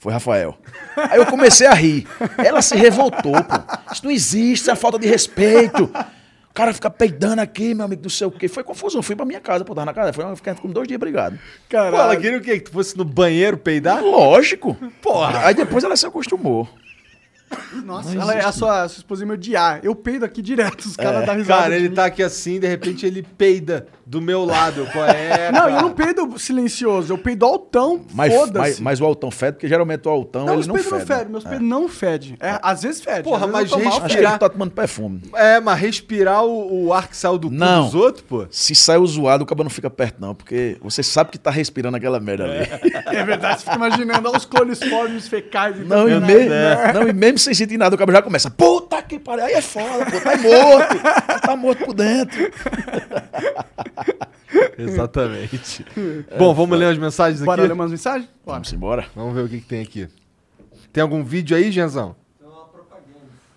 D: Foi Rafael. Aí eu comecei a rir. Ela se revoltou, pô. Isso não existe, isso é falta de respeito. O cara fica peidando aqui, meu amigo, não sei o quê. Foi confusão. Fui pra minha casa, pô, tava na casa. Foi, eu fiquei com dois dias brigado. é
B: Pô, ela queria o quê? Que tu fosse no banheiro peidar?
D: Lógico. Porra. Aí depois ela se acostumou.
C: Nossa, ela, é a, sua, a sua esposa ia me odiar. Eu peido aqui direto,
D: É,
C: os caras dão risada.
B: Cara,
C: de
B: ele
C: mim.
B: tá aqui assim, de repente ele peida do meu lado. Qual é?
C: [laughs] Não,
B: cara?
C: eu não peido silencioso, eu peido altão,
D: Mas, mas,
C: foda-se.
D: mas o Altão fede, porque geralmente o Altão,
C: Não, meus
D: ele não
C: peidos
D: fede. né?
C: não fedem, meus peidos não fedem. É, às vezes fede.
B: Porra,
C: às
B: mas
C: vezes eu tô mal,
B: respeita-
D: Acho que ele tá tomando perfume.
B: É, mas respirar o, o ar que saiu do cu
D: Não.
B: dos outros, pô.
D: Se sai o zoado, o cabra não fica perto, não, porque você sabe que tá respirando aquela merda ali.
C: [laughs] É verdade, você fica imaginando olha os coliformes fecais. e
D: Não,
C: tudo,
D: e
C: né?
D: mesmo,
B: é.
D: não, e mesmo sem sentir nada, o cabra já começa. Puta que pariu, aí é foda, pô, tá morto. [laughs] tu tá morto por dentro.
B: Exatamente. Bom, vamos ler as mensagens aqui?
C: Bora ler umas mensagens? Bora.
D: Vamos embora.
B: Vamos ver o que, que tem aqui. Tem algum vídeo aí, Genzão?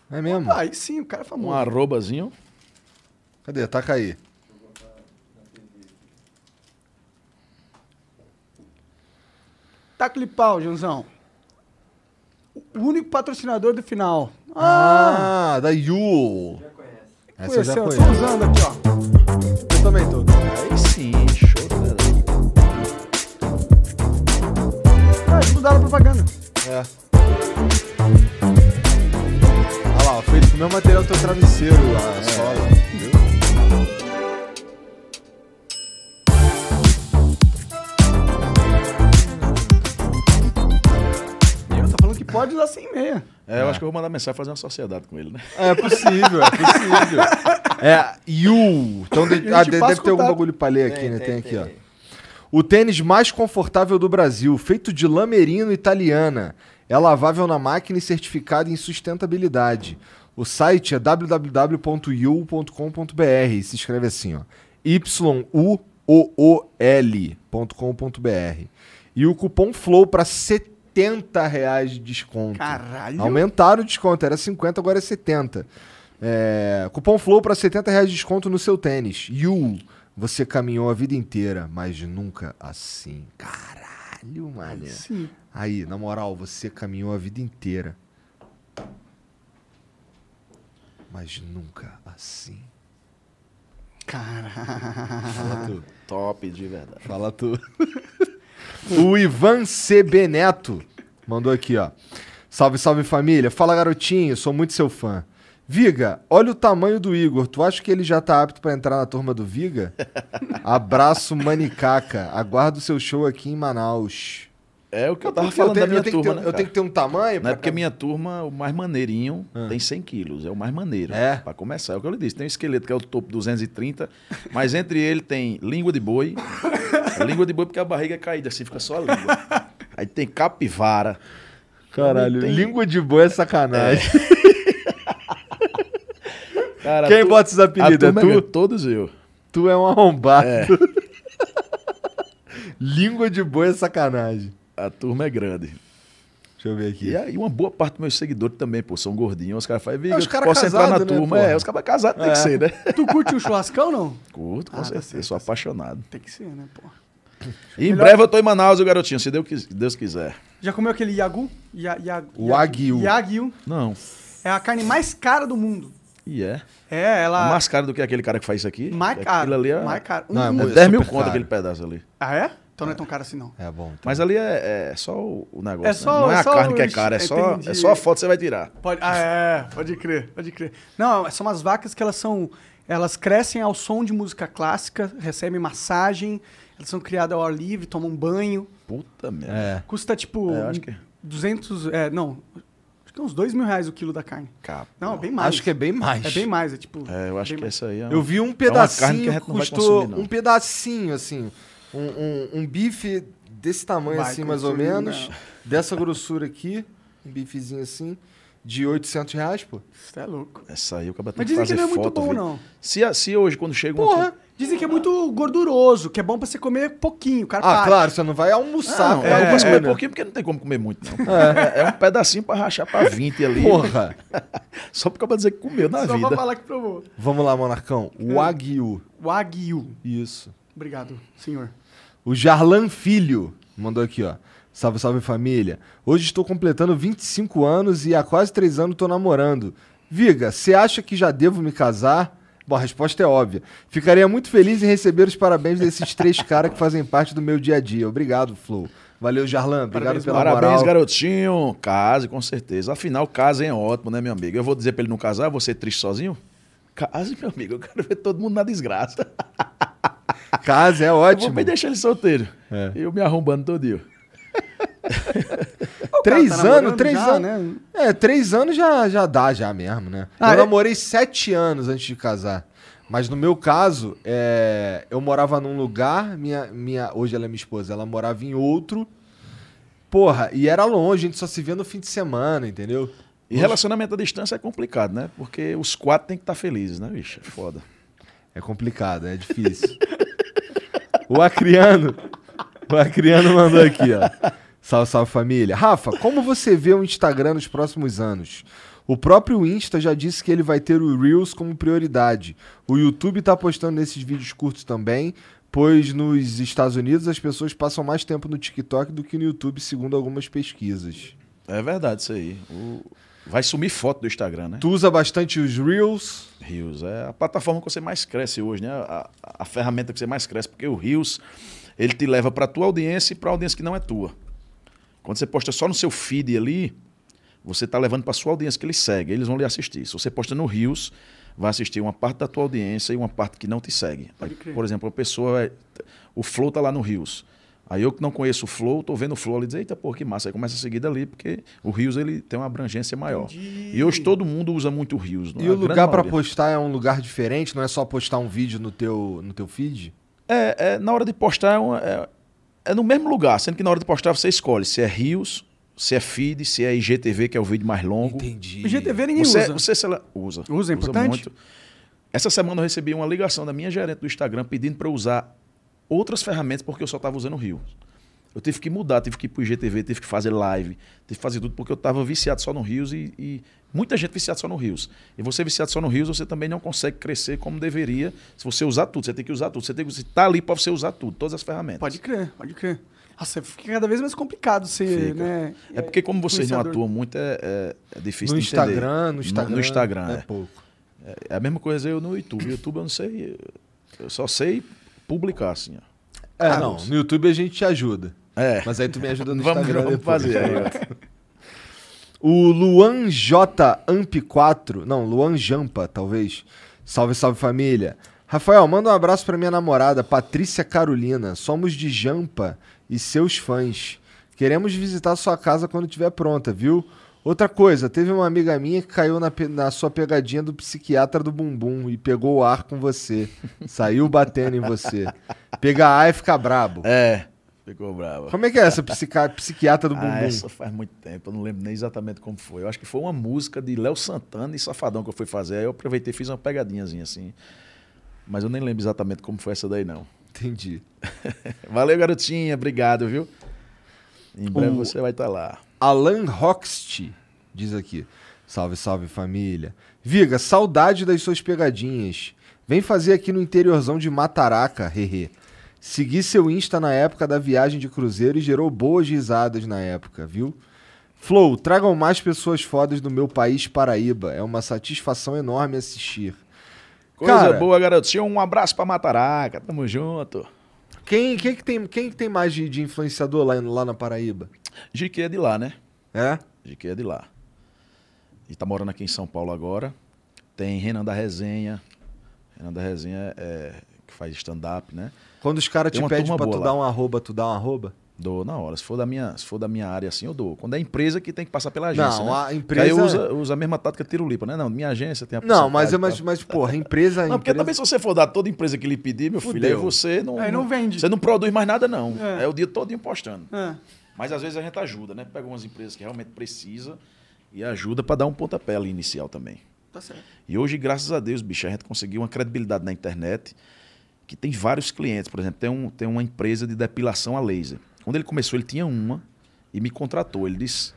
B: É mesmo?
C: Ah, aí sim, o cara é
D: Um
C: famoso.
D: arrobazinho.
B: Cadê? Taca aí.
C: Taca-lhe pau, Janzão. O único patrocinador do final. Ah,
B: Ah, da Yule.
D: Ah,
B: Essa eu já
C: conheceu?
B: conheço.
C: Tô usando aqui, ó.
B: Eu também tô.
D: Aí sim, show, cara.
C: Ah, eles mudaram a propaganda.
B: É. Olha lá, ó, feito com o meu material do teu travesseiro, a sola. Viu?
C: Meu, tá falando que pode usar sem meia.
D: É,
B: Ah.
D: eu acho que eu vou mandar mensagem fazer uma sociedade com
B: [laughs]
D: ele, né?
B: É possível, é possível. É, Yule. Então de-
C: gente
B: ah, de- deve
C: passa
B: ter algum
C: contato.
B: bagulho pra ler aqui, né? Tem, aqui, ó. O tênis mais confortável do Brasil, feito de lamerino italiana. É lavável na máquina e certificado em sustentabilidade. O site é www.yule.com.br e se escreve assim, ó. Y-U-O-O-L.com.br. E o cupom FLOW pra R$ 70 reais de desconto.
C: Caralho.
B: Aumentaram o desconto, era 50, agora é 70. É, cupom Flow para 70 reais de desconto no seu tênis. You, você caminhou a vida inteira, mas nunca assim. Caralho,
D: É.
B: mano.
C: Sim.
B: Aí, na moral, você caminhou a vida inteira. Mas nunca assim.
C: Caralho.
D: Top de verdade.
B: Fala tu. o Ivan CB Neto mandou aqui, ó. Salve, salve família. Fala garotinho, sou muito seu fã. Viga, olha o tamanho do Igor. Tu acha que ele já tá apto pra entrar na turma do
D: [laughs]
B: Viga? Abraço, manicaca. Aguardo o seu show aqui em Manaus.
D: É o que eu tava falando da
B: tenho
D: minha
B: que
D: turma,
B: ter,
D: né,
B: eu
D: cara?
B: tenho que ter um tamanho?
D: Não é
B: pra- Ah.
D: porque minha turma, o mais maneirinho, tem 100 quilos. É o mais maneiro.
B: É?
D: Pra começar. É o que eu lhe disse. Tem um esqueleto que é o topo 230, mas entre ele tem língua de boi. língua de boi porque a barriga é caída, assim fica só a língua. Aí tem capivara.
B: Caralho,
D: Não tem-
B: língua de boi é sacanagem.
D: Cara,
B: Quem
D: tu-
B: bota esses
D: a
B: apelidos? É
D: turma é minha,
B: tu?
D: Todos eu.
B: Tu é um arrombado. [laughs] língua de boi é sacanagem.
D: A turma é grande.
B: Deixa eu ver aqui.
D: E aí uma boa parte dos meus seguidores também, pô, são gordinhos. Os caras fazem,
B: É, os
D: "Viga,
B: caras
D: posso entrar na
B: casados, né,
D: turma.
B: porra?
D: é, os caras casados tem que ser, né?
C: [laughs] Tu curte um churrascão, não?
D: Curto, com
C: Ah, tá
D: certeza.
C: certo,
D: sou apaixonado.
C: Tem que ser, né, pô?
D: E em breve eu tô em Manaus, viu, garotinho, se Deus quis- Deus quiser.
C: Já comeu aquele Yagu? Ya, ya,
B: O
C: ya-
B: Wagyu.
C: Yagyu.
D: Não.
C: É a carne mais cara do mundo.
D: E é.
C: É, ela...
D: Mais caro do que aquele cara que faz isso aqui.
C: Mais
D: Aquilo
C: cara.
D: ali é,
C: Mais cara. Uhum.
B: Não, é
D: é
B: muito-
D: 10 mil
B: super
D: conto
B: caro.
D: aquele pedaço ali.
C: Ah, é? Então não é tão caro assim, não.
B: É bom. então.
D: Mas ali é, é só o o negócio.
C: É
D: né?
C: só-
D: Não é a
C: só
D: carne que é
C: os-
D: cara, é só,
C: entendi.
D: é só a foto que você vai tirar.
C: Pode, ah, é, pode crer, pode crer. Não, são umas vacas que elas são. Elas crescem ao som de música clássica, recebem massagem, elas são criadas ao ar livre, tomam banho.
D: Puta merda.
B: É.
C: Custa tipo.
D: É, eu acho que-
C: 200. É, não. Acho que é uns 2 mil reais o quilo da carne.
D: Capa.
C: Não, é bem mais.
B: Acho que é bem mais.
C: É bem mais, é tipo.
D: É, eu acho
C: bem
D: que
C: mais.
D: essa aí é.
B: Eu vi um
D: carne que
B: pedacinho
D: a gente não vai
B: custou
D: consumir, não.
B: um pedacinho assim, um, um- um bife desse tamanho
C: Vai
B: assim mais ou
C: consumir,
B: menos, dessa grossura aqui, um bifezinho assim de 800 reais, pô.
C: Você é louco.
D: Essa aí eu acabei
C: Mas
D: tendo
C: dizem que
D: fazer
C: não é muito
D: foto,
C: bom,
D: vídeo.
C: não.
D: Se, a- se hoje, quando chega uma.
B: Porra!
C: Dizem que é muito gorduroso, que é bom pra você comer pouquinho, o cara
B: Ah,
C: para.
B: claro, você não vai almoçar.
D: Não, é,
B: pô.
D: eu não posso comer
B: né?
D: pouquinho porque não tem como comer muito, não. É, é um pedacinho pra rachar pra 20 ali.
B: Porra!
D: Só porque eu vou dizer que comeu na
C: Só pra
D: vida.
C: falar que provou.
B: Vamos lá, Monarcão. O Aguiu.
C: Wagyu.
B: Isso.
C: Obrigado, senhor.
B: O Jarlan Filho mandou aqui, ó. Salve, salve família. Hoje estou completando 25 anos e há quase 3 anos estou namorando. Viga, você acha que já devo me casar? Bom, a resposta é óbvia. Ficaria muito feliz em receber os parabéns desses
D: [laughs]
B: três caras que fazem parte do meu dia a dia. Obrigado, Flow. Valeu, Jarlan. Obrigado
C: Parabéns,
B: pela
D: Parabéns,
B: moral.
D: garotinho. Case, com certeza. Afinal, case é ótimo, né, meu amigo? Eu vou dizer pra ele não casar, você triste sozinho? Case, meu amigo. Eu quero ver todo mundo na desgraça.
B: Casa é
D: Eu vou
B: ótimo.
D: bem deixar ele solteiro.
B: É.
D: Eu me arrombando todinho.
B: Três
C: tá
B: anos,
C: namorando
B: três
C: já,
B: anos.
C: né?
B: É, três anos já, já dá, já mesmo, né?
C: Ah,
B: eu
C: é?
B: namorei sete anos antes de casar. Mas no meu caso, é, eu morava num lugar, minha, minha, hoje ela é minha esposa, ela morava em outro. Porra, e era longe, a gente só se via no fim de semana, entendeu?
D: E relacionamento à distância é complicado, né? Porque os quatro têm que estar felizes, né, bicho? É foda.
B: É complicado, é difícil. o Acriano. O Acriano mandou aqui, ó. Salve, salve família. Rafa, como você vê o Instagram nos próximos anos? O próprio Insta já disse que ele vai ter o Reels como prioridade. O YouTube tá postando nesses vídeos curtos também, pois nos Estados Unidos as pessoas passam mais tempo no TikTok do que no YouTube, segundo algumas pesquisas.
D: É verdade isso aí. O- Vai sumir foto do Instagram, né?
B: Tu usa bastante os Reels?
D: Rios é a plataforma que você mais cresce hoje, né? A, a- a ferramenta que você mais cresce, porque o Rios ele te leva para tua audiência e para audiência que não é tua. Quando você posta só no seu feed ali, você está levando para sua audiência que eles seguem, eles vão lhe assistir. Se você posta no Rios, vai assistir uma parte da tua audiência e uma parte que não te segue.
C: Pode crer.
D: Por exemplo, a pessoa, vai- o Flow tá lá no Rios. Aí eu que não conheço o Flow, tô vendo o Flow ali e diz, eita, pô, que massa. Aí começa a seguir dali, porque o Rios ele tem uma abrangência maior.
C: Entendi.
D: E hoje todo mundo usa muito o Rios. é?
B: E o lugar pra postar é um lugar diferente? Não é só postar um vídeo no teu, no teu feed?
D: É, é, na hora de postar é, uma- é- é no mesmo lugar, sendo que na hora de postar você escolhe se é Rios, se é Feed, se é IGTV, que é o vídeo mais longo.
B: Entendi.
C: O GTV ninguém
D: Você,
C: usa.
D: você sei lá, usa.
C: Usa, é importante?
D: Essa semana eu recebi uma ligação da minha gerente do Instagram pedindo para usar outras ferramentas porque eu só estava usando o Rio. Eu tive que mudar, tive que ir pro IGTV, tive que fazer live, tive que fazer tudo porque eu estava viciado só no Rios e, e muita gente viciada só no Rios. E você viciado só no Rios, você também não consegue crescer como deveria se você usar tudo. Você tem que usar tudo. Você tem que estar ali para você usar tudo, todas as ferramentas.
C: Pode crer, pode crer. Nossa, fica cada vez mais complicado ser,
D: Fica.
C: né?
D: É porque como vocês não
C: influenciador.
D: atuam muito, é, é- é difícil
B: No
D: de entender.
B: Instagram, no Instagram.
D: No, Instagram,
B: é
D: é.
B: pouco.
D: É a mesma coisa eu no YouTube. YouTube eu não sei. Eu só sei publicar, assim. ó.
B: É,
C: Ah,
B: não. No YouTube a gente te ajuda.
D: É.
B: Mas aí tu me ajuda no
D: Vamos,
B: Instagram
D: vamos
B: depois.
D: fazer. aí, ó.
B: [laughs] O Luan J Amp 4, não, Luan Jampa, talvez. Salve, salve família. Rafael, manda um abraço pra minha namorada, Patrícia Carolina. Somos de Jampa e seus fãs. Queremos visitar sua casa quando tiver pronta, viu? Outra coisa, teve uma amiga minha que caiu na, pe- na sua pegadinha do psiquiatra do bumbum e pegou o ar com você. Saiu batendo em você. Pega ar e fica brabo.
D: É. Ficou brava.
B: Como é que é essa psica- psiquiatra do bumbum?
D: Ah, essa faz muito tempo, eu não lembro nem exatamente como foi. Eu acho que foi uma música de Léo Santana e Safadão que eu fui fazer. Aí eu aproveitei e fiz uma pegadinhazinha assim. Mas eu nem lembro exatamente como foi essa daí, não. [laughs]
B: Entendi.
D: Valeu, garotinha. Obrigado, viu? Em breve
B: O-
D: você vai estar lá.
B: Alan Roxt diz aqui. Salve, salve família. Viga, saudade das suas pegadinhas. Vem fazer aqui no interiorzão de Mataraca, hehe. Segui seu Insta na época da viagem de cruzeiro e gerou boas risadas na época, viu? Flow, tragam mais pessoas fodas do meu país, Paraíba. É uma satisfação enorme assistir.
D: Coisa
B: Cara.
D: boa, garotinho. Um abraço pra Mataraca. Tamo junto.
B: Quem, quem, que, tem, quem é que tem mais de, de influenciador lá, em- lá na Paraíba?
D: GQ é de lá, né?
B: É?
D: GQ é de lá. E tá morando aqui em São Paulo agora. Tem Renan da Resenha. Renan da Resenha é, que faz stand-up, né?
B: Quando os caras
D: Tem
B: te
D: uma
B: pedem
D: turma
B: pra tu
D: boa lá.
B: dar um arroba, tu dá um arroba?
D: Dou na hora. Se for da minha, se for da minha área assim, eu dou. Quando é empresa que tem que passar pela agência.
B: Não,
D: né?
B: a
D: Que
B: empresa- é-
D: Aí eu uso, eu uso a mesma tática tirulipa, né? Não, minha agência tem a
B: Não, mas, é
D: porcentagem e
B: mas, mas
D: tal.
B: porra, a empresa. a
D: Não, porque
B: empresa-
D: também se você for dar toda empresa que lhe pedir, meu filho, aí
B: Fudeu.
D: você não.
C: Aí não vende.
D: Você não produz mais nada, não.
C: É.
D: É, o dia todinho postando.
C: É.
D: Mas às vezes a gente ajuda, né? Pega umas empresas que realmente precisa e ajuda pra dar um pontapé ali inicial também.
C: Tá certo.
D: E hoje, graças a Deus, bicho, a gente conseguiu uma credibilidade na internet que tem vários clientes. Por exemplo, tem, um, tem uma empresa de depilação a laser. Quando ele começou, ele tinha uma e me contratou. Ele disse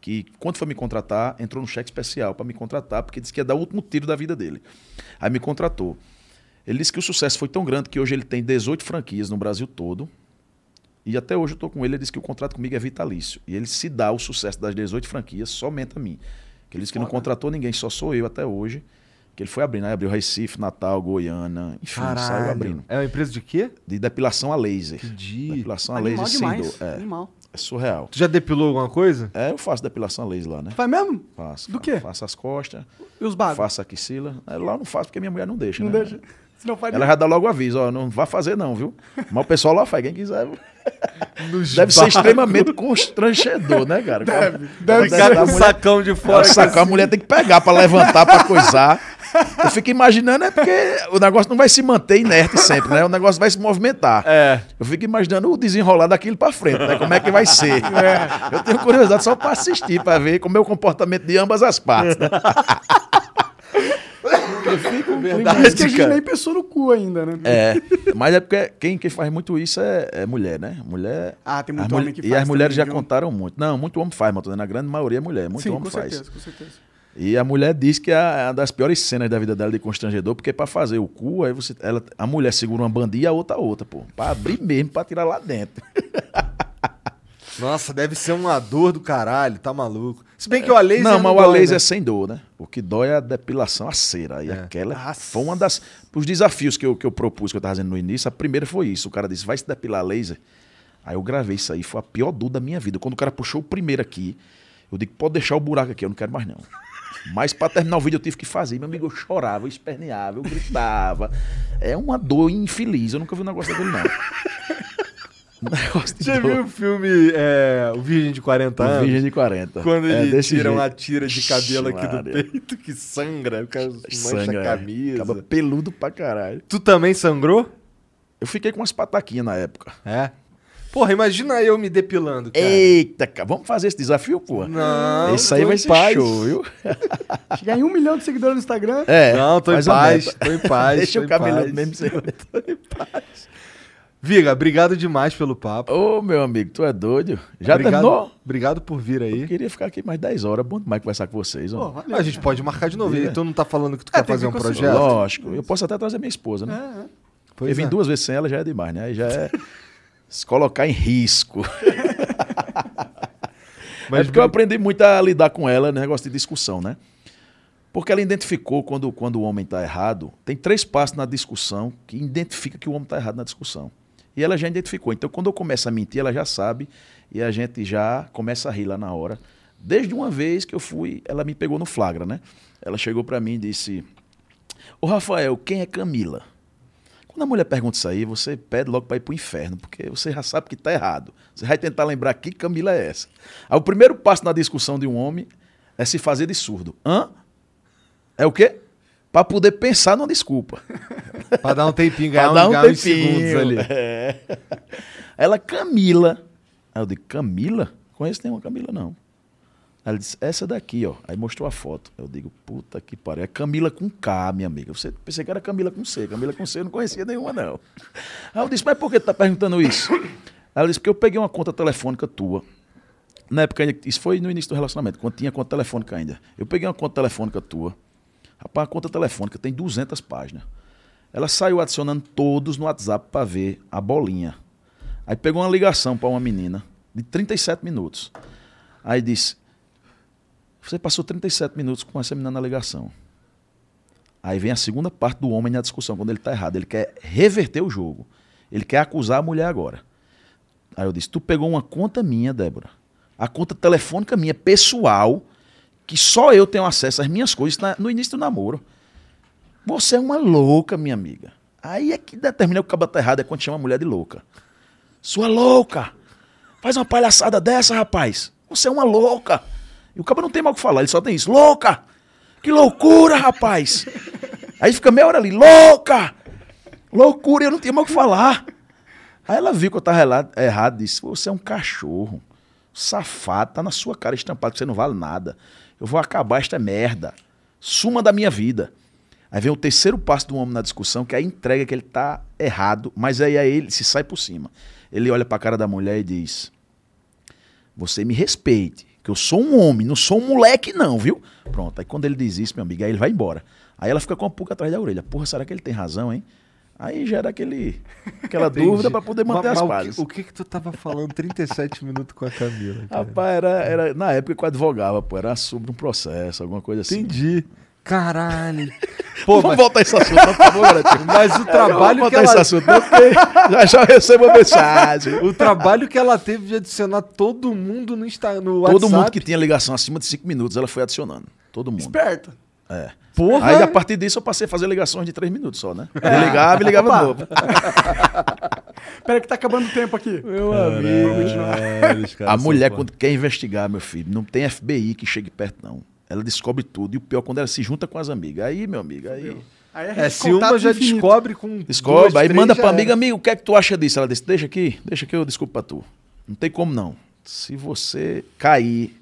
D: que, quando foi me contratar, entrou num cheque especial para me contratar, porque disse que ia dar o último tiro da vida dele. Aí me contratou. Ele disse que o sucesso foi tão grande que hoje ele tem 18 franquias no Brasil todo. E até hoje eu tô com ele, ele disse que o contrato comigo é vitalício. E ele se dá o sucesso das 18 franquias somente a mim. Que ele disse que não contratou ninguém, só sou eu até hoje. Que ele foi abrindo, aí abriu Recife, Natal, Goiânia, enfim, saiu abrindo.
B: É uma empresa de quê?
D: De depilação a laser.
B: Entendi.
D: Depilação a
C: Animal
D: laser
C: demais.
D: sem dor. É,
C: Animal.
D: é surreal.
B: Tu já depilou alguma coisa?
D: É, eu faço depilação a laser lá, né?
C: Faz mesmo?
D: Faço.
C: Do
D: fa-
C: quê?
D: Faço as costas,
C: E os bagos?
D: faço a axila. É, Lá eu não faço porque minha mulher não deixa,
C: Não
D: né?
C: deixa. Se não faz
D: Ela já dá logo aviso, ó, não vá fazer não, viu? Mas o pessoal lá faz, quem quiser.
B: Nos
D: Deve ser extremamente constrangedor, né, cara? [laughs] Deve,
B: Deve ficar
D: um
B: com o sacão de fora.
D: Ela saca, a mulher tem que pegar pra levantar, pra coisar. Eu fico imaginando, é porque o negócio não vai se manter inerte sempre, né? O negócio vai se movimentar.
B: É.
D: Eu fico imaginando o desenrolar daquilo pra frente, né? Como é que vai ser.
C: É.
D: Eu tenho curiosidade só pra assistir, pra ver como é o comportamento de ambas as partes, né? tá
C: Por isso que a gente
B: cara.
C: nem pensou no cu ainda, né?
D: É, mas é porque quem, quem faz muito isso é, é mulher, né? Mulher.
C: Ah, tem
D: as
C: muito homem
D: mulher-
C: que
D: E
C: faz
D: as mulheres
C: também,
D: já
C: viu?
D: contaram muito. Não, muito homem faz, mas na grande maioria é mulher. Muito
C: Sim,
D: homem
C: com
D: faz.
C: certeza, com certeza.
D: E a mulher diz que é a- uma das piores cenas da vida dela de constrangedor, porque é pra fazer o cu, aí você, ela, a mulher segura uma bandinha e a outra a outra, pô. Pra abrir mesmo, pra tirar lá dentro.
B: Nossa, deve ser uma dor do caralho, tá maluco. Se bem que o laser.
D: É. não, mas o
B: dói,
D: laser
B: né? É.
D: é sem dor, né? O que dói é a depilação, a cera. E aquela
C: Nossa.
D: foi uma das. Os desafios que eu, que eu propus, que eu tava fazendo no início, a primeira foi isso. O cara disse, vai se depilar a laser. Aí eu gravei isso aí, foi a pior dor da minha vida. Quando o cara puxou o primeiro aqui, eu digo, pode deixar o buraco aqui, eu não quero mais não. Mas pra terminar o vídeo eu tive que fazer. Meu amigo, eu chorava, eu esperneava, eu gritava. É uma dor infeliz, eu nunca vi um negócio daquele não. [laughs] Um negócio de
B: [laughs] Já
D: dor.
B: viu o filme é, O Virgem de 40
D: O
B: anos?
D: Virgem de 40.
B: Quando
D: É
B: ele
D: desse
B: tira uma
D: jeito.
B: tira de cabelo aqui do
D: Maria.
B: peito que sangra, o cara mancha
D: Sangra,
B: a
D: é.
B: camisa.
D: Acaba peludo pra caralho.
B: Tu também sangrou?
D: Eu fiquei com umas pataquinhas na época.
B: É. Porra, imagina eu me depilando, cara.
D: Eita, cara, vamos fazer esse desafio, pô?
B: Não,
D: Isso aí
B: tô
D: vai
B: em
D: ser
B: paz.
D: show, viu?
C: Chegar em um milhão de seguidores no Instagram.
D: É.
B: Não, tô em
D: faz a
B: paz,
D: meta.
B: tô em paz.
D: Deixa
B: tô
D: o
B: em
D: cabelo
B: paz.
D: mesmo sem
B: [laughs] Viga, obrigado demais pelo papo.
D: Ô, meu amigo, tu é doido? Já
B: obrigado,
D: terminou?
B: Obrigado por vir aí.
D: Eu queria ficar aqui mais 10 horas. Bom demais conversar com vocês,
C: Pô,
D: ó.
C: valeu.
B: A gente pode marcar de novo.
D: Viga.
B: E tu não tá falando que tu
C: É,
B: quer
C: tem
B: fazer
C: que
B: um
C: consultar.
B: projeto?
D: Lógico. Eu posso até trazer minha esposa, né?
C: É, é.
B: Pois
D: eu vim
B: é.
D: duas vezes sem ela, já é demais, né? Aí já é [laughs] se colocar em risco. é
B: Mas
D: porque eu aprendi muito a lidar com ela no negócio de discussão, né? Porque ela identificou quando, quando o homem está errado. Tem três passos na discussão que identifica que o homem está errado na discussão. E ela já identificou. Então, quando eu começo a mentir, ela já sabe e a gente já começa a rir lá na hora. Desde uma vez que eu fui, ela me pegou no flagra, né? Ela chegou para mim e disse: Ô Rafael, quem é Camila? Quando a mulher pergunta isso aí, você pede logo para ir pro inferno, porque você já sabe que tá errado. Você vai tentar lembrar que Camila é essa. Aí o primeiro passo na discussão de um homem é se fazer de surdo. Hã? É o quê? Para poder pensar numa desculpa.
B: Pra dar um
D: [laughs]
B: tempinho,
D: Pra
B: ganhar
D: dar
B: um, ganhar uns
D: tempinho.
B: segundos ali.
D: É. Ela, Camila. Aí eu digo, Camila? Conheço nenhuma Camila, não. Ela disse, essa daqui, ó. Aí mostrou a foto. Eu digo, puta que pariu. É Camila com K, minha amiga. Você pensei que era Camila com C. Camila com C eu não conhecia nenhuma, não. Aí eu disse, mas por que tu tá perguntando isso? Ela disse, porque eu peguei uma conta telefônica tua na época ainda, isso foi no início do relacionamento, quando tinha conta telefônica ainda. Eu peguei uma conta telefônica tua. Rapaz, a conta telefônica tem 200 páginas. Ela saiu adicionando todos no WhatsApp para ver a bolinha. Aí pegou uma ligação para uma menina de 37 minutos. Aí disse: Você passou 37 minutos com essa menina na ligação. Aí vem a segunda parte do homem na discussão, quando ele tá errado. Ele quer reverter o jogo. Ele quer acusar a mulher agora. Aí eu disse: Tu pegou uma conta minha, Débora. A conta telefônica minha, pessoal, que só eu tenho acesso às minhas coisas na- no início do namoro. Você é uma louca, minha amiga. Aí é que determina que o cabo tá errado, é quando chama a mulher de louca. Sua louca! Faz uma palhaçada dessa, rapaz! Você é uma louca! E o cabo não tem mal o que falar, ele só tem isso. Louca! Que loucura, rapaz! Aí fica meia hora ali, louca! Loucura, eu não tinha mais o que falar. Aí ela viu que eu tava ela- errado e disse: Você é um cachorro. Safado, tá na sua cara estampado, que você não vale nada. Eu vou acabar esta merda. Suma da minha vida. Aí vem o terceiro passo do homem na discussão, que é a entrega que ele tá errado, mas aí, aí ele se sai por cima. Ele olha pra cara da mulher e diz: você me respeite, que eu sou um homem, não sou um moleque não, viu? Pronto, aí quando ele diz isso, meu amigo, aí ele vai embora. Aí ela fica com a pulga atrás da orelha. Porra, será que ele tem razão, hein? Aí gera aquele,
B: [laughs]
D: aquela dúvida pra poder manter
B: Mas-
D: as
B: mas
D: pazes.
B: O que, o que que tu tava falando 37 minutos com a Camila? cara?
D: Rapaz, era, era na época que eu advogava, pô, era sobre um processo, alguma coisa assim.
B: Entendi. Caralho.
D: Pô, Vamos voltar esse assunto, por favor, né, Garotinho.
B: Mas o trabalho
D: Vamos
B: que
D: voltar esse
B: ela
D: assunto, não, porque [laughs] já já eu recebo a mensagem.
B: O trabalho que ela teve de adicionar todo mundo no, Insta, no
D: Todo
B: WhatsApp.
D: mundo que tinha ligação acima de 5 minutos, ela foi adicionando. Todo mundo.
C: Esperto.
D: É.
B: Porra! É.
D: Aí a partir disso eu passei a fazer ligações de 3 minutos só, né? Eu ligava e ligava de novo.
C: Pera que tá acabando o tempo aqui.
B: Meu amigo.
D: A
B: assim,
D: mulher, quando quer investigar, meu filho, não tem FBI que chegue perto, não. Ela descobre tudo. E o pior, quando ela se junta com as amigas. Aí, meu amigo, aí.
C: Aí
B: É,
C: rede de
B: se uma
C: contatos
B: já
C: infinito.
B: descobre com.
D: Descobre,
B: duas,
D: aí
B: três,
D: manda
B: já
D: pra
B: era.
D: amiga, amigo, o que é que tu acha disso? Ela disse, deixa aqui, deixa que eu desculpo pra tu. Não tem como não. Se você cair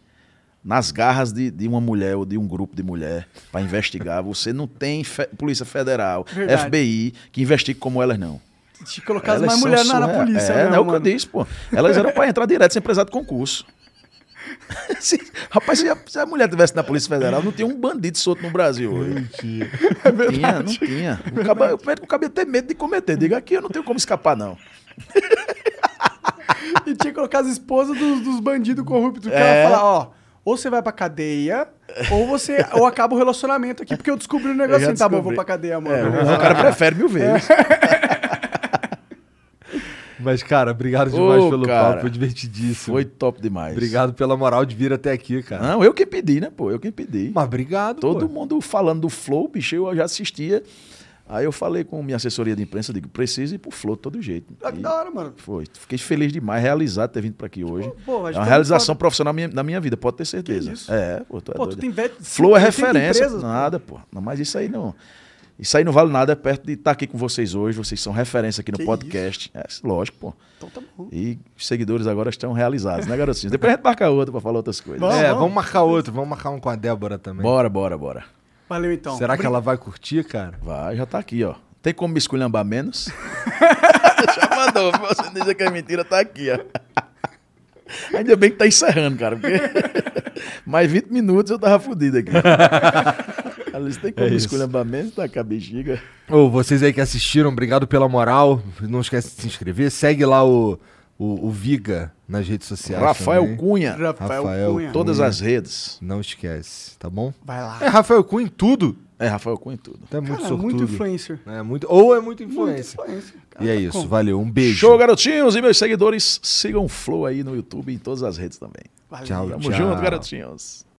D: nas garras de, de uma mulher ou de um grupo de mulher pra investigar, você não tem fe- Polícia Federal,
C: Verdade.
D: FBI, que investigue como elas, não.
C: Se colocasse mais
D: Elas são
C: mulher na, na
D: surreal.
C: polícia,
D: É,
C: né,
D: não é o que eu
C: mano?
D: disse, pô. Elas eram pra entrar direto sem precisar
C: [laughs]
D: de concurso. Se- rapaz, se a, se a mulher tivesse na Polícia Federal, não tinha um bandido solto no Brasil hoje. [laughs] Não tinha, não tinha.
C: É
D: O caba- eu perco o cabelo ter medo de cometer. Diga aqui, eu não tenho como escapar, não.
C: E tinha que colocar as esposas dos, dos bandidos corruptos. Que
D: É.
C: ela falar, ó, ou você vai pra cadeia, ou você ou acaba o relacionamento aqui, porque eu descobri um negócio assim, tá bom, eu vou
D: descobri.
C: pra cadeia, mano.
D: É, o cara prefere mil vezes.
C: É
B: Mas, cara, obrigado demais
D: Ô,
B: pelo
D: cara.
B: papo. Foi divertidíssimo.
D: Foi top demais.
B: Obrigado pela moral de vir até aqui, cara.
D: Não, eu que pedi, né, pô? Eu que pedi.
B: Ah, Mas obrigado.
D: Todo
B: pô.
D: mundo falando do Flow, bicho, eu já assistia. Aí eu falei com minha assessoria de imprensa, eu digo, preciso ir pro Flow de todo jeito.
C: [laughs] Ah, que
D: E-
C: da hora, mano.
D: Foi. Fiquei feliz demais, realizado ter vindo pra aqui hoje.
C: pô, acho que
D: é
C: tá
D: uma realização profissional minha- na minha vida, pode ter certeza.
C: Que isso?
D: É, pô, tu é
C: Pô, tu
D: doido.
C: tem vet-
D: Flow é
C: 80
D: referência.
C: empresas, pô.
D: nada, pô. Não, mas isso aí não. Isso aí não vale nada é perto de estar aqui com vocês hoje. Vocês são referência aqui no
C: Que
D: podcast. É, lógico, pô.
C: Então tá bom.
D: E os seguidores agora estão realizados, né, garotinhos? Depois a gente marca outro pra falar outras coisas.
C: Vamos,
B: É,
C: vamos.
B: vamos marcar outro. Vamos marcar um com a Débora também.
D: Bora, bora, bora.
C: Valeu então.
B: Será que ela vai curtir, cara?
D: Vai, já tá aqui, ó. Tem como me esculhambar menos? [laughs] já mandou. Você dizer que é mentira, tá aqui, ó. Ainda bem que tá encerrando, cara. Porque... [laughs] Mais 20 minutos eu tava fudido [laughs] aqui. Ela disse, tem como me
B: isso.
D: esculhambar menos? Tá com a bexiga.
B: Ô, vocês aí que assistiram, obrigado pela moral. Não esquece de se inscrever. Segue lá o, o, o Viga nas redes sociais.
D: né? Rafael
B: também.
D: Cunha.
C: Rafael,
B: Rafael
C: Cunha.
D: Todas
B: Cunha.
D: as redes.
B: Não esquece, tá bom?
C: Vai lá.
B: É Rafael Cunha em tudo.
D: É, Rafael Cunha em tudo.
B: Então é [laughs] muito
C: Cara,
B: sortudo.
C: muito influencer.
B: É muito, ou é muito
C: Muito
B: influência.
C: influencer. tá
B: E é isso, valeu. Um beijo.
D: Show, garotinhos! E meus seguidores, sigam o Flow aí no YouTube e em todas as redes também.
C: Valeu.
B: Tchau,
D: Tamo
B: tchau.
D: junto, garotinhos.